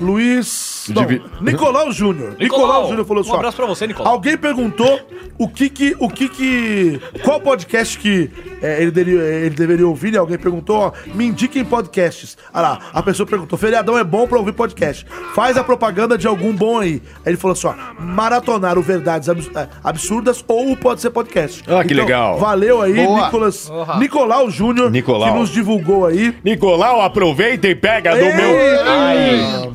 S1: Luiz... Não,
S6: Divi-
S1: Nicolau Júnior. Nicolau Júnior falou só.
S3: Um abraço pra você, Nicolau.
S1: Alguém perguntou o que que, o que que, qual podcast que é, ele, deveria, ele deveria ouvir, né? Alguém perguntou, ó, me indiquem podcasts. Ah lá, a pessoa perguntou, feriadão é bom pra ouvir podcast. Faz a propaganda de algum bom aí. Aí ele falou assim, ó, maratonar o Verdades Abs- é, Absurdas ou o Pode Ser Podcast. Então,
S6: Ah, que legal.
S1: Valeu aí,
S6: Boa.
S1: Nicolas,
S6: Porra.
S1: Nicolau Júnior,
S6: Nicolau.
S1: que nos divulgou aí.
S6: Nicolau, aproveita e pega
S1: Ei, ai.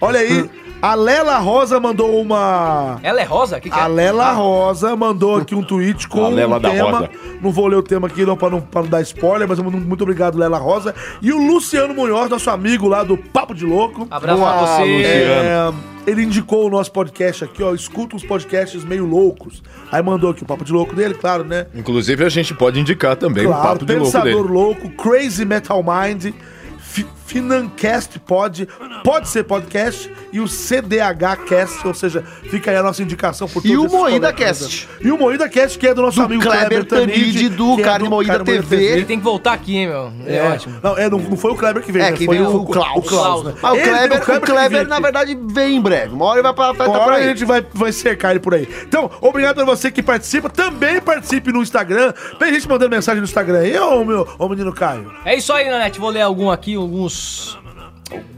S1: Olha aí, a Lela Rosa mandou uma...
S3: Ela é rosa? O que, que
S1: A
S3: é?
S1: Lela Rosa mandou aqui um tweet com
S6: A Lela
S1: um
S6: da
S1: tema.
S6: Rosa.
S1: Não vou ler o tema aqui não para não, pra não dar spoiler, mas muito muito obrigado, Lela Rosa. E o Luciano Munhoz, nosso amigo lá do Papo de Louco.
S3: Abraço pra você.
S1: É, ele indicou o nosso podcast aqui, ó. Escuta uns podcasts meio loucos. Aí mandou aqui o Papo de Louco dele, claro, né?
S6: Inclusive, a gente pode indicar também o
S1: Claro,
S6: um papo de louco
S1: Pensador
S6: dele.
S1: Louco, Crazy Metal Mind, Fi- Financast Pod, pode ser podcast, e o CDH Cast, ou seja, fica aí a nossa indicação por
S5: E
S1: todos
S5: o
S1: esses
S5: Moída
S1: colegas.
S5: Cast.
S1: E o Moída Cast, que é do nosso amigo
S5: Kleber Tanide, do
S1: que é
S5: Carne Moída
S1: Carne
S5: TV.
S3: Ele tem que voltar aqui, hein, meu. É, ótimo.
S1: Não, é, não, não foi o Kleber que veio,
S5: É,
S1: né?
S5: quem
S1: foi
S5: veio o Klaus.
S1: O Klaus, né?
S5: Ah, o
S1: Ele veio,
S5: Kleber, o
S1: que veio
S5: Kleber
S1: aqui.
S5: na verdade, vem em breve. Uma hora ele vai pra, vai
S1: Uma
S5: tá por
S1: hora
S5: aí.
S1: a gente vai, vai cercar ele por aí. Então, obrigado pra você que participa. Também participe no Instagram. Tem gente mandando mensagem no Instagram aí, ô meu, ô menino Caio.
S3: É isso aí, Nanete. Vou ler algum aqui, alguns.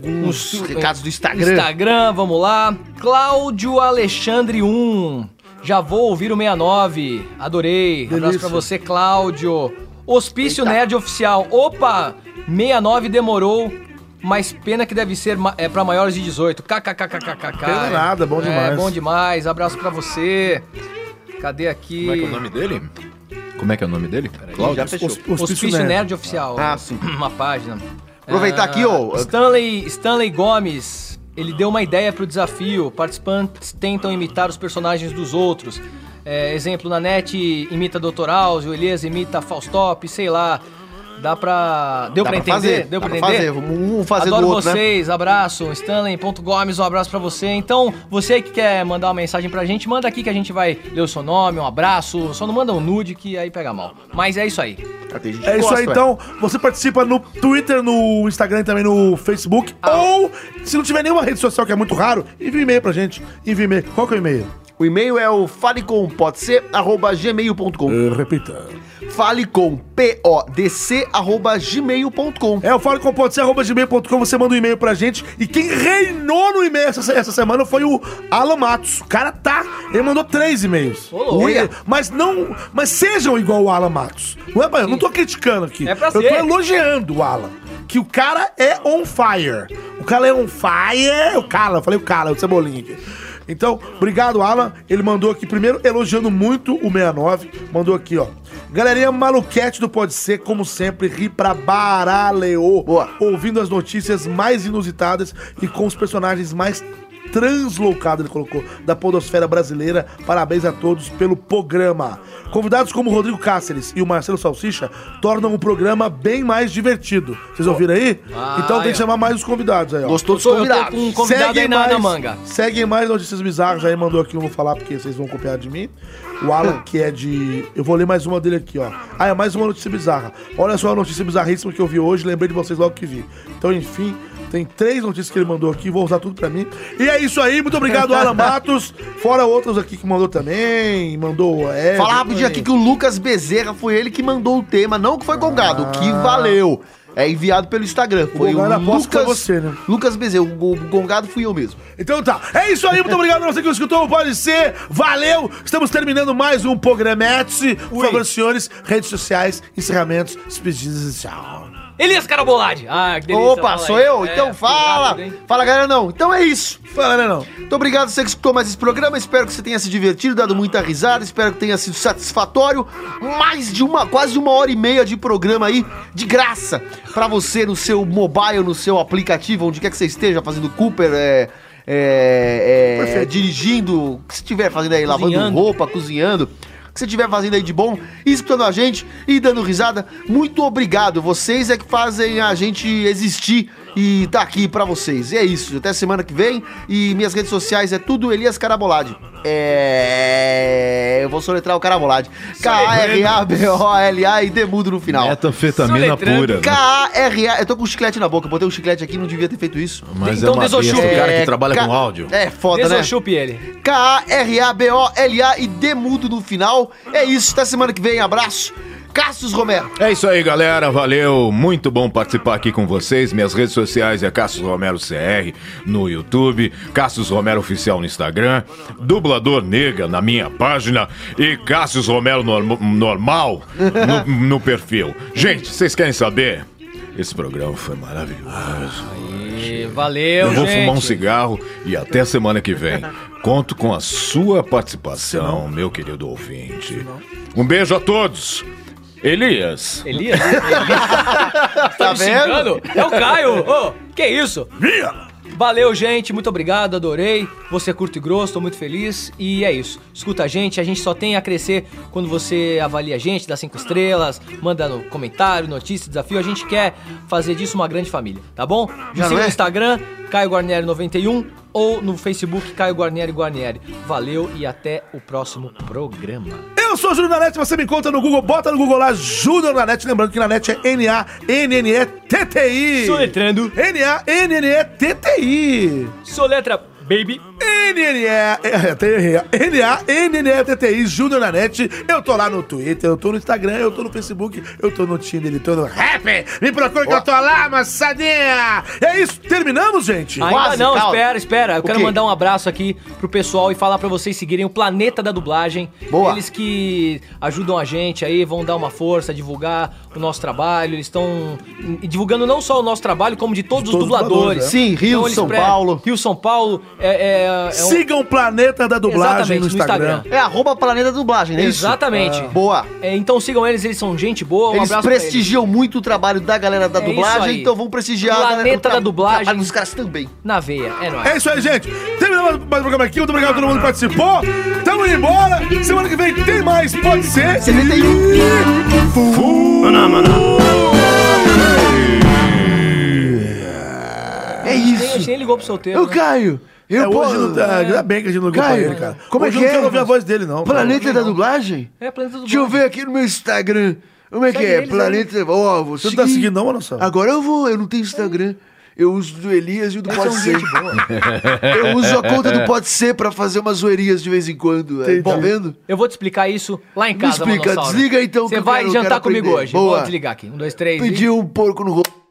S3: Alguns
S5: recados do Instagram.
S3: Instagram, vamos lá. Cláudio Alexandre 1. Já vou ouvir o 69. Adorei. Abraço
S1: Delícia.
S3: pra você, Cláudio. Hospício Nerd Oficial. Opa! 69 demorou, mas pena que deve ser ma- é, pra maiores de 18. KKKKKK.
S1: Pena nada, bom
S3: É,
S1: demais.
S3: bom demais. Abraço pra você. Cadê aqui?
S6: Como é que é o nome dele? Como é que é o nome dele? Cláudio?
S5: já fechou.
S1: Hospício
S3: Hospício Nerd.
S1: Nerd.
S3: Oficial.
S5: Ah, sim.
S3: Uma página.
S5: Aproveitar
S3: Ah,
S5: aqui, ô.
S3: Stanley, Stanley Gomes. Ele deu uma ideia pro desafio. Participantes tentam imitar os personagens dos outros. É, exemplo, na net imita Dr. House, o Elias imita Faustop, sei lá. Dá pra. Deu
S5: Dá
S3: pra
S5: pra
S3: entender?
S5: fazer,
S3: Deu
S5: dá
S3: pra
S5: pra
S3: entender?
S5: fazer, um fazer do
S3: Adoro
S5: outro, né?
S3: vocês, abraço. Stanley.gomes, um abraço pra você. Então, você que quer mandar uma mensagem pra gente, manda aqui que a gente vai ler o seu nome, um abraço. Só não manda um nude que aí pega mal. Mas é isso aí.
S1: É isso
S5: Gosto,
S1: aí,
S5: é.
S1: então. Você participa no Twitter, no Instagram e também no Facebook. Ou, se não tiver nenhuma rede social, que é muito raro, envia um e-mail pra gente. Envia um e-mail. Qual que é o e-mail?
S5: O e-mail é o falecompodc.gmail.com
S1: repita.
S5: falecompodc.gmail.com
S1: É o falecompodecer.com, você manda um e-mail pra gente. E quem reinou no e-mail essa, essa semana foi o Alan Matos. O cara tá. Ele mandou três e-mails.
S3: louco.
S1: Ele- Mas não. Mas sejam igual o Alan Matos. Não é pra, eu não tô criticando aqui.
S3: É pra
S1: eu
S3: ser.
S1: tô elogiando o Alan. Que o cara é on fire. O cara é on fire. O cara, eu falei o cara, o cebolinha aqui. Então, obrigado, Alan. Ele mandou aqui primeiro elogiando muito o 69. Mandou aqui, ó. Galerinha maluquete do Pode Ser, como sempre, ri pra baralho. Ouvindo as notícias mais inusitadas e com os personagens mais translocados, ele colocou, da podosfera brasileira. Parabéns a todos pelo programa. Convidados como Rodrigo Cáceres e o Marcelo Salsicha tornam o programa bem mais divertido. Vocês ouviram aí?
S20: Ah,
S1: então tem que
S20: é.
S1: chamar mais os convidados aí, ó.
S20: Gostou dos Eu tô- eu tô convidados. com um convidado aí na- na manga.
S1: Seguem mais notícias bizarras. Aí mandou aqui, eu vou falar porque vocês vão copiar de mim. O Alan, que é de. Eu vou ler mais uma dele aqui, ó. Ah, é mais uma notícia bizarra. Olha só a notícia bizarríssima que eu vi hoje. Lembrei de vocês logo que vi. Então, enfim. Tem três notícias que ele mandou aqui, vou usar tudo pra mim. E é isso aí, muito obrigado, Alan Matos. Fora outros aqui que mandou também, mandou... É,
S5: Falar rapidinho aqui que o Lucas Bezerra foi ele que mandou o tema, não que foi Gongado, que valeu. É enviado pelo Instagram. Foi o,
S1: Ah. Gongado aposto que foi
S5: Lucas,
S1: você, né?
S5: Lucas Bezerra. O, o Gongado fui eu mesmo.
S1: Então tá. É isso aí, muito obrigado a você que escutou o Pode Ser. Valeu! Estamos terminando mais um Programete. Por favor, senhores, redes sociais, encerramentos, despedidas e tchau.
S3: Elias Carabolade. Ah, que delícia.
S5: Opa,
S3: fala
S5: sou
S3: aí.
S5: eu?
S3: É,
S5: então
S3: que
S5: fala!
S3: rápido, hein?
S5: fala, galera, não. Então é isso.
S1: Fala, galera, não.
S5: Muito obrigado você que escutou mais esse programa. Espero que você tenha se divertido, dado muita risada. Espero que tenha sido satisfatório. Mais de uma, quase uma hora e meia de programa aí, de graça, pra você no seu mobile, no seu aplicativo, onde quer que você esteja, fazendo Cooper, é. é, é,
S1: Perfeito.
S5: dirigindo, o que você estiver fazendo aí, lavando
S1: Cozinhando.
S5: roupa, cozinhando. O que você estiver fazendo aí de bom, escutando a gente e dando risada, muito obrigado. Vocês é que fazem a gente existir e tá aqui pra vocês. E é isso, até semana que vem. E minhas redes sociais é tudo Elias Carabolade. É. Eu vou soletrar o Carabolade. K-A-R-A-B-O-L-A e demudo no final.
S13: Metanfetamina pura. né?
S5: K-A-R-A. Eu tô com um chiclete na boca, eu botei um chiclete aqui, não devia ter feito isso.
S13: Mas
S3: Então
S13: é uma besta, o cara que trabalha
S5: K-
S13: com áudio.
S5: É foda, né?
S3: Desochupe ele.
S5: K-A-R-A-B-O-L-A e demudo no final. É isso, até semana que vem. Abraço. Cassius Romero.
S13: É isso aí, galera. Valeu. Muito bom participar aqui com vocês. Minhas redes sociais é Cassius Romero CR no YouTube, Cassius Romero Oficial no Instagram, Dublador Nega na minha página e Cassius Romero norm- Normal no, no perfil. Gente, vocês querem saber? Esse programa foi maravilhoso.
S3: E valeu,
S13: Eu vou
S3: gente.
S13: fumar um cigarro e até semana que vem. Conto com a sua participação, meu querido ouvinte. Um beijo a todos. Elias.
S3: Elias? tá me xingando? É o Caio. Ô, que isso? Valeu, gente. Muito obrigado, adorei. Você é curto e grosso, tô muito feliz. E é isso. Escuta a gente, a gente só tem a crescer quando você avalia a gente, dá cinco estrelas, manda no comentário, notícia, desafio. A gente quer fazer disso uma grande família, tá bom? Me
S5: Já
S3: siga
S5: não
S3: no
S5: é?
S3: Instagram, Caio Guarnieri91 ou no Facebook, Caio Guarnieri Guarnieri. Valeu e até o próximo programa.
S1: Eu sou o Júlio Nanete, você me encontra no Google, bota no Google lá, Júlio Nanete, lembrando que Nanete é N-A-N-N-E-T-T-I.
S3: Soletrando.
S1: N-A-N-N-E-T-T-I.
S3: Soletra, baby.
S1: N-N-E, até errei, ó. N-A-N-N-E-T-T-I, Júlio Nanete. Eu tô lá no Twitter, eu tô no Instagram, eu tô no Facebook, eu tô no Tinder, eu tô no Rap. Me procura que eu tô lá, maçadinha. É isso, terminamos, gente?
S3: Ainda não,
S1: calma.
S3: espera, espera. Eu
S1: O
S3: quero
S1: quê?
S3: mandar um abraço aqui pro pessoal e falar pra vocês seguirem o Planeta da Dublagem. Boa. Eles que ajudam a gente aí, vão dar uma força, divulgar o nosso trabalho. Eles estão hum, divulgando não só o nosso trabalho, como de todos, os
S5: todos os
S3: dubladores.
S5: dubladores,
S3: Então,
S5: né? Sim, Rio,
S3: eles
S5: São Paulo.
S3: Rio, São Paulo. É, é, é um-
S1: Sigam o Planeta da Dublagem
S3: Exatamente,
S1: no
S3: no
S1: Instagram.
S3: Instagram.
S5: É arroba Planeta Dublagem, não é isso?
S3: Exatamente.
S5: Ah. Boa.
S3: É, então sigam eles, eles são gente boa. Um
S5: Eles
S3: abraço pra
S5: prestigiam muito o trabalho da galera da
S3: É isso
S5: dublagem,
S3: aí.
S5: então vamos prestigiar a galera do
S3: Planeta
S5: tra-
S3: da Dublagem.
S5: trabalho dos caras também.
S3: Na veia, é nóis.
S1: É isso aí, gente. Terminamos mais um programa aqui. Muito obrigado a todo mundo que participou. Tamo indo embora. Semana que vem tem mais. Pode ser.
S3: Ah,
S5: É
S3: isso. Nem, nem ligou pro solteiro.
S5: Eu, Caio, eu
S1: é, hoje
S5: posso-
S1: não tá, ainda bem que a gente não ligou pra
S5: Caio,
S1: ele, cara.
S5: como é
S1: hoje eu
S5: que
S1: não
S5: é?
S1: quero ouvir a voz dele, não. cara.
S5: Planeta da Dublagem?
S3: É, Planeta Dublagem.
S5: Deixa eu ver aqui no meu Instagram. Como é que
S1: Segue
S5: é?
S1: eles
S5: Planeta. Ó, vou
S1: Você não tá seguindo não, Manossauro?
S5: Agora eu vou, eu não tenho Instagram. Eu uso do Elias e o do
S1: Eles são
S5: Pode Ser.
S1: gente boa.
S5: Eu uso a conta do Pode Ser pra fazer umas zoeirinhas de vez em quando. é, Tá vendo?
S3: Eu vou te explicar isso lá em
S5: Me
S3: casa,
S5: explica,
S3: Manossauro.
S5: desliga então que
S3: Você
S5: eu
S3: vai
S5: quero- eu
S3: jantar
S5: quero
S3: comigo
S5: aprender.
S3: hoje.
S5: Boa.
S3: Vou desligar aqui. Um, dois, três. e-
S5: Pedi um porco no rosto.